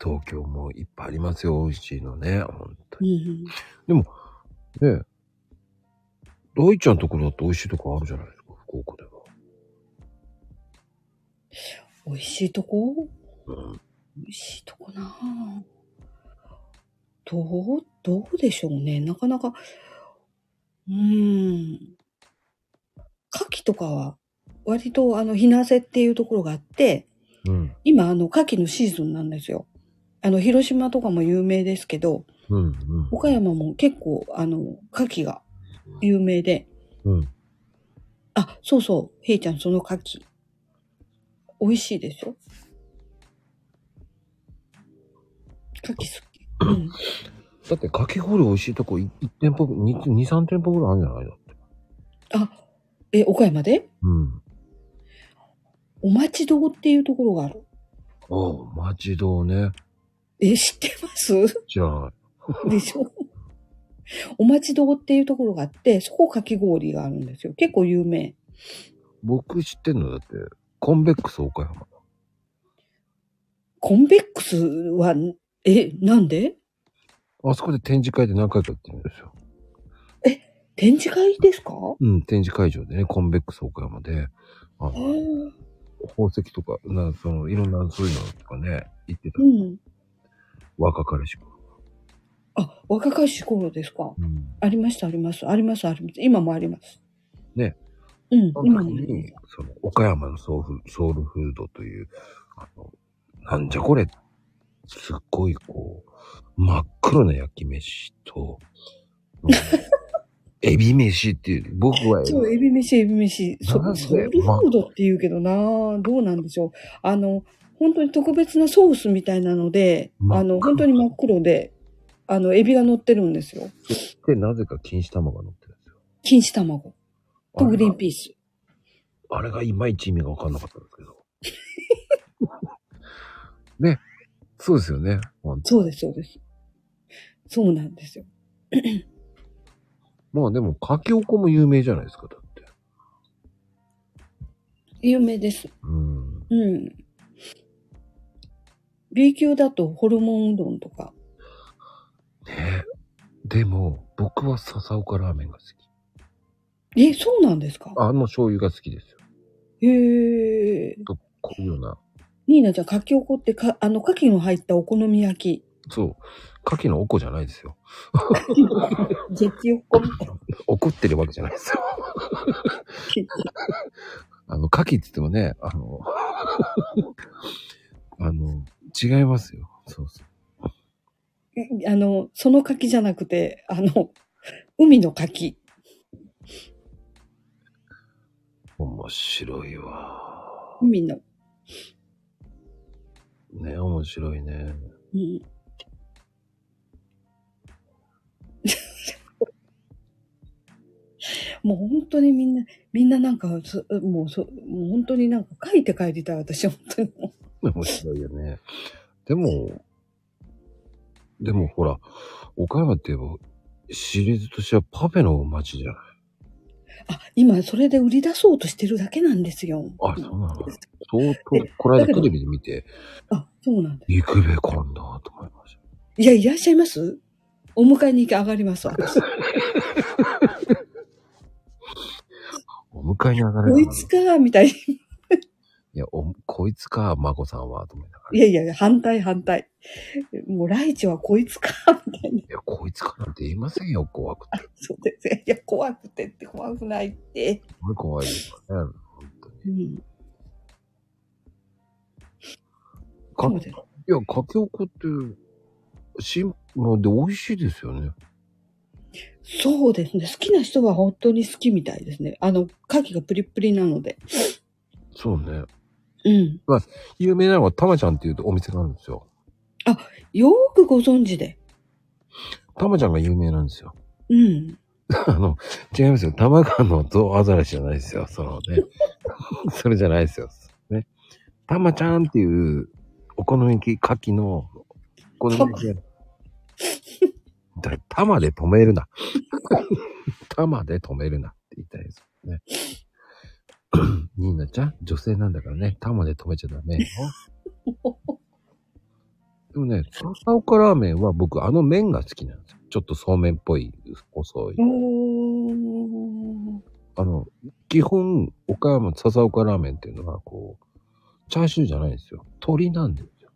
Speaker 1: 東京もいっぱいありますよ、美味しいのね、本当
Speaker 3: う
Speaker 1: に。
Speaker 3: ん。
Speaker 1: ねえ。ロイちゃんのところだって美味しいとこあるじゃないですか、福岡で
Speaker 3: 美味しいとこ
Speaker 1: は。うん。
Speaker 3: 美味しいとこなあどう、どうでしょうね。なかなか、うーん。牡蠣とかは、割とあの、ひなせっていうところがあって、
Speaker 1: うん。
Speaker 3: 今あの、牡蠣のシーズンなんですよ。あの、広島とかも有名ですけど、
Speaker 1: うん。うん。
Speaker 3: 岡山も結構あの、牡蠣が有名で、
Speaker 1: うん。
Speaker 3: あ、そうそう、へいちゃんその牡蠣。美味しいでしょ牡蠣好き。うん。
Speaker 1: だって、かき氷美味しいとこ1店舗、2、2 3店舗ぐらいあるんじゃないの
Speaker 3: あ、え、岡山で
Speaker 1: うん。
Speaker 3: お待ち堂っていうところがある。
Speaker 1: おう、町堂ね。
Speaker 3: え、知ってます
Speaker 1: じゃあ、
Speaker 3: でしょお待ち堂っていうところがあって、そこかき氷があるんですよ。結構有名。
Speaker 1: 僕知ってんのだって、コンベックス岡山。
Speaker 3: コンベックスは、え、なんで
Speaker 1: あそこで展示会で何回か行ってるんですよ。
Speaker 3: 展示会ですか
Speaker 1: うん、展示会場でね、コンベックス岡山で、あの
Speaker 3: えー
Speaker 1: 宝石とか、な、その、いろんなそういうのとかね、行ってた
Speaker 3: う。ん。
Speaker 1: 若彼氏が。
Speaker 3: あ、若返し頃ですか
Speaker 1: うん。
Speaker 3: ありました、あります。あります、あります。今もあります。
Speaker 1: ね。
Speaker 3: うん
Speaker 1: そ、
Speaker 3: 今
Speaker 1: の時
Speaker 3: もありま
Speaker 1: に
Speaker 3: す。、
Speaker 1: その、岡山のソウルソウルフードという、あの、なんじゃこれ、すっごいこう、真っ黒な焼き飯と、 うんエビ飯っていう、僕は、
Speaker 3: そう、エビ飯、エビ飯。そ
Speaker 1: なん
Speaker 3: う、
Speaker 1: で
Speaker 3: ソウルフードって言うけどなどうなんでしょう。あの、本当に特別なソースみたいなので、
Speaker 1: 真っ黒
Speaker 3: あの、本当に真っ黒で、あの、エビが乗ってるんですよ。
Speaker 1: で、なぜか錦糸卵が乗ってるんですよ。
Speaker 3: 錦糸卵とグリーンピース。
Speaker 1: あれがいまいち意味がわかんなかったんですけど。ね。そうですよね。本当
Speaker 3: そうです、そうです。そうなんですよ。
Speaker 1: まあでも、かきおこも有名じゃないですか、だって。
Speaker 3: 有名です。
Speaker 1: うん。
Speaker 3: うん。B 級だとホルモンうどんとか。
Speaker 1: ねでも、僕は笹岡ラーメンが好き。
Speaker 3: え、そうなんですか
Speaker 1: あの醤油が好きですよ。
Speaker 3: へえ。
Speaker 1: と、こういうような。
Speaker 3: ニーナちゃん、かきおこってか、あの、かきの入ったお好み焼き。
Speaker 1: そう。牡蠣のおこじゃないですよ。
Speaker 3: 激おこみたいな。
Speaker 1: 怒ってるわけじゃないですよ。あの、牡蠣って言ってもね、あの、 あの、違いますよ。そうそう。
Speaker 3: いあの、その柿じゃなくて、あの、海の柿。
Speaker 1: 面白いわ。
Speaker 3: 海の。
Speaker 1: ね、面白いね。
Speaker 3: うん。 もう本当にみんな、みんななんか、そもうそ、もう本当になんか書いて帰りたい、私、本当に。
Speaker 1: 面白いよね。でも、でもほら、岡山って言えば、シリーズとしてはパフェの街じゃない。
Speaker 3: あ、今、それで売り出そうとしてるだけなんですよ。
Speaker 1: あ、そうなの相当、この間
Speaker 3: だけ
Speaker 1: テ
Speaker 3: ど
Speaker 1: レビで見て、
Speaker 3: あ、そうなんだ。
Speaker 1: 行くべ、こんだ、と思いました。
Speaker 3: いや、いらっしゃいますお迎えに行き上がります、私。
Speaker 1: お迎えに上がれ
Speaker 3: こ
Speaker 1: る
Speaker 3: い
Speaker 1: かな
Speaker 3: つか、みたいに。
Speaker 1: いや、お、こいつか、孫さんは、と思いながら。
Speaker 3: いやいや、反対、反対。もう、来地はこいつか、 みたいな。
Speaker 1: いや、こいつかなんて言いませんよ、怖くて。
Speaker 3: そうですね。いや、怖くてって、怖くないって。
Speaker 1: すごい怖いですよね。本当に。
Speaker 3: うん。
Speaker 1: か
Speaker 3: そうです
Speaker 1: いや、かけおこって、シンプルで美味しいですよね。
Speaker 3: そうですね。好きな人は本当に好きみたいですね。あの、牡蠣がプリプリなので。
Speaker 1: そうね。
Speaker 3: うん。
Speaker 1: 有名なのが、たまちゃんっていうお店があるんですよ。
Speaker 3: よーくご存知で。
Speaker 1: たまちゃんが有名なんですよ。
Speaker 3: うん。
Speaker 1: あの、違いますよ。玉川のゾウアザラシじゃないですよ。そのね。 それじゃないですよ。ね。たまちゃんっていう、お好み焼き、牡蠣の、お好み焼き屋。だ玉で止めるな。 玉で止めるなって言いたいですよね。 ニーナちゃん、女性なんだからね、玉で止めちゃダメよ。でもね、笹岡ラーメンは僕、あの麺が好きなんですよ。ちょっとそうめんっぽい、細い。
Speaker 3: おー。
Speaker 1: あの、基本、岡山、笹岡ラーメンっていうのは、こう、チャーシューじゃないんですよ。鶏なんですよ。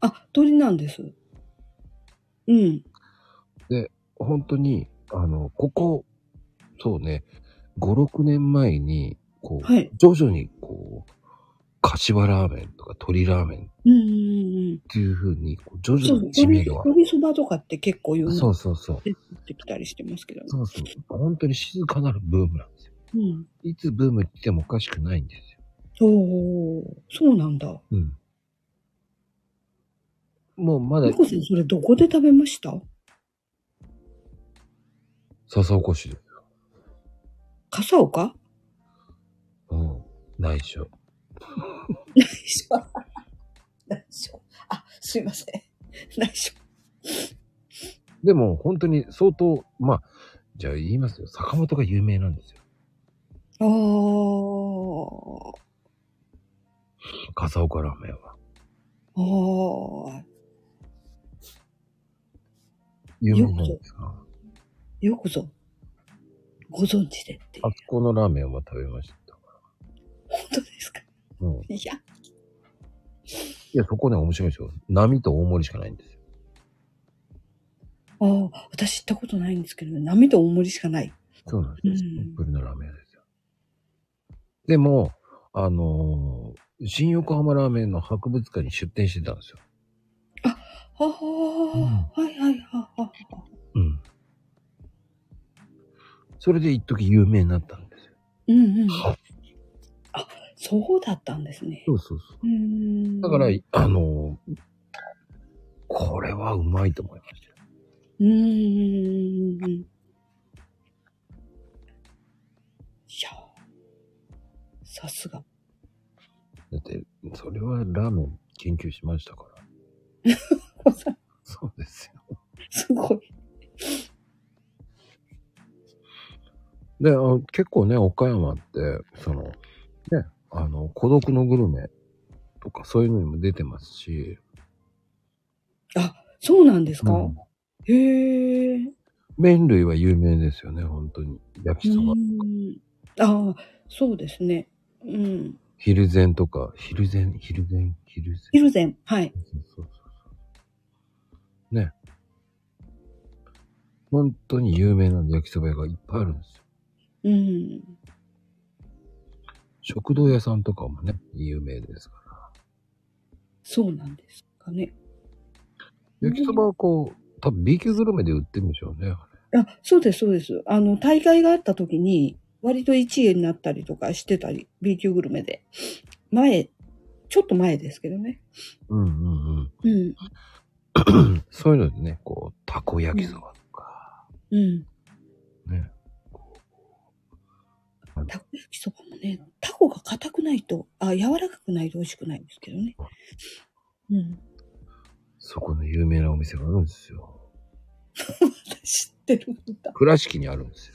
Speaker 3: あ、鳥なんです。うん。
Speaker 1: 本当に、あの、ここ、そうね、5、6年前に、こう、
Speaker 3: はい。
Speaker 1: 徐々に、こう、柏ラーメンとか鶏ラーメンっ
Speaker 3: うんうん
Speaker 1: ていう風に、こう徐
Speaker 3: うん。そ
Speaker 1: 々
Speaker 3: う、
Speaker 1: に知名
Speaker 3: 鳥
Speaker 1: 度が。
Speaker 3: 鳥そばとかって結構有名に
Speaker 1: そ
Speaker 3: な
Speaker 1: うそうそう。
Speaker 3: ってきたりしてますけどね。
Speaker 1: そうそう。本当に静かなるブームなんですよ。
Speaker 3: うん。
Speaker 1: いつブーム来てもおかしくないんですよ。
Speaker 3: おー。そうなんだ。
Speaker 1: うん。もうまだ
Speaker 3: みこさん、それどこで食べました
Speaker 1: 笹岡市で。
Speaker 3: 笠 岡
Speaker 1: うん。内緒。
Speaker 3: 内緒。内緒。あ、すいません。内緒。
Speaker 1: でも本当に相当、まあ、じゃあ言いますよ。坂本が有名なんですよ。
Speaker 3: あー。
Speaker 1: 笠岡ラーメンは。
Speaker 3: あー。
Speaker 1: 有名なんですか
Speaker 3: よくぞ。ご存知でって。
Speaker 1: あ
Speaker 3: 本
Speaker 1: そこのラーメンは食べました。
Speaker 3: 当ですか
Speaker 1: うん。い
Speaker 3: いや。
Speaker 1: や、そこね、面白いですよ。波と大盛りしかないんですよ。
Speaker 3: あー、私行ったことないんですけど、波と大盛りしかない。
Speaker 1: そうなんです
Speaker 3: うん
Speaker 1: よ。シンプルなラーメン屋ですよ。でも、あのー新横浜ラーメンの博物館に出店してたんですよ。
Speaker 3: ああ、はいはいはいはい。
Speaker 1: うん。それで一時有名になったんですよ。
Speaker 3: うんうん。あ、そうだったんですね。
Speaker 1: そうそうそう
Speaker 3: ーん。
Speaker 1: う。だから、あのーこれはうまいと思いましたよ。
Speaker 3: うーん。いや、さすが。
Speaker 1: だって、それはラーメン研究しましたから。 そうですよ。
Speaker 3: すごい。
Speaker 1: で、あ結構ね、岡山って、その、ね、あの、孤独のグルメとかそういうのにも出てますし、
Speaker 3: あ、そうなんですか、
Speaker 1: うん
Speaker 3: へえ。
Speaker 1: 麺類は有名ですよね、本当に。焼きそば
Speaker 3: う、んああ、そうですね。うん。
Speaker 1: 昼前とか、昼前、昼前、昼前。
Speaker 3: 昼前。はい。
Speaker 1: そうそうそう。ね。本当に有名な焼きそば屋がいっぱいあるんですよ。
Speaker 3: うん。
Speaker 1: 食堂屋さんとかもね、有名ですか
Speaker 3: そうなんですかね。
Speaker 1: ら。焼きそばはこう、多分 B 級グルメで売ってるんでしょうね。
Speaker 3: あ、そうです、そうです。あの、大会があった時に、割と1位になったりとかしてたり、B 級グルメで。前、ちょっと前ですけどね。
Speaker 1: うんうん
Speaker 3: うん。
Speaker 1: うん。そういうのでね、こう、たこ焼きそばとか、
Speaker 3: うん。
Speaker 1: ね。
Speaker 3: たこ焼きそばもね、タコが硬くないと、あ、柔らかくないと美味しくないんですけどね。うん。
Speaker 1: そこの有名なお店があるんですよ。
Speaker 3: 知ってるんだ。
Speaker 1: 倉敷にあるんです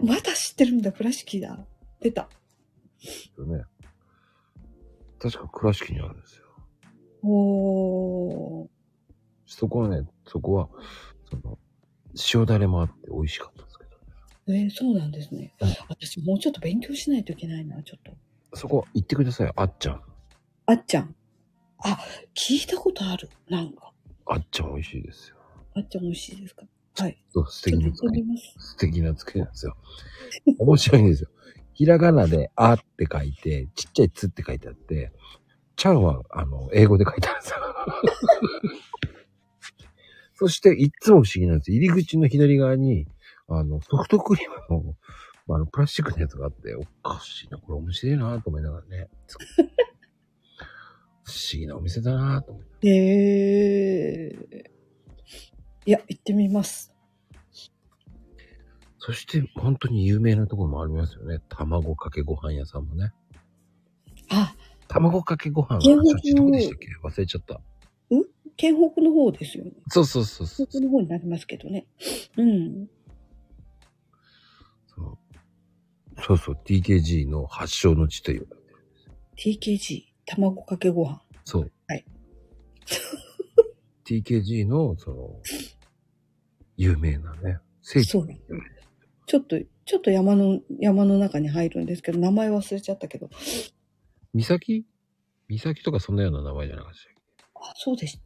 Speaker 3: まだ知ってるんだ、倉敷だ。出た。
Speaker 1: よ。ね。確か倉敷にあるんですよ。
Speaker 3: おー。
Speaker 1: そこはね、そこは、その、塩だれもあって美味しかったんですけど、
Speaker 3: えー、そうなんですね
Speaker 1: うん。
Speaker 3: 私、もうちょっと勉強しないといけないな、ちょっと。
Speaker 1: そこは行ってください、あっちゃん。
Speaker 3: あっちゃん。あ、聞いたことある。なんか。
Speaker 1: あっちゃん美味しいですよ。
Speaker 3: あっちゃん美味しいですかはい。
Speaker 1: そう、素
Speaker 3: ち
Speaker 1: 敵
Speaker 3: ょっと
Speaker 1: な
Speaker 3: 行
Speaker 1: 作
Speaker 3: って
Speaker 1: り、
Speaker 3: みます。
Speaker 1: 素敵な作りなんですよ。面白いんですよ。ひらがなで、あって書いて、ちっちゃいつって書いてあって、ちゃんは、あの、英語で書いてあるんです よ。そして、いっつも不思議なんですよ。入り口の左側に、あの、ソフトクリームの、あの、プラスチックのやつがあって、おかしいな、これ面白いなと思いながらね。不思議なお店だなと思って。
Speaker 3: えー。いや、行ってみます。
Speaker 1: そして、本当に有名なところもありますよね。卵かけご飯屋さんもね。
Speaker 3: あ、
Speaker 1: 卵かけご飯は、
Speaker 3: いや
Speaker 1: そっちどこでしたっけ忘れちゃった。
Speaker 3: 県北の方ですよね。
Speaker 1: そうそうそうそう
Speaker 3: 東北の方になりますけどね。うん。
Speaker 1: そう。そうそう、TKG の発祥の地という。
Speaker 3: TKG、卵かけご飯。
Speaker 1: そう。
Speaker 3: はい。
Speaker 1: TKG の、その、有名なね、聖地。
Speaker 3: そう。ちょっと、ちょっと山の、山の中に入るんですけど、名前忘れちゃったけど。
Speaker 1: 岬岬とかそんなような名前じゃなかったっ
Speaker 3: あ、そうです。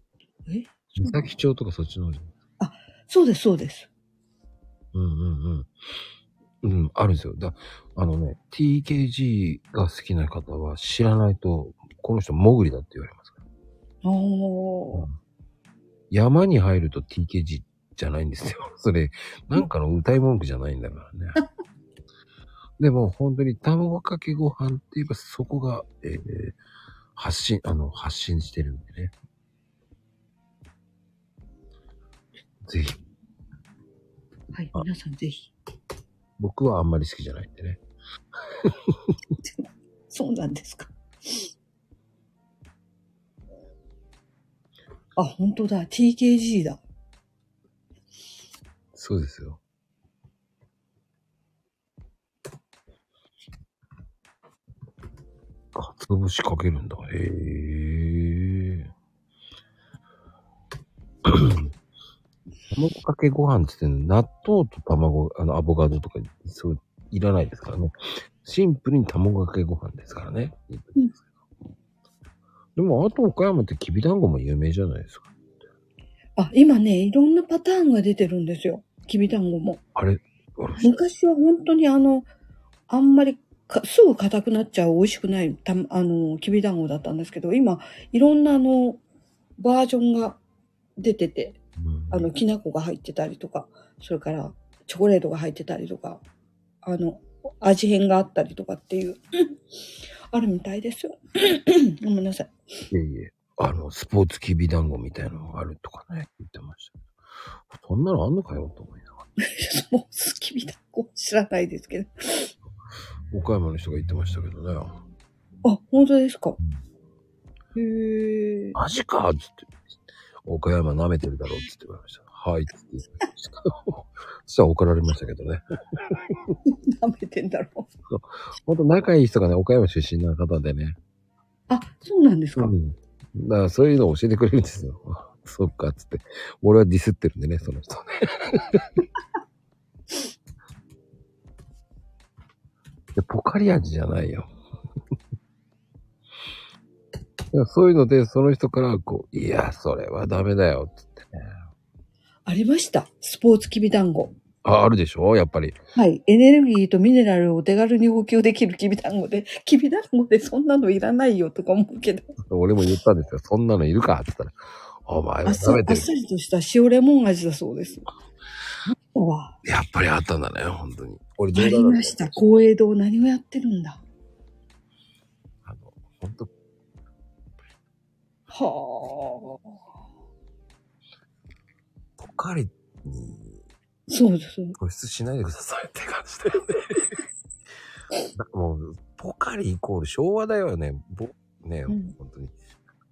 Speaker 3: え
Speaker 1: け岬町とかそっちの方じゃない
Speaker 3: そうです、そうです。
Speaker 1: うんうんうん。うん、あるんですよ。だ、あのね、TKG が好きな方は知らないと、この人、モグリだって言われますから。
Speaker 3: あー
Speaker 1: 山に入ると TKG じゃないんですよ。 それ、なんかの歌い文句じゃないんだからね。 でも、本当に卵かけご飯って言えばそこが、えー発信、あの、発信してるんでね。ぜひ、
Speaker 3: はい、
Speaker 1: あ
Speaker 3: 皆さんぜひ。
Speaker 1: 僕はあんまり好きじゃないんでね。
Speaker 3: そうなんですか。あ、本当だ。TKG だ。
Speaker 1: そうですよ。かつお節かけるんだ。へえ。 卵かけご飯って言って納豆と卵、あの、アボカドとか、そう、いらないですからね。シンプルに卵かけご飯ですからね。
Speaker 3: うん
Speaker 1: でも、あと岡山ってきびだんごも有名じゃないですか。
Speaker 3: あ、今ね、いろんなパターンが出てるんですよ。きびだんごも。
Speaker 1: あれ、あれ、
Speaker 3: 昔は本当にあの、あんまりかすぐ硬くなっちゃう美味しくないたあのきびだんごだったんですけど、今いろんなあのバージョンが出てて、
Speaker 1: うん
Speaker 3: あのきな粉が入ってたりとか、それからチョコレートが入ってたりとか、あの味変があったりとかっていう、 あるみたいですよ。 ごめんなさい。
Speaker 1: いえいえ、あの、スポーツきび団子みたいなのがあるとかね、言ってましたけど。そんなのあんのかよ、と思いなが
Speaker 3: もう好きびだんご知らないですけど。
Speaker 1: ら。岡山の人が言ってましたけどね。
Speaker 3: あ、本当ですか。へえ。
Speaker 1: マジかっつって。岡山舐めてるだろうっつって言われました。はいっつって言ってました。そしたら怒られましたけどね。
Speaker 3: 舐めてんだろう。
Speaker 1: ほんと仲いい人がね、岡山出身な方でね。
Speaker 3: あ、そうなんですか。
Speaker 1: ん。だからそういうのを教えてくれるんですよ。 そっかっつって。俺はディスってるんでね、その人ね。いやポカリ味じゃないよ。いやそういうので、その人からこう、いや、それはダメだよ、つってね。
Speaker 3: ありました。スポーツきびだんご。
Speaker 1: ああ、あるでしょやっぱり。
Speaker 3: はい。エネルギーとミネラルをお手軽に補給できるきびだんごで、きびだんごでそんなのいらないよとか思うけど、
Speaker 1: 俺も言ったんですよ。そんなのいるかって言ったら、お前
Speaker 3: あ
Speaker 1: は
Speaker 3: っさ
Speaker 1: 食べ
Speaker 3: りあ
Speaker 1: て
Speaker 3: っ
Speaker 1: る。
Speaker 3: さりとした塩レモン味だそうです。わあ、
Speaker 1: やっぱりあったんだね、本当に。俺
Speaker 3: あ
Speaker 1: 冗談だ
Speaker 3: り
Speaker 1: と思う
Speaker 3: ました。公営堂何をやってるんだ。
Speaker 1: あの、本当
Speaker 3: はあ。
Speaker 1: ポカリに
Speaker 3: そうです。
Speaker 1: 固執しないでくださいって感じだよ ね。だもう、ポカリイコール昭和だよね。ぼね、
Speaker 3: うん
Speaker 1: 本当に。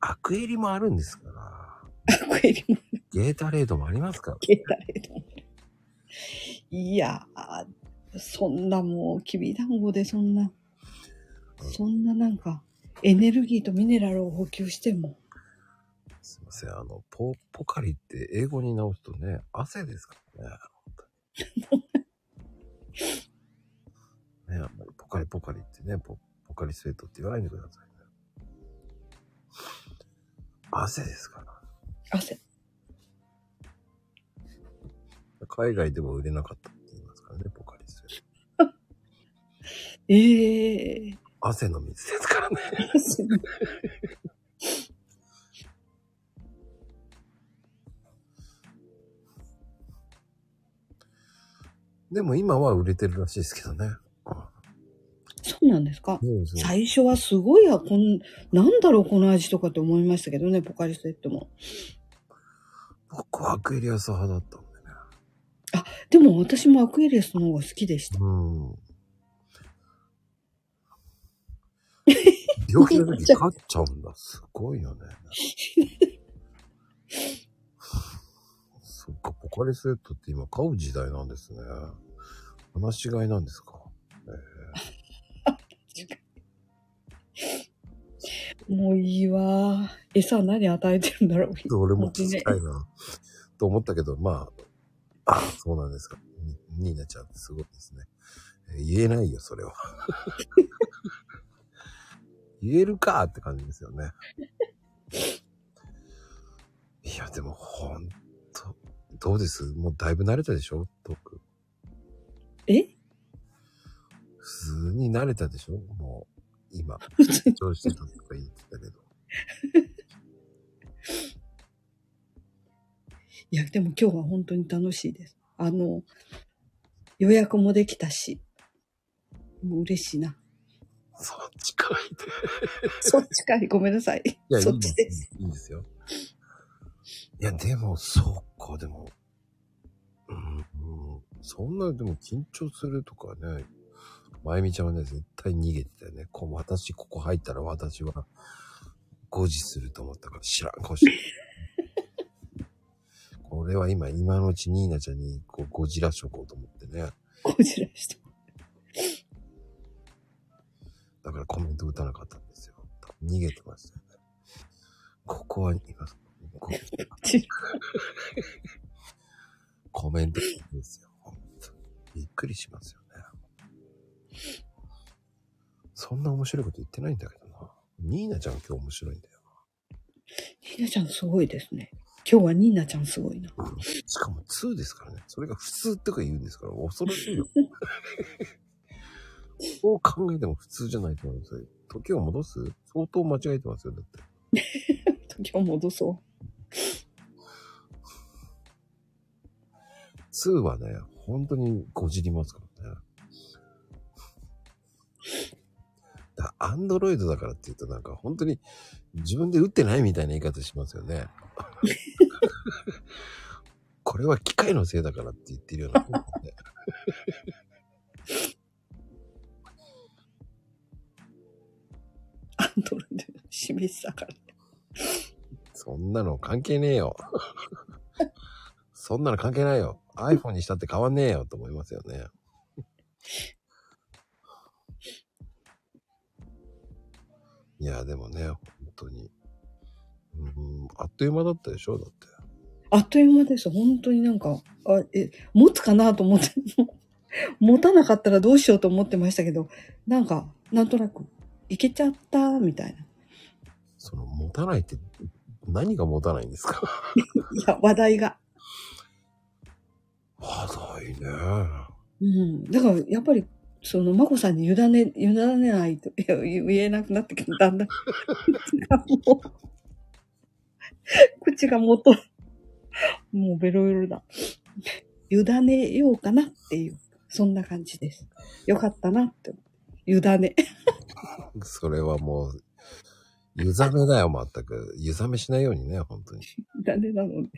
Speaker 1: アクエリもあるんですから。
Speaker 3: アクエリも
Speaker 1: ゲータレードもありますから。
Speaker 3: 消えたれど。いやー、そんなもう、きびだんごでそんな、そんななんか、エネルギーとミネラルを補給しても、
Speaker 1: すいません。あの、ポ、ポカリって英語に直すとね、汗ですからね。 ね、あんまりポカリポカリってね、ポポカリスエットって言わないでくださいね。汗ですから。
Speaker 3: 汗。
Speaker 1: 海外でも売れなかったって言いますからね、ポカリスエッ
Speaker 3: ええ
Speaker 1: ト。汗の水ですからね。
Speaker 3: 汗の
Speaker 1: でも今は売れてるらしいですけどね。
Speaker 3: そうなんですか
Speaker 1: そうですね。
Speaker 3: 最初はすごいや、こん、なんだろう、この味とかって思いましたけどね、ポカリスエットも。
Speaker 1: 僕はアクエリアス派だったんでね。
Speaker 3: でも私もアクエリアスの方が好きでした。
Speaker 1: うん。病気の時勝っちゃうんだ。すごいよね。 そっか、ポカリスエットって今買う時代なんですね。話し飼いなんですか。
Speaker 3: もういいわ。餌何与えてるんだろう。
Speaker 1: 俺も聞きたいな。と思ったけど、まあ、あそうなんですか。ニーナちゃん、すごいですね。えー言えないよ、それは。 言えるかって感じですよね。 いや、でも、ほんと、どうですもうだいぶ慣れたでしょ僕。
Speaker 3: え
Speaker 1: 普通に慣れたでしょもう、今。
Speaker 3: 普通に
Speaker 1: どうしてたとか言ってたけど。
Speaker 3: いや、でも今日は本当に楽しいです。あの、予約もできたし、もう嬉しいな。
Speaker 1: そっちかいて。
Speaker 3: そっちかい、ごめんなさい。
Speaker 1: いや、い
Speaker 3: そっ
Speaker 1: い
Speaker 3: ち
Speaker 1: です
Speaker 3: です。
Speaker 1: いいんですよ。いや、でも、そうか、でも、うん、うんそんな、でも緊張するとかね、まゆみちゃんはね、絶対逃げてたよね。こう私、ここ入ったら私は、誤字すると思ったから知らんこし。 これは今、今のうちニーナちゃんに、こう、ゴジラしとこうと思ってね。
Speaker 3: こちらして。
Speaker 1: だからコメント打たなかったんですよ。逃げてましたよね。ここは、今、こ
Speaker 3: こちら
Speaker 1: コメントですよ。本当にびっくりしますよね。そんな面白いこと言ってないんだけどな。ニーナちゃん今日面白いんだよ。
Speaker 3: ニーナちゃんすごいですね。今日はニーナちゃんすごいな。
Speaker 1: しかも2ですからね。それが普通とか言うんですから、恐ろしいよ。そう考えても普通じゃないと思いますよ。時を戻す相当間違えてますよ、だって。
Speaker 3: 時を戻そ
Speaker 1: 2はね、本当にごじりますからね。だアンドロイドだからって言うとなんか本当に自分で打ってないみたいな言い方しますよね。これは機械のせいだからって言ってるようなもんだね。
Speaker 3: う。アンドロイドの示しだから。
Speaker 1: そんなの関係ねえよ。そんなの関係ないよ。iPhone にしたって変わんねえよと思いますよね。いや、でもね、本当に。うん、あっという間だったでしょだって。
Speaker 3: あっという間です。本当になんか、あえ持つかなと思って、 持たなかったらどうしようと思ってましたけど、なんか、なんとなく、いけちゃった、みたいな。
Speaker 1: その、持たないって、何が持たないんですか
Speaker 3: いや、話題が。
Speaker 1: まだいいね。
Speaker 3: うん。だから、やっぱり、その、まこさんに委ね、委ねないと、いや、言言えなくなってきた。だんだ ん、口がもう、口がもっと、もうベロベロだ。委ねようかなっていう、そんな感じです。よかったなって。委ね。
Speaker 1: それはもう、湯ざめだよ、全く。湯ざめしないようにね、本当に。
Speaker 3: 委ねなので。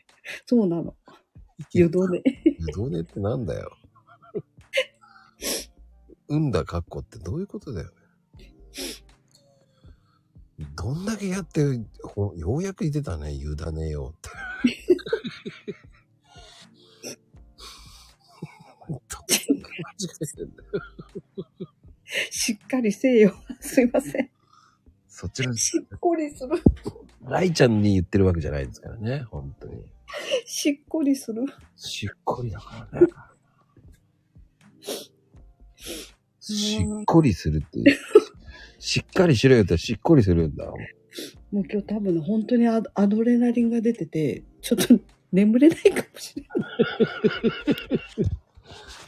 Speaker 3: そうなの。委
Speaker 1: 湯
Speaker 3: ね。
Speaker 1: どねってなんだよ。うんだかっこってどういうことだよね。どんだけやって、ほようやく出たね、湯だねよって。どんだけ間違えてんだよ
Speaker 3: しっかりせえよ。 すいません。
Speaker 1: そちら、
Speaker 3: しっこりする。
Speaker 1: ライちゃんに言ってるわけじゃないですからね、本当に。
Speaker 3: しっこりする。
Speaker 1: しっこりだからね。しっこりするっていう。しっかりしろよってしっこりするんだ。
Speaker 3: もう今日多分ね、本当にアドアドレナリンが出てて、ちょっと眠れないかもしれない。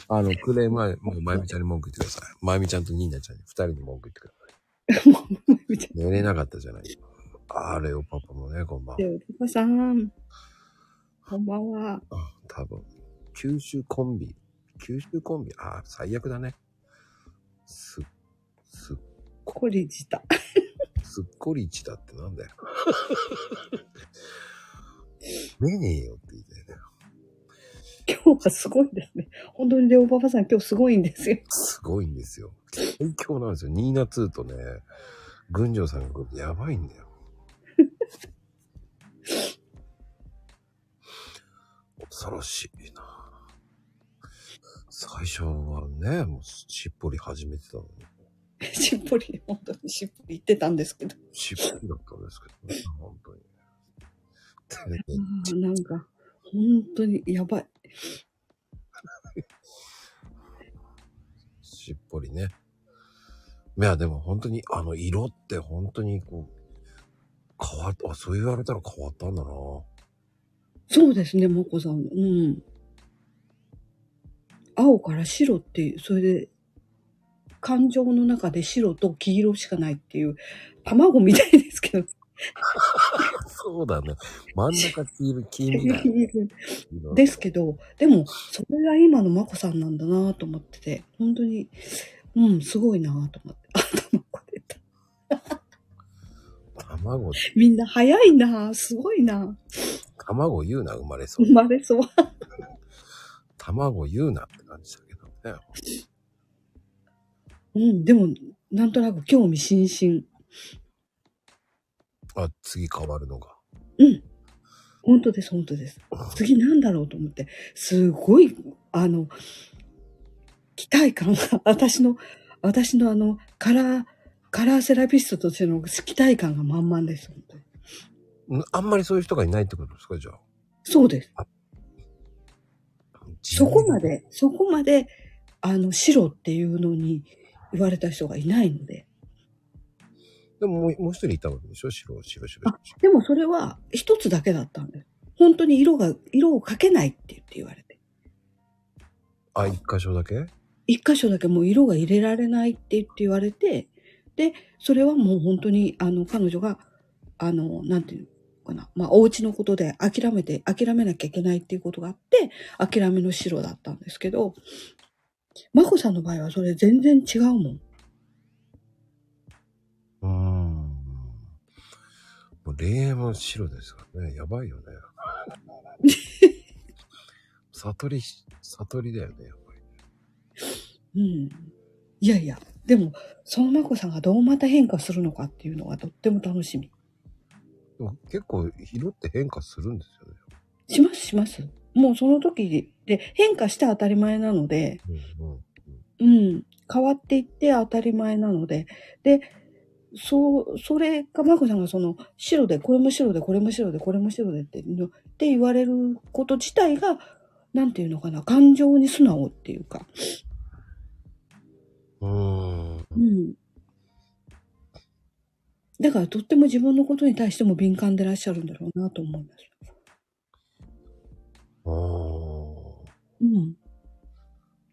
Speaker 1: あの、クレームは、もう、まゆみちゃんに文句言ってください。まゆみちゃんとニーナちゃんに、二人に文句言ってくださ
Speaker 3: みたい
Speaker 1: い。寝れなかったじゃない。あれよ、パパもね、こんばんは。
Speaker 3: な。パパさん、こんばんは。
Speaker 1: あ多分。九州コンビ。九州コンビ。ああ、最悪だね。す、す、
Speaker 3: こりじた。
Speaker 1: すっこり一だってなんだよ。目ねえよって言いたいね。
Speaker 3: 今日はすごいですね。本当にレオパパさん今日すごいんですよ。
Speaker 1: すごいんですよ。最強なんですよ。ニーナ2とね、群青さんが来るとやばいんだよ。恐ろしいな。最初はね、もうしっぽり始めてたのに、
Speaker 3: しっぽり、本当にしっぽり言ってたんですけど。
Speaker 1: しっぽりだったんですけどね、本当に。でね
Speaker 3: あーなんか、本当にやばい。
Speaker 1: しっぽりね。いや、でも本当に、あの、色って本当にこう、変わった、あ、そう言われたら変わったんだな
Speaker 3: そうですね、もこさん。うん。青から白っていう、それで、感情の中で白と黄色しかないっていう、卵みたいですけど、
Speaker 1: そうだね。真ん中黄色、黄色だよね。色
Speaker 3: ですけど、でも、それが今のまこさんなんだなと思ってて、本当に、うん、すごいなと思って。あ、卵出た。
Speaker 1: 卵って、
Speaker 3: みんな早いなすごいな
Speaker 1: 卵言うな、生まれそう
Speaker 3: 生。まれそう。
Speaker 1: 卵言うなって感じだけどね。
Speaker 3: うん、でも、なんとなく興味津々。
Speaker 1: あ、次変わるのが。
Speaker 3: うん。本当です、本当です。次なんだろうと思って、すごい、あの、期待感が、 私の、私のあの、カラー、カラーセラピストとしての期待感が満々です、本当に
Speaker 1: んあんまりそういう人がいないってことですか、じゃあ。
Speaker 3: そうです。
Speaker 1: 自
Speaker 3: そ
Speaker 1: 分
Speaker 3: こま。で、そこまで、あの、白っていうのに言われた人がいないので。
Speaker 1: でももう、もう一人いたわけでしょ白、白、白。
Speaker 3: あ、でもそれは一つだけだったんです。本当に色が、色を描けないって言って言われて。
Speaker 1: あ、一箇所だけ
Speaker 3: 一箇所だけもう色が入れられないって言って言われて、で、それはもう本当に、あの、彼女が、あの、なんていうのかな、まあ、お家のことで諦めて、諦めなきゃいけないっていうことがあって、諦めの白だったんですけど、まこさんの場合はそれ全然違うもん。
Speaker 1: うーん。もう恋愛も白ですからね。やばい よね。悟りし、悟りだよね、やっぱり。
Speaker 3: うん。いやいや、でも、そのまこさんがどうまた変化するのかっていうのがとっても楽しみ。
Speaker 1: でも結構、色って変化するんですよね。
Speaker 3: しますします。もうその時で変化して当たり前なので、
Speaker 1: うんうん、
Speaker 3: うん、変わっていって当たり前なので、で、そう、それが、マコさんがその、白で、これも白で、これも白で、これも白でっていうの、って言われること自体が、なんていうのかな、感情に素直っていうか、
Speaker 1: うーん。
Speaker 3: うん。だから、とっても自分のことに対しても敏感でいらっしゃるんだろうなと思います。
Speaker 1: ああ。
Speaker 3: うん。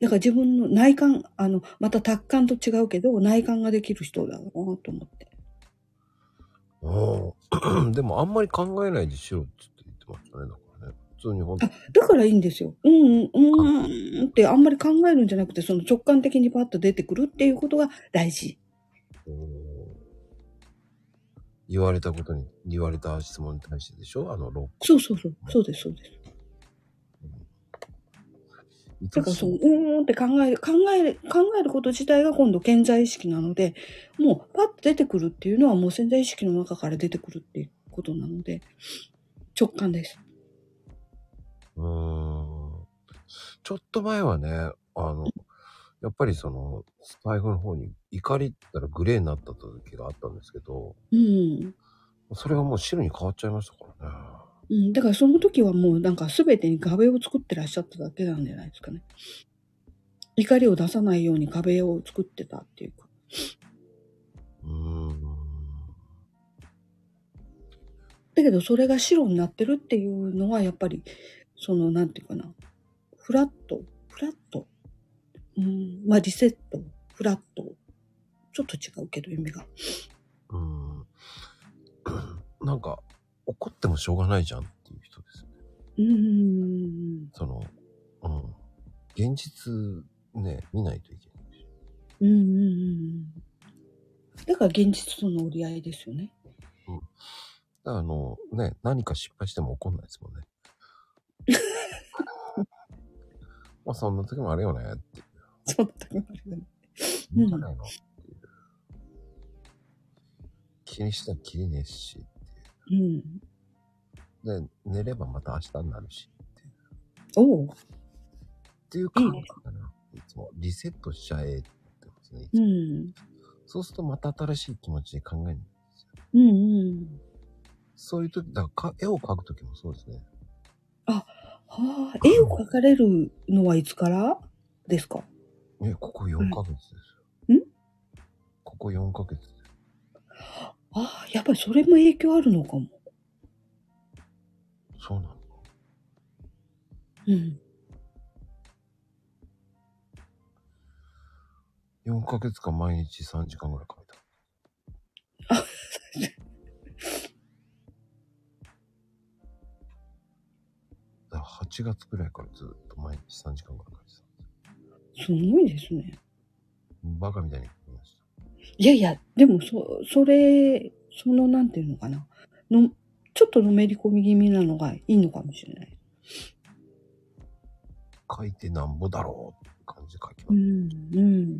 Speaker 3: だから自分の内観、あの、また達観と違うけど、内観ができる人だなと思って。
Speaker 1: うん でもあんまり考えないでしろって言ってましたね。だからね。普通に本当に。
Speaker 3: だからいいんですよ。うん、うん、うんうんってあんまり考えるんじゃなくて、その直感的にパッと出てくるっていうことが大事。
Speaker 1: うん言われたことに、言われた質問に対してでしょあの、六
Speaker 3: そうそうそう。そうです、そうです。だからその、うーんって考える、考える、考えること自体が今度潜在意識なので、もうパッと出てくるっていうのはもう潜在意識の中から出てくるっていうことなので、直感です。
Speaker 1: うーんちょっと前はね、あの、やっぱりその、スパイフの方に怒りって言ったらグレーになった時があったんですけど、
Speaker 3: うん。
Speaker 1: それがもう白に変わっちゃいましたからね。
Speaker 3: うん、だからその時はもうなんか全てに壁を作ってらっしゃっただけなんじゃないですかね。怒りを出さないように壁を作ってたっていうか。
Speaker 1: うーん。
Speaker 3: だけどそれが白になってるっていうのはやっぱり、そのなんていうかな、フラット、フラット、うん、まあリセット、フラット、ちょっと違うけど意味が。
Speaker 1: うーん。なんか、怒ってもしょうがないじゃんっていう人ですね。
Speaker 3: うーん、
Speaker 1: その、うん。現実ね、見ないといけないし。
Speaker 3: うん、うんうん。だから現実との折り合いですよね。
Speaker 1: だからあの、ね、何か失敗しても怒んないです もんね。まあそんな時もあるよねって。
Speaker 3: そうだと思います
Speaker 1: いいんじゃないのっていう。気にしたらきりねえし。
Speaker 3: うん。
Speaker 1: で、寝ればまた明日になるし。
Speaker 3: おう。
Speaker 1: っていう感じかな。いつもリセットしちゃえって言ってますね。
Speaker 3: うん。
Speaker 1: そうするとまた新しい気持ちで考えるんですよ。
Speaker 3: うんうん。
Speaker 1: そういう時、だからか絵を描く時もそうですね。
Speaker 3: はあ、絵を描かれるのはいつからですか
Speaker 1: え、ここ4ヶ月です
Speaker 3: う
Speaker 1: よ。
Speaker 3: ん
Speaker 1: ここ4ヶ月。
Speaker 3: ああ、やっぱりそれも影響あるのかも。
Speaker 1: そうなの。
Speaker 3: うん。
Speaker 1: 4ヶ月間毎日3時間ぐらい書いた。だから8月ぐらいからずっと毎日3時間ぐらい書いてた。
Speaker 3: すごいですね。
Speaker 1: バカみたいに書きまし
Speaker 3: いやいや、でも、そ、それ、その、なんていうのかな。の、ちょっとのめり込み気味なのがいいのかもしれない。
Speaker 1: た。書いてなんぼだろうって感じで書きまし
Speaker 3: うん、うん。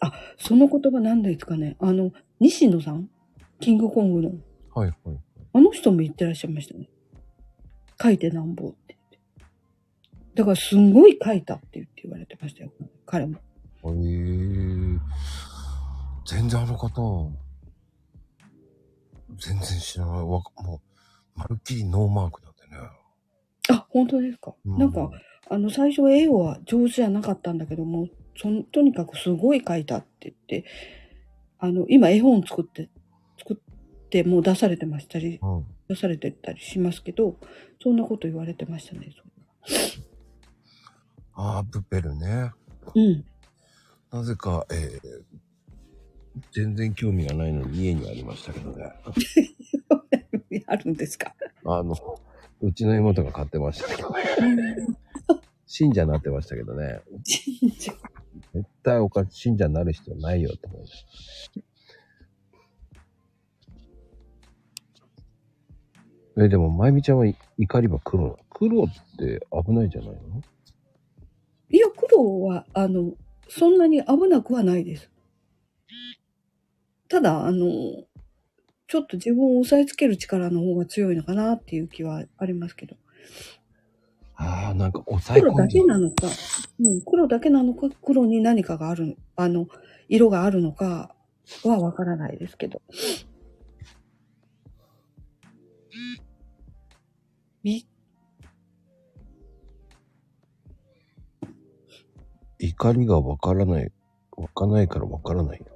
Speaker 3: あ、その言葉なんですかね。あの、西野さんキングコングの。
Speaker 1: た。はいはい。
Speaker 3: あの人も言ってらっしゃいましたね。書いてなんぼって言って。だから、すんごい書いたって言って言われてましたよ。彼も。
Speaker 1: へえー、全然あの方、全然知らない。わかもう、まるっきりノーマークなんでね。
Speaker 3: あ、本当ですか。
Speaker 1: う
Speaker 3: なんか、あの、最初絵は上手じゃなかったんだけども、そんとにかくすごい描いたって言って、あの、今絵本作って、作ってもう出されてましたり、
Speaker 1: うん。
Speaker 3: 出されてたりしますけど、そんなこと言われてましたね。
Speaker 1: ああ、プペルね。
Speaker 3: うん。
Speaker 1: なぜか、えー、全然興味がないのに家にありましたけどね。
Speaker 3: あるんですか。
Speaker 1: あの、うちの妹が買ってましたけどね。信者になってましたけどね。絶対おか信者になる必要ないよって思いました。え、でも、まゆみちゃんはい怒りは黒な。黒って危ないじゃないの
Speaker 3: いや、苦労は、あの、そんなに危なくはないです。ただ、あの、ちょっと自分を押さえつける力の方が強いのかなっていう気はありますけど。
Speaker 1: ああ、なんか抑え
Speaker 3: 黒
Speaker 1: 込ん
Speaker 3: だ
Speaker 1: で
Speaker 3: け
Speaker 1: る。
Speaker 3: なのか、うん、黒だけなのか、黒に何かがある、あの、色があるのかはわからないですけど。み、
Speaker 1: 怒りがわからない。わかないからわからないよ。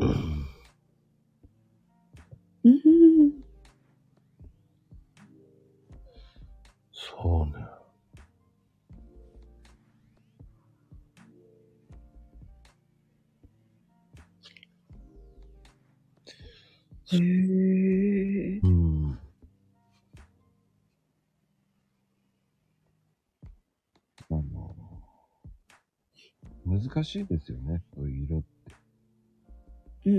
Speaker 1: うん
Speaker 3: うん、
Speaker 1: そうね。
Speaker 3: へえ。
Speaker 1: うん。あの、難しいですよね、そういう色って。
Speaker 3: う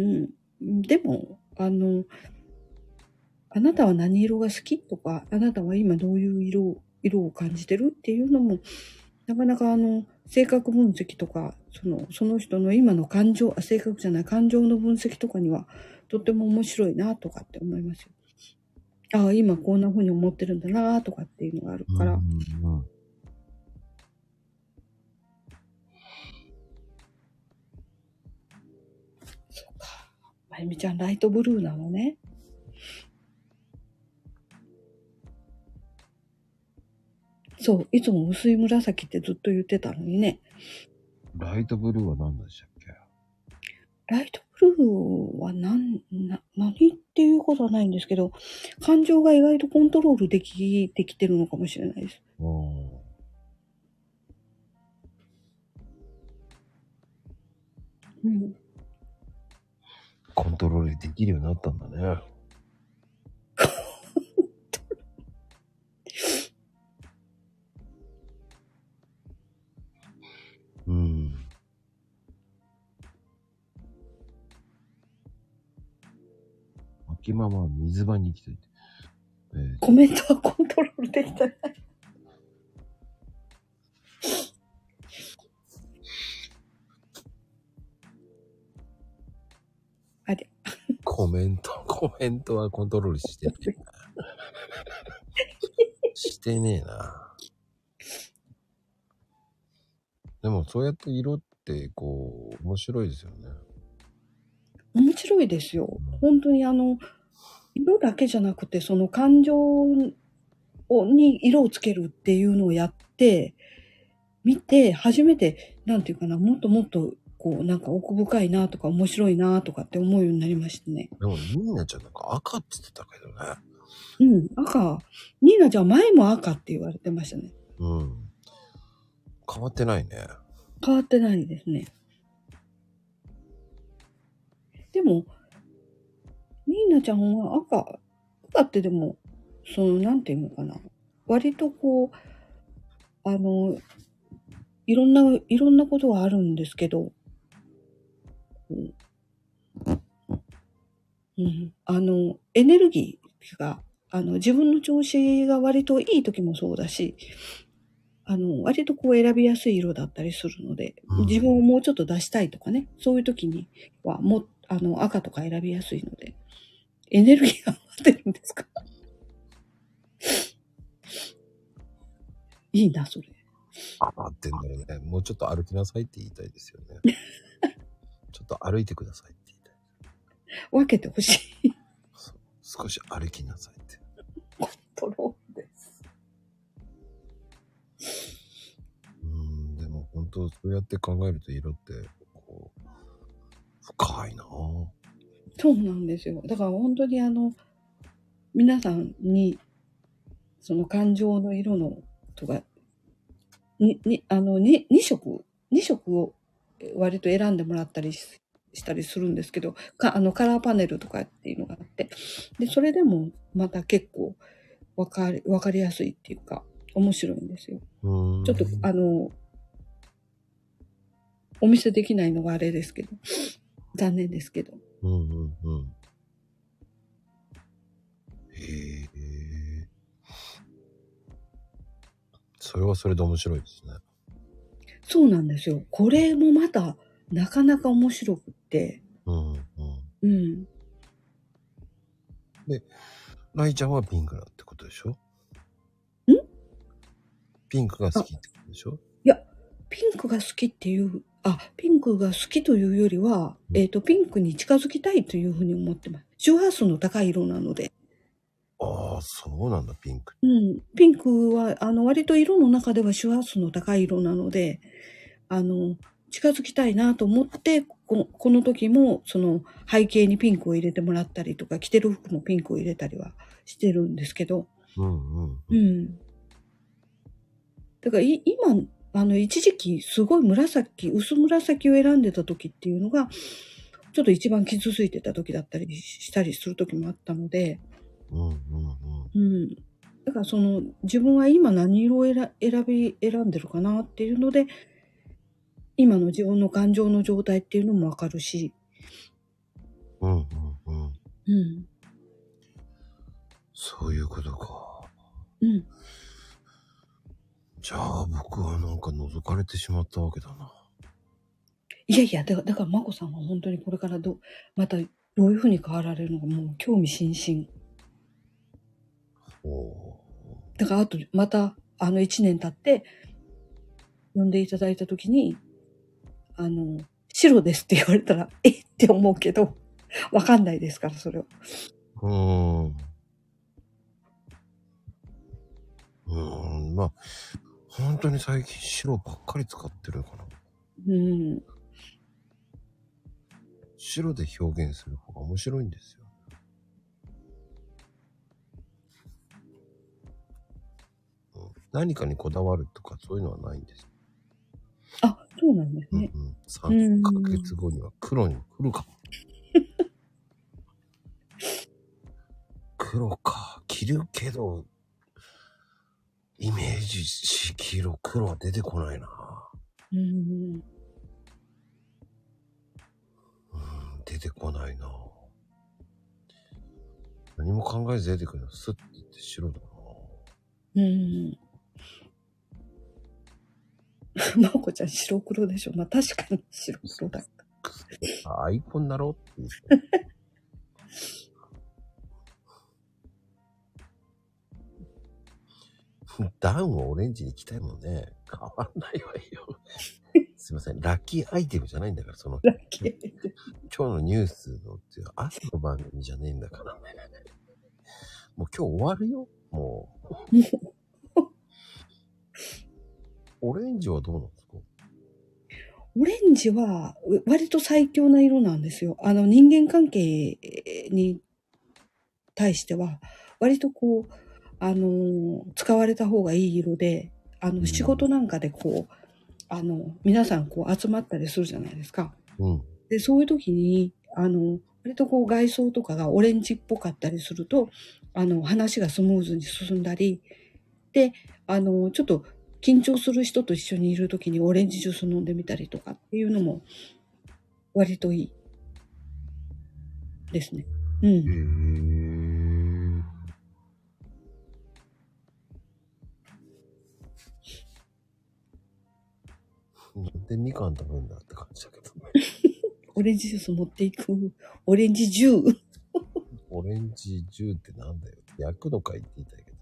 Speaker 3: ん。でも、あの、あなたは何色が好きとか、あなたは今どういう色を、色を感じてるっていうのも、なかなかあの、性格分析とか、その、その人の今の感情、あ性格じゃない、感情の分析とかには、とっても面白いなとかって思いますよ。ああ、今こんな風に思ってるんだなとかっていうのがあるから、
Speaker 1: うんうんうん
Speaker 3: そうか。まゆみちゃん、ライトブルーなのね。そう、いつも薄い紫ってずっと言ってたのにね。
Speaker 1: ライトブルーは何でしたっけ
Speaker 3: ライトブルーはなん、な、何っていうことはないんですけど、感情が意外とコントロールでき、できてるのかもしれないです。
Speaker 1: お
Speaker 3: うん。
Speaker 1: ーコントロールできるようになったんだね。うん。秋ママは水場に行きたいって。えー
Speaker 3: コメントはコントロールできた。あれ、
Speaker 1: コメント、コメントはコントロールしてねえな。してねえな。でもそうやって色ってこう面白いですよね。
Speaker 3: 面白いですよ。本当にあの、色だけじゃなくて、その感情をに色をつけるっていうのをやって、見て、初めて、なんていうかな、もっともっと、こう、なんか奥深いなとか、面白いなとかって思うようになりましたね。
Speaker 1: でもニーナちゃんなんか赤って言ってたけどね。
Speaker 3: うん、赤、ニーナちゃん前も赤って言われてましたね。
Speaker 1: うん。変わってないね。
Speaker 3: 変わってないですね。でも、ニーナちゃんは赤、赤ってでも、その、なんていうのかな。割とこう、あの、いろんな、いろんなことはあるんですけど、うんうん、あの、エネルギーが、あの、自分の調子が割といい時もそうだし、あの、割とこう選びやすい色だったりするので
Speaker 1: うん、
Speaker 3: 自分をもうちょっと出したいとかね、そういう時には、も、あの、赤とか選びやすいので、エネルギーが余ってるんですかいいな、それ。
Speaker 1: 赤ってんだよね。もうちょっと歩きなさいって言いたいですよね。ちょっと歩いてくださいって言いたい。
Speaker 3: 分けてほしい。
Speaker 1: 少し歩きなさいって。
Speaker 3: トロールです。
Speaker 1: うん、でも本当そうやって考えると色って、こう、深いなぁ。
Speaker 3: そうなんですよ。だから本当にあの、皆さんに、その感情の色の、とか、に、に、あの、に、2色、2色をえ割と選んでもらったりししたりするんですけど、か、あの、カラーパネルとかっていうのがあって、で、それでもまた結構、わかり、わかりやすいっていうか、面白いんですよ。
Speaker 1: うん
Speaker 3: ちょっと、あの、お見せできないのがあれですけど、残念ですけど。
Speaker 1: うんうんうん。へえ。それはそれで面白いですね。
Speaker 3: そうなんですよ。これもまた、なかなか面白くって。
Speaker 1: うんうん。
Speaker 3: うん。
Speaker 1: ライちゃんはピンクだってことでしょんピンクが好きってことでしょ
Speaker 3: ピンクが好きっていう、あ、ピンクが好きというよりは、えっ、と、ピンクに近づきたいというふうに思ってます。周波数の高い色なので。
Speaker 1: ああ、そうなんだ、ピンク。
Speaker 3: うん。ピンクは、あの、割と色の中では周波数の高い色なので、あの、近づきたいなと思って、ここの時も、その、背景にピンクを入れてもらったりとか、着てる服もピンクを入れたりはしてるんですけど、
Speaker 1: うんうん。
Speaker 3: う
Speaker 1: うん、
Speaker 3: ん。だからい今、あの、一時期すごい紫、薄紫を選んでた時っていうのが、ちちょっと一番傷ついてた時だったりしたりする時もあったので、
Speaker 1: うんうんうん。
Speaker 3: うん。だからその自分は今何色を選選び、選んでるかなっていうので、今の自分の感情の状態っていうのもわかるし、
Speaker 1: うんうんうん。
Speaker 3: うん。
Speaker 1: そういうことか。
Speaker 3: うん。
Speaker 1: じゃあ僕はなんか覗かれてしまったわけだな。
Speaker 3: いやいや、だから、だから、まこさんは本当にこれからどう、また、どういうふうに変わられるのか、もう興味津々。
Speaker 1: おお
Speaker 3: だから、あと、また、あの、一年経って、呼んでいただいたときに、あの、白ですって言われたら、えって思うけど、わかんないですから、それは。
Speaker 1: ー。うーん。うーん、まあ、本当に最近白ばっかり使ってるかな。
Speaker 3: うん。
Speaker 1: 白で表現する方が面白いんですよ。うん何かにこだわるとかそういうのはないんです。
Speaker 3: あ、そうなんです
Speaker 1: うんう
Speaker 3: ね。
Speaker 1: ん、
Speaker 3: うん
Speaker 1: 3ヶ月後には黒に来るかも。黒か。着るけど、イメージし黄色、黒は出てこないな。
Speaker 3: うん。
Speaker 1: うん、出てこないな。何も考えず出てくるの、スッて言って白だな。
Speaker 3: うん。まこちゃん、白黒でしょ。まあ、確かに白黒だ。
Speaker 1: あアイコンだろっていう。ダウンをオレンジに着たいもんね。変わんないわよ。すいません。ラッキーアイテムじゃないんだから、その、
Speaker 3: ラッキー。
Speaker 1: 今日のニュースのっていう、朝の番組じゃねえんだから。もう今日終わるよ。もう。 オレンジはどうなんですか
Speaker 3: オレンジはう割と最強な色なんですよ。あの人間関係に対しては割とこう、あのー使われた方がいい色で、あ
Speaker 1: うん
Speaker 3: の仕事なんかでこう、あの皆さんこう集まったりするじゃないですか。
Speaker 1: うん。
Speaker 3: で、そういう時に、あの、割とこう外装とかがオレンジっぽかったりすると、あの、話がスムーズに進んだり、で、あの、ちょっと緊張する人と一緒にいる時にオレンジジュース飲んでみたりとかっていうのも、割といい。ですね。うん。
Speaker 1: へえ。なんでみかん食べんだって感じだけどね。
Speaker 3: オレンジジュース持っていく。オレンジジュー。
Speaker 1: オレンジジューってなんだよ。焼くのか言っていたいけど。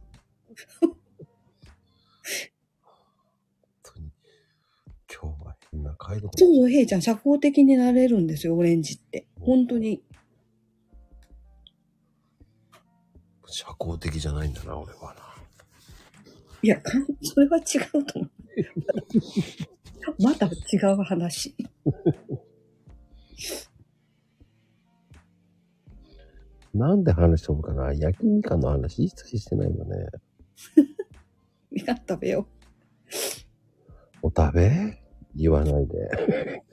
Speaker 1: 本当に。今日は変な回路
Speaker 3: そうそう、ヘイちゃん、社交的になれるんですよ、オレンジって。本当に。
Speaker 1: 社交的じゃないんだな、俺はな。
Speaker 3: いや、かんそれは違うと思う。また違う話。
Speaker 1: なんで話しとるかな焼きみかんの話一切してないよね。
Speaker 3: みかん食べよ
Speaker 1: お食べ言わないで。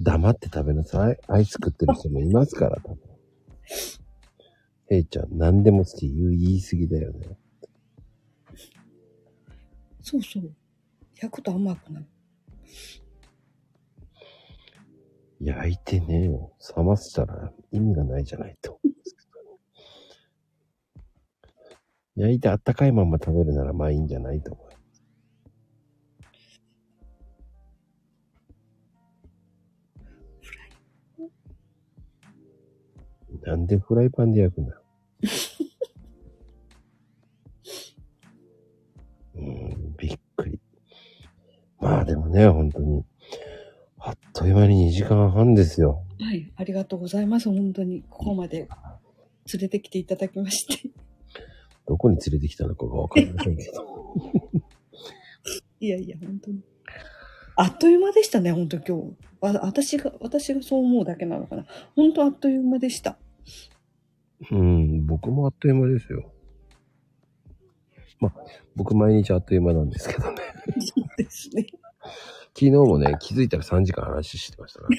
Speaker 1: 黙って食べなさい。アイス食ってる人もいますから、多分。ヘイちゃん、何でも好き言う言い過ぎだよね。
Speaker 3: う。そうそう。焼くと甘くなる。
Speaker 1: 焼いてねえよ。冷ましたら意味がないじゃないと思 うんですけど。焼いてあったかいまま食べるならまあいいんじゃないと思う。なんでフライパンで焼くんだうーん、びっくり。まあでもね、本当に。あっという間に2時間半ですよ。
Speaker 3: はい。ありがとうございます。本当に、ここまで連れてきていただきまして。
Speaker 1: どこに連れてきたのかがわかりませんけど。
Speaker 3: いやいや、本当に。あっという間でしたね、本当今日。わ私が、私がそう思うだけなのかな。本当あっという間でした。
Speaker 1: うん、僕もあっという間ですよ。まあ、僕毎日あっという間なんですけどね。
Speaker 3: ですね。
Speaker 1: 昨日もね、気づいたら3時間話してましたから。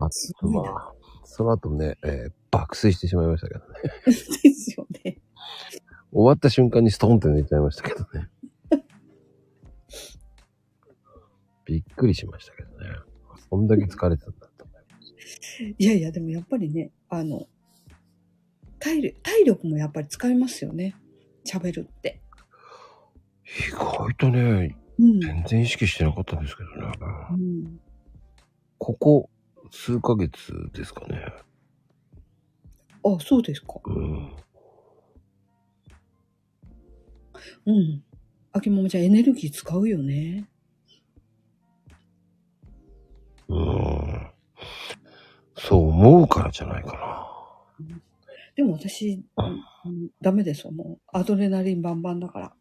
Speaker 1: あっ
Speaker 3: すごい
Speaker 1: ま
Speaker 3: な。
Speaker 1: あ、その後ね、えー爆睡してしまいましたけどね。
Speaker 3: ですよね。
Speaker 1: 終わった瞬間にストンって寝ちゃいましたけどね。びっくりしましたけどね。そんだけ疲れてたんだと。
Speaker 3: いやいや、でもやっぱりね、あの、体力、体力もやっぱり使いますよね。喋るって。
Speaker 1: 意外とね、
Speaker 3: うん。
Speaker 1: 全然意識してなかったですけどね。
Speaker 3: うん、
Speaker 1: ここ数ヶ月ですかね。
Speaker 3: あ、そうですか。
Speaker 1: うん。
Speaker 3: うん。あきももちゃんエネルギー使うよね。
Speaker 1: うん。そう思うからじゃないか
Speaker 3: でも私、うんダメですわ。もう、アドレナリンバンバンだから。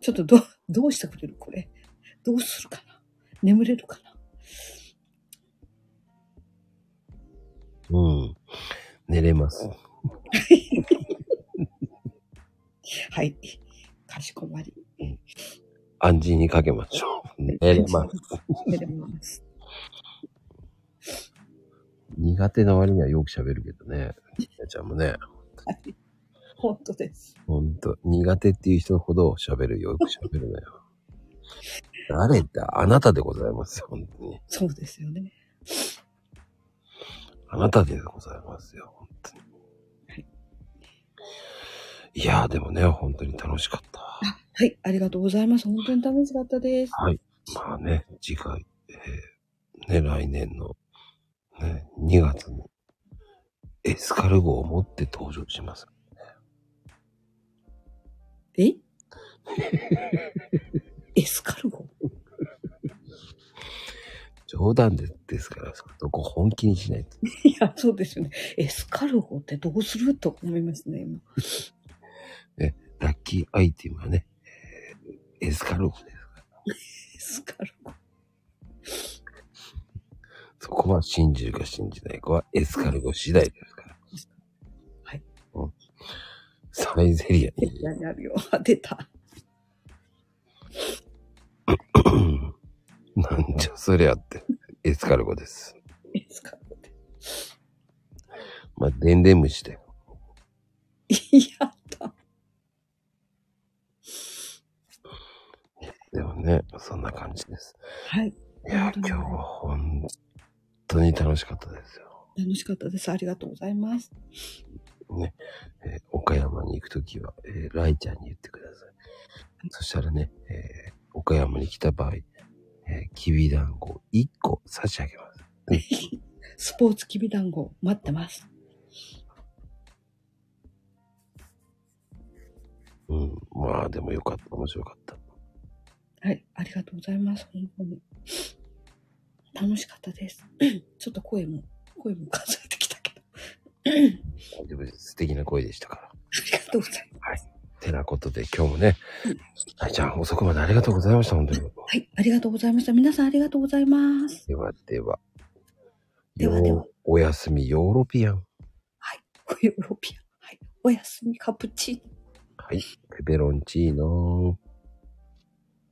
Speaker 3: ちょっとどう、どうしてくれるこれ。どうするかな。眠れるかな。
Speaker 1: な。うん。寝れます。
Speaker 3: はい。かしこまり。
Speaker 1: 暗示にかけましょう。寝れます。
Speaker 3: 寝れます。
Speaker 1: 苦手な割にはよく喋るけどね。ちなちゃんもね。
Speaker 3: 本当です。
Speaker 1: ほんと、苦手っていう人ほど喋るよ。よく喋るのよ。誰ってあなたでございますよ。本当に。
Speaker 3: そうですよね。
Speaker 1: あなたでございますよ。本当に。
Speaker 3: はい
Speaker 1: いやーでもね、本当に楽しかった。
Speaker 3: はい。ありがとうございます。本当に楽しかったです。
Speaker 1: はい。まあね、次回、えーね、来年の、ね、2月に、エスカルゴを持って登場します。
Speaker 3: え エスカルゴ
Speaker 1: 冗談でですから、そこ本気にしないと。
Speaker 3: いや、 そうですよね。エスカルゴってどうすると思いますね、今。
Speaker 1: ラッキーアイテムはね、えーエスカルゴです。
Speaker 3: エスカルゴ。
Speaker 1: そこは信じるか信じないかはエスカルゴ次第ですから。
Speaker 3: はい。
Speaker 1: うん、サイゼリアに。
Speaker 3: いや、なるよ。 出た。
Speaker 1: なんじゃそりゃって。エスカルゴです。
Speaker 3: エスカルゴって。
Speaker 1: まあ、でんでん虫で。
Speaker 3: やった。
Speaker 1: でもね、そんな感じです。
Speaker 3: はい。
Speaker 1: いや、
Speaker 3: 本当
Speaker 1: 今
Speaker 3: に
Speaker 1: 日は本当に楽しかったですよ。
Speaker 3: 楽しかったです。ありがとうございます。
Speaker 1: ね、えー岡山に行くときは、えーライちゃんに言ってください。そしたらね、えー岡山に来た場合、えーきびだんご1個差し上げます。
Speaker 3: スポーツきび団子待ってます。
Speaker 1: うん、まあでもよかった、面白かった。
Speaker 3: はい。ありがとうございます。本当に。楽しかったです。 ちょっと声も、声も数えてきたけど。 あ
Speaker 1: 大丈夫です。素敵な声でしたから。
Speaker 3: りがとうございます。
Speaker 1: てなことで今日もね、ライちゃん遅くまでありがとうございました、本当に。
Speaker 3: はい、ありがとうございました。皆さんありがとうございます。
Speaker 1: ではでは、
Speaker 3: ではでは
Speaker 1: ようおやすみヨーロピアン。
Speaker 3: ヨーロピアン。はい、おやすみカプチーノ。
Speaker 1: はい、ペペロンチーノ